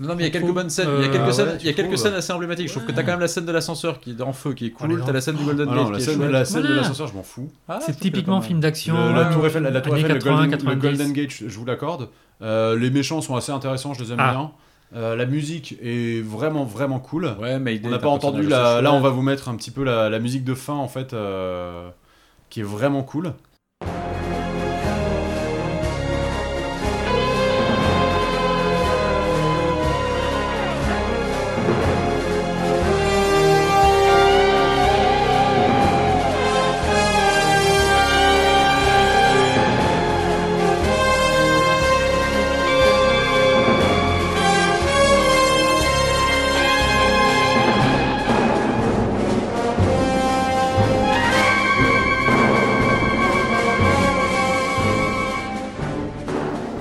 Non, non, mais il y a quelques
trouve,
bonnes scènes.
euh,
il y a quelques,
ah
scènes,
ouais,
il y a
tu
quelques
trouves.
scènes assez emblématiques. Je trouve que t'as quand même la scène de l'ascenseur qui est en feu, qui est
Oh, les
cool.
gens.
T'as la scène du Golden
Ah
Gate
non, la
qui est
scène,
chouette.
la scène de
Voilà.
l'ascenseur, je m'en fous.
Ah, je
c'est
trouve qu'elle est
typiquement
pas
film
mal.
d'action. euh,
Le- la Tour Eiffel, la Tour
années
Eiffel,
80,
le, Golden, le
90.
Golden Gate, je, je vous l'accorde. Euh, les méchants sont assez intéressants, je les aime
Ah.
bien. Euh, la musique est vraiment, vraiment cool.
Ouais, mais
on n'a pas entendu la. Là, on va vous mettre un petit peu la, la musique de fin, en fait, euh, qui est vraiment cool.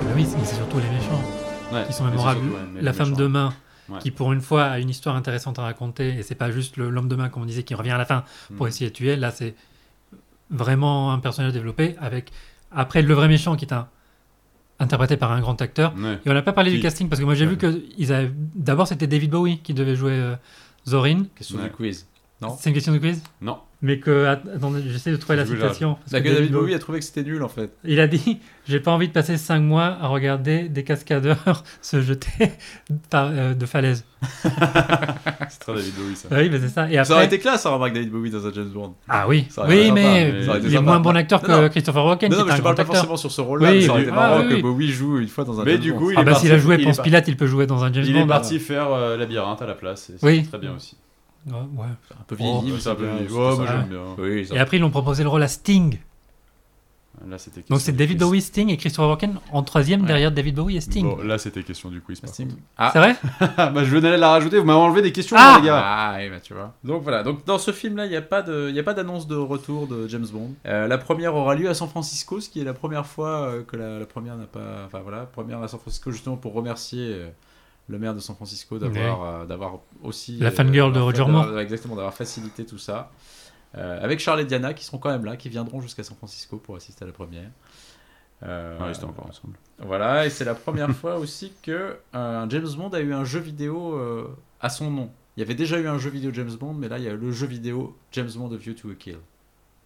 Mais Ah oui, c'est mais c'est surtout les méchants
Ouais,
qui sont
mais c'est
mémorables.
surtout, ouais, mais
la
les
femme
méchants.
de main,
Ouais.
qui pour une fois a une histoire intéressante à raconter, et c'est pas juste le- l'homme de main, comme on disait, qui revient à la fin pour
Mm.
essayer de tuer. Là, c'est vraiment un personnage développé avec. Après, le vrai méchant qui est un- interprété par un grand acteur.
Ouais.
Et on n'a pas parlé du
Qui-
casting parce que moi j'ai
Ouais.
vu que ils avaient... d'abord c'était David Bowie qui devait jouer euh, Zorin.
Question
Ouais.
du quiz. Non.
C'est une question de quiz
Non.
Mais que. att- Attendez, j'essaie de trouver la
Je vous
citation. parce
Parce
que
que David Bowie a trouvé que c'était nul en fait.
Il a dit J'ai pas envie de passer 5 mois à regarder des cascadeurs se jeter par- euh, de falaise.
C'est très David Bowie, ça.
Ah Oui, mais c'est ça. Et
Ça aurait
après.
été classe, hein, remarque David Bowie dans un James Bond.
Ah oui,
Ça aurait été
oui,
sympa,
mais,
mais ça aurait été
il est
sympa.
moins bon acteur que
Non, non.
Christopher Walken,
Non,
qui
non,
est
mais je
un
te
grand
parle pas
acteur.
forcément sur ce rôle-là,
Oui,
mais ça aurait
oui.
été marrant
Ah, oui,
que
oui.
Bowie joue une fois dans un
Mais
James
du
Bond.
coup, il
Ah
est
bah
parti-
s'il a joué
il est
Ponce
par-
Pilate, il peut jouer dans un James
Il
Bond.
est parti faire euh, labyrinthe à la place. et c'est
Oui.
très bien aussi. Oh,
Ouais, ouais.
un peu vieilli, mais
c'est un peu
bien,
vieilli.
c'était
Ouais,
ça.
moi
ouais.
j'aime bien.
Oui, ça-
Ah. Et après ils l'ont proposé le rôle à Sting.
Là, c'était question
Donc c'est
du
David
quiz.
Bowie, Sting et Christopher Walken en troisième
Ouais.
derrière David Bowie et Sting.
Bon, là, c'était question du quiz. par
Sting.
contre.
Ah.
Bah, C'est vrai
Ah, bah, je venais de la rajouter, vous m'avez enlevé des questions, hein,
Ah
les gars.
Ah, oui, bah, tu vois. Donc voilà, donc dans ce film-là, il n'y a pas de- il y a pas d'annonce de retour de James Bond. Euh, la première aura lieu à San Francisco, ce qui est la première fois euh, que la, la première n'a pas. Enfin voilà, première à San Francisco, justement pour remercier euh, le maire de San Francisco d'avoir euh, d'avoir aussi.
La fangirl de
d'avoir
Roger
fait- d'avoir-
Moore.
Exactement, d'avoir facilité tout ça. Euh, avec Charles et Diana qui seront quand même là, qui viendront jusqu'à San Francisco pour assister à la première. Euh,
Ah, ils étaient encore ensemble.
voilà, et c'est la première fois aussi que euh, James Bond a eu un jeu vidéo euh, à son nom. Il y avait déjà eu un jeu vidéo James Bond, mais là il y a eu le jeu vidéo James Bond of View to a Kill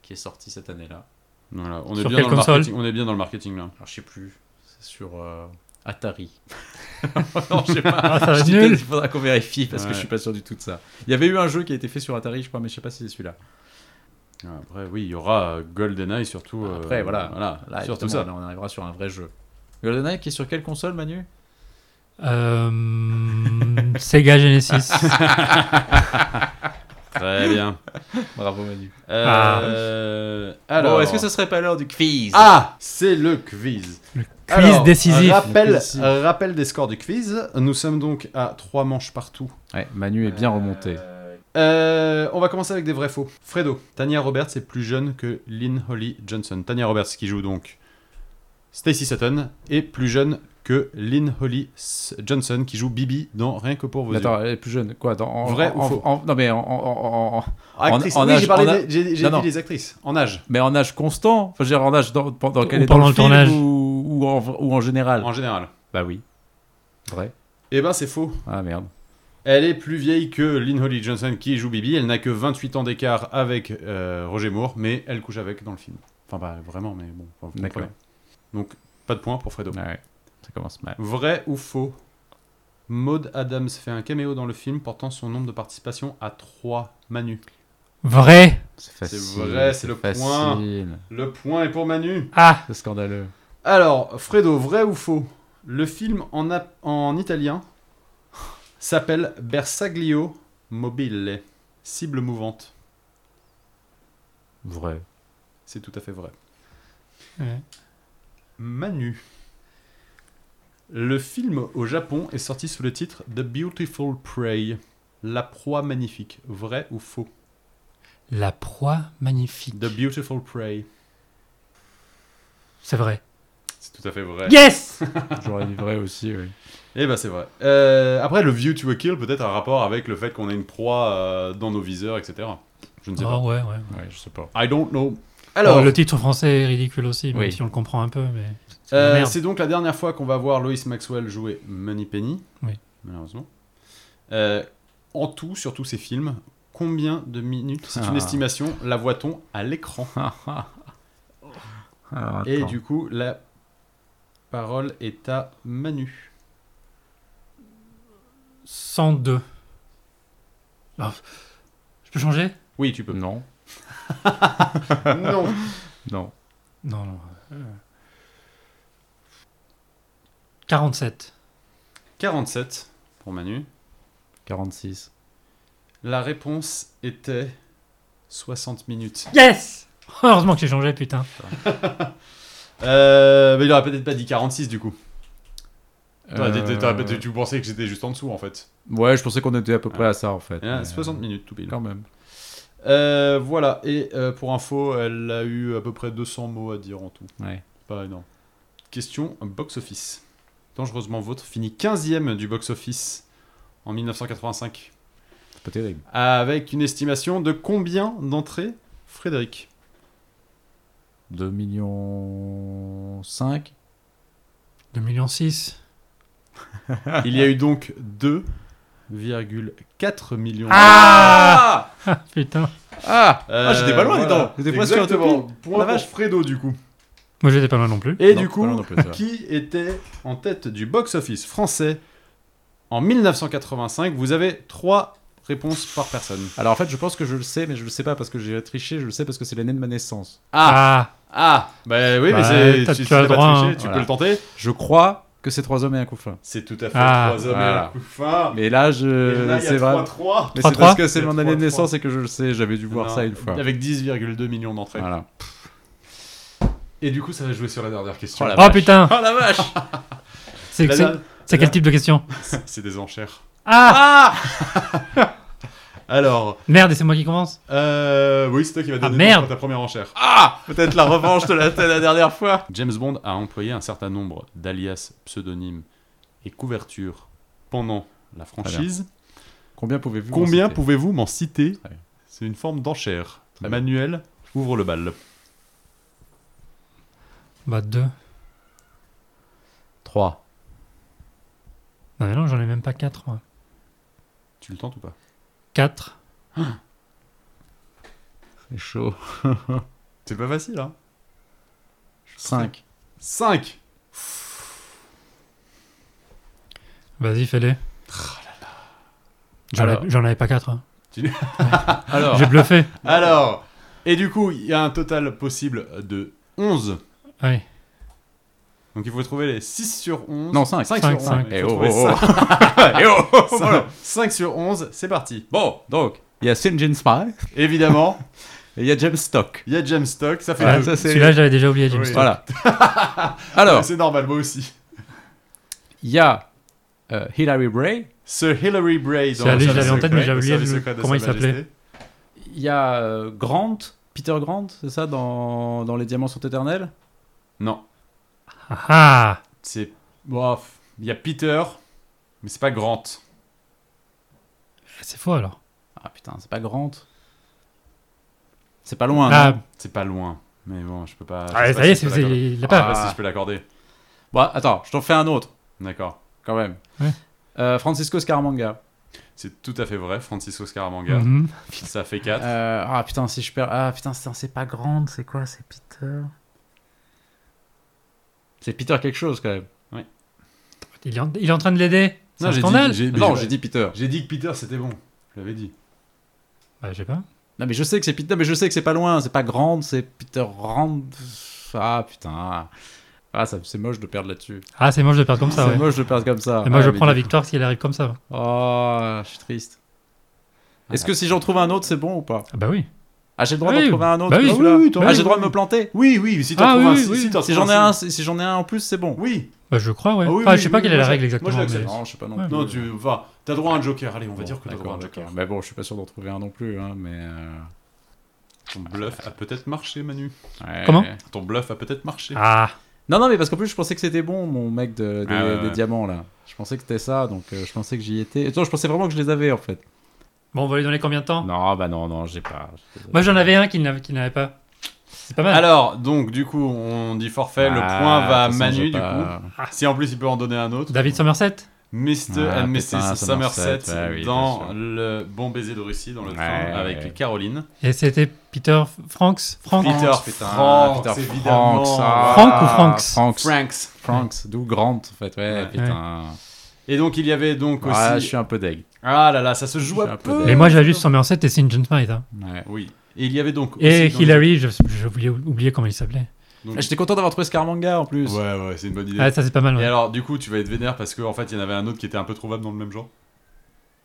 qui est sorti cette année-là.
Voilà, on, est
Sur
bien
quelle
dans le
console
marketing, on est bien dans le marketing là.
Alors je sais plus, c'est sur euh, Atari. non, je sais pas.
Ah, ça va
Je
être
dis peut-être,
nul.
Il faudra qu'on vérifie parce que
Ouais.
je suis pas sûr du tout de ça. Il y avait eu un jeu qui a été fait sur Atari, je crois, mais je sais pas si c'est celui-là.
Ah, Après, oui, il y aura euh, GoldenEye surtout. euh,
Après, voilà. Là,
voilà surtout
évidemment,
ça.
là, on arrivera sur un vrai jeu. GoldenEye qui est sur quelle console, Manu
Euh, Sega Genesis.
Très bien.
Bravo, Manu.
Euh,
Ah.
Alors,
Bon, est-ce que ça serait pas l'heure du quiz
Ah, c'est le quiz.
Le quiz
Alors,
décisif.
Rappel,
Le quiz.
rappel des scores du quiz. Nous sommes donc à 3 manches partout.
Ouais, Manu est bien remonté.
Euh, on va commencer avec des vrais faux. Fredo, Tania Roberts est plus jeune que Lynn Holly Johnson. Tania Roberts qui joue donc Stacy Sutton est plus jeune que Lynn Holly S- Johnson qui joue Bibi dans Rien que pour vos
Mais
yeux.
attends, elle est plus jeune. Quoi dans- en,
Vrai
en-
ou faux
en- Non, mais en, en- en- en-
Actrice.
en
oui,
âge-
j'ai parlé
en a-
des- j'ai- j'ai
Non,
dit
non.
les actrices. En âge,
mais en âge constant Enfin, je veux dire, en âge dans, pendant qu'elle
Ou
est dans
pendant
le
le
film
tournage.
Ou, ou en, ou en général
en général.
Bah oui. Vrai.
Eh ben, c'est faux.
Ah merde.
Elle est plus vieille que Lynn Holly Johnson qui joue Bibi. Elle n'a que 28 ans d'écart avec euh, Roger Moore, mais elle couche avec dans le film. Enfin, pas vraiment, mais bon. enfin, vous
D'accord.
comprenez. Donc, pas de point pour Fredo.
Ah ouais. Ça commence mal.
Vrai ou faux Maud Adams fait un caméo dans le film portant son nombre de participations à 3. Manu.
Vrai.
C'est
facile, vrai, c'est c'est le point. Le point est pour Manu.
Ah,
C'est scandaleux.
Alors, Fredo, vrai ou faux Le film en, ap- en italien s'appelle Bersaglio Mobile. Cible mouvante.
Vrai.
C'est tout à fait vrai.
Ouais.
Manu. Le film au Japon est sorti sous le titre The Beautiful Prey. La proie magnifique. Vrai ou faux
La proie magnifique.
The Beautiful Prey.
C'est vrai.
C'est tout à fait vrai.
Yes
J'aurais dit vrai aussi, oui.
Eh ben c'est vrai. Euh, après, le View to a Kill peut-être un rapport avec le fait qu'on ait une proie euh, dans nos viseurs, etc. Je ne sais
Ah ouais, ouais.
Ouais, je sais pas.
pas. I don't know.
Alors,
Alors,
Oh, le titre français est ridicule aussi, même
Oui.
si on le comprend un peu, mais c'est de la
euh,
merde.
c'est donc la dernière fois qu'on va voir Lois Maxwell jouer Money Penny.
Oui.
Malheureusement. Euh, en tout, sur tous ces films, combien de minutes, c'est une
Ah.
estimation, la voit-on à l'écran
Alors,
Et du coup, la parole est à Manu.
102. Ah, je peux changer
Oui, tu peux.
Non,
non.
non.
Non, non. euh, 47.
47 pour Manu.
46.
La réponse était 60 minutes.
Yes Heureusement que j'ai changé, putain.
Euh, mais il aurait peut-être pas dit 46 du coup. T'aurais
Euh,
dit- t'aurais peut-être- tu pensais que j'étais juste en dessous en fait.
Ouais, je pensais qu'on était
Ah.
à peu près à ça en fait.
Et là,
mais,
60 minutes tout pile.
Quand même.
Euh, voilà, et euh, pour info, elle a eu à peu près 200 mots à dire en tout.
Ouais.
Pas énorme. Question box-office. Dangereusement Vôtre finit 15ème du box-office en 1985.
C'est pas terrible.
Avec une estimation de combien d'entrées, Frédéric
2 millions 5
2 millions 6.
Il y a eu donc 2,4 millions.
Ah
Putain.
Ah
Euh,
j'étais pas loin, dis
voilà.
donc. J'étais presque sur un
Exactement.
tout pile.
Point
La
pour
vache.
Fredo du coup.
Moi, j'étais pas mal non plus.
Et
Non,
du
pas
coup,
loin non plus, ça.
qui était en tête du box-office français en 1985 Vous avez trois réponses par personne.
Alors en fait, je pense que je le sais, mais je le sais pas parce que j'ai triché, je le sais parce que c'est l'année de ma naissance.
Ah
Ah,
Ah Bah oui,
Bah,
mais
t'as-
c'est, tu,
tu as
sais
le
pas
droit,
tricher,
hein.
tu
Voilà.
peux le tenter.
Je crois que c'est trois hommes et un couffin.
C'est tout à fait
Ah.
trois hommes et
Voilà.
un coup de fin.
Mais là,
Et il y en a,
je.
il y a
C'est vrai.
trois, trois.
Mais
Trois,
c'est parce
trois
que c'est
Il y a
mon
trois,
année de
trois.
naissance et que je le sais. J'avais dû voir
Non,
ça une fois.
Avec 10,2 millions d'entrées.
Voilà.
Et du coup, ça va jouer sur la dernière question.
Oh la
oh putain.
la vache
C'est
La
c'est-
dernière-
c'est quel type de question
c'est des enchères.
Ah
Alors,
Merde, et c'est moi qui commence
euh, oui, c'est toi qui vas
Ah,
donner
merde.
ta première enchère.
Ah Peut-être la revanche de la, de la dernière fois.
James Bond a employé un certain nombre d'alias, pseudonymes et couvertures pendant la franchise.
Combien pouvez-vous
Ah, Combien
m'en citer
pouvez-vous m'en citer
Très bien.
C'est une forme d'enchère.
Très bien.
Manuel, ouvre le bal.
Bah, 2.
Trois.
Non, mais non, j'en ai même pas 4, moi.
Tu le tentes ou pas
4.
C'est chaud.
C'est pas facile, hein
5.
5
Vas-y, fais-les. J'en
Alors. Oh.
avais- J'en avais pas 4.
Alors,
J'ai bluffé.
Alors, et du coup, il y a un total possible de 11.
Ouais.
Donc il faut trouver les 6 sur 11.
Non, cinq.
5
Cinq,
sur 11.
cinq.
Eh oh, oh, Eh oh, oh, oh, oh.
5 sur 11, c'est parti.
Bon, donc, il y a Sinjin Spy
Évidemment,
et il y a James Stock.
il y a James Stock, ça fait
Ah,
deux.
ça, c'est-
Celui-là, j'avais déjà oublié, James.
Oui.
Stock.
Voilà. Alors,
C'est normal, moi aussi.
il y a euh, Hilary Bray,
Sir Hillary Bray dans
C'est lui,
le
je l'avais
service
en tête, mais
secret,
j'ai
le
oublié
service
le-
secret de
comment
Sa
il s'appelait.
Majesté.
il y a euh, Grant, Peter Grant, c'est ça, dans, dans Les Diamants sont éternels
Non,
Ah, ah.
c'est. Bof. Il y a Peter, mais c'est pas Grant.
C'est faux, alors.
Ah putain, c'est pas Grant. C'est pas loin.
Ah,
non
C'est pas loin. Mais bon, je peux pas. je
ah,
sais
ça
pas Ah,
y est,
si je
c'est-
peux l'accorder.
il l'a
Je sais
pas.
pas si je peux l'accorder.
Bon, Bah, attends, je t'en fais un autre,
D'accord.
quand même.
Ouais.
Euh, Francisco Scaramanga.
C'est tout à fait vrai, Francisco Scaramanga.
Mhm.
Ça fait 4.
Euh, ah putain, si je perds. Ah putain, c'est c'est pas Grant, c'est quoi C'est Peter. C'est Peter quelque chose quand même.
Il est, en, il est en train de l'aider. C'est
Non,
un
j'ai dit-
scandale.
j'ai- mais
non,
j'ai-
j'ai dit Peter.
J'ai dit que Peter c'était bon. Je l'avais dit.
Bah, je sais pas.
Non, mais je sais que c'est Peter, mais je sais que c'est pas loin. C'est pas Grant, c'est Peter Rand. Ah putain. Ah, ça- c'est moche de perdre là-dessus.
Ah, c'est moche de perdre comme ça,
c'est
ouais.
moche de perdre comme ça.
Et moi,
Ah,
je
mais
prends la
du-
victoire s'il arrive comme ça.
Oh, je suis triste. Est-ce que si j'en trouve un autre, c'est bon ou pas
Ah bah oui.
Ah, j'ai le droit
Oui.
d'en trouver un autre
Bah oui.
comme
Ah oui,
celui-là
oui, t'en
Ah,
as-
j'ai le droit de me planter
Oui, oui, si t'en
Ah,
trouves
oui,
un,
oui,
si,
oui.
si t'en
Si
trouves
j'en ai un, si si j'en ai un en plus, c'est bon.
oui.
Bah je crois, ouais.
Ah oui,
Enfin,
oui,
je sais pas
oui,
quelle est
moi,
la
je-
règle
moi,
exactement.
je
mais-
l'accepte.
Non, je sais pas non
Ouais.
plus.
Non, tu vas, t'as droit à un Joker. Allez, on va
Bon,
dire que t'as
d'accord,
droit à un
d'accord.
Joker.
Mais bon, je suis pas sûr d'en trouver un non plus, hein, mais. euh,
Ton bluff a peut-être marché, Manu.
ouais.
Comment
Eh, Ton bluff a peut-être marché.
Ah,
Non, non, mais parce qu'en plus, je pensais que c'était bon, mon mec de, des,
Ah, ouais, ouais.
des diamants là. Je pensais que c'était ça, donc euh, je pensais que j'y étais. Attends, je pensais vraiment que je les avais en fait.
bon, on va lui donner combien de temps
Non, bah non, non, j'ai pas.
Moi j'en avais un qui n'avait qui n'avait pas. C'est pas mal.
Alors, donc, du coup, on dit forfait. le
Ah,
point va à Manu, du coup. Si en plus il peut en donner un autre.
David Somerset
Mr.
Ah,
and
putain,
Mrs. Somerset,
Somerset, ouais, oui, bien
dans
sûr.
le Bon Baiser de Russie, dans le train,
Ouais.
avec Caroline.
Et c'était Peter F- Franks Frank
Peter,
putain,
Franks,
Peter
évidemment.
Franks,
Frank ou
Franks Franks.
Franks
Franks.
Franks, d'où Grant en fait, ouais,
Ouais.
putain.
Et donc, il y avait donc aussi.
Ah, je suis un peu deg.
Ah là là, ça se joue
Je suis
à
un
peu.
peu
Et moi j'avais juste Somerset et St. John Smythe.
Bah,
hein.
Ouais.
Oui. Et il y avait donc.
Et
aussi dans
Hillary, je- j'ai oublié, oublié comment il s'appelait.
Donc-
J'étais content d'avoir trouvé Scaramanga en
les-
Ah, plus.
Ouais, ouais, c'est une bonne idée.
Ah, ça c'est pas mal. ouais.
Et alors, du coup, tu vas être vénère parce qu'en en fait, il y en avait un autre qui était un peu trouvable dans le même genre.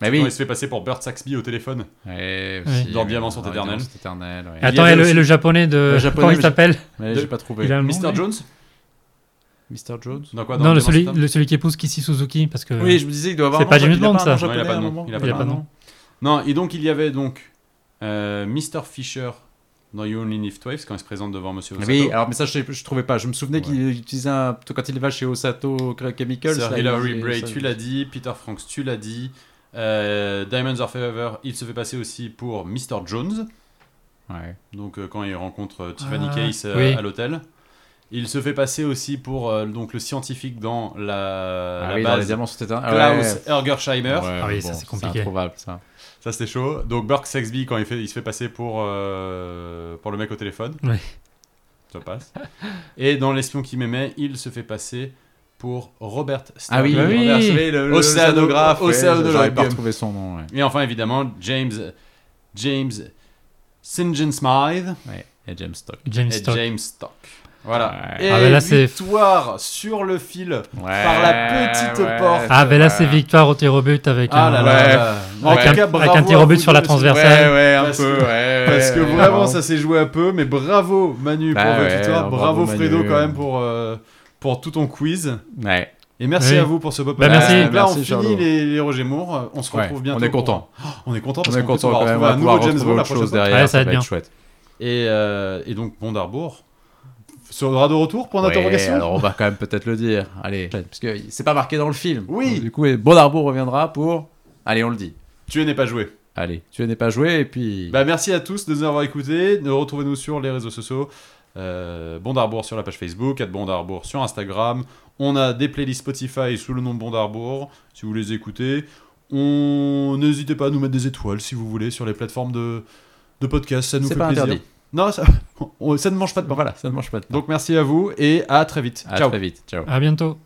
Mais
Quand
oui.
il se fait passer pour Bert Saxby au téléphone.
Ouais,
Ouais.
aussi, euh,
Dans
oui,
Diamants sont éternels.
Diamants sont éternels, ouais.
Et
il
Attends,
y
et
avait
le,
aussi-
et le japonais de.
Le japonais,
comment il
mais-
s'appelle
Mais
De-
j'ai pas trouvé.
Il a le nom,
Mr.
lui
Jones
Mr. Jones
Dans quoi dans
Non, le
Diamant
celui,
System
le celui qui épouse Kishi Suzuki. Parce que...
Oui, je me disais, il doit avoir.
Euh, C'est
un
pas
nom,
James
il a
Bond,
un
ça.
nom
Non,
il a
japonais,
pas de
à un
nom.
moment.
Il a
pas de nom.
Non, et donc il y avait donc euh, Mr. Fisher dans You Only Live Twice quand il se présente devant Monsieur Osato.
Oui, alors mais ça je, sais- je trouvais pas. Je me souvenais
Ouais.
qu'il utilisait un quand il va chez Osato Chemicals.
Sir
là, il
Hilary
faisait
Bray,
ça.
tu l'as dit. Peter Franks, tu l'as dit. Euh, Diamonds Are Forever, il se fait passer aussi pour Mr. Jones.
Ouais.
Donc euh, quand il rencontre euh, Tiffany
Ah,
Case euh,
oui.
à l'hôtel. Il se fait passer aussi pour euh, donc le scientifique dans la,
Ah,
la
oui, dans les
base
diamants sont éteints.
Klaus Ergersheimer.
Ah oui, ça, c'est compliqué.
C'est improbable ça.
Ça c'était chaud. Donc Burke Saxby quand il, fait, il se fait passer pour, euh, pour le mec au téléphone.
Ouais.
Ça passe. Et dans L'espion qui m'aimait, il se fait passer pour Robert
Ah oui,
Sterling.
Bah oui.
Robert Shelley, le- le-
Océanographe,
le-
océanographe.
J'arrive pas à retrouver son nom. Ouais.
Et enfin évidemment James James St. John Smythe
Ouais. Et James Stock.
James
et
Stock.
James Stock. Voilà.
Ouais.
Et
Ah, bah là, c'est-
victoire sur le fil. Par la petite porte.
Ah, ben là c'est victoire au tir au but avec euh,
Ah
un-
là là.
Ouais.
là.
En Avec tout un- cas, bravo avec un tir au à but vous sur la deux, transverse.
Ouais,
Versailles.
ouais, un
Parce
peu.
que-
ouais,
Parce que
ouais,
vraiment, ça s'est joué un peu, mais bravo Manu
Bah
pour votre
ouais,
victoire, bravo,
bravo,
Fredo
Manu.
quand même pour, euh, pour tout ton quiz.
Ouais.
Et merci
Oui.
à vous pour ce beau
Bah,
podcast.
merci.
Donc Là,
Merci,
on
Charlot.
finit les, les Roger Moore. On se
Ouais,
retrouve bientôt.
on est content.
pour- Oh, on est content parce
On est
qu'on
content
va
quand même.
retrouver
On va
un nouveau
pouvoir
James
retrouver
Bond la
autre
prochaine
chose
fois.
derrière.
Ouais,
ça va être
bien.
chouette.
Et, euh, et donc, bon d'Arbour sera de retour pour
Ouais,
l'interrogation
alors on va quand même peut-être le dire. Allez, parce que c'est pas marqué dans le film.
Oui.
Donc, Du coup, et Bon Arbour reviendra pour. Allez, on le dit.
Tu n'es pas joué.
Allez, tu n'es pas joué et puis.
Bah, merci à tous de nous avoir écoutés. Nous Retrouvez-nous sur les réseaux sociaux. Euh, Bond Arbour sur la page Facebook, at Bond Arbour sur Instagram. On a des playlists Spotify sous le nom Bond Arbour, si vous les écoutez. On n'hésitez pas à nous mettre des étoiles si vous voulez sur les plateformes de, de podcast, ça nous
c'est
fait
pas
plaisir.
interdit.
Non, ça, on- ça ne mange pas de pain.
Bon, voilà, ça ne mange pas de pain.
Donc merci à vous et à très vite.
à
Ciao.
très vite. Ciao.
À bientôt.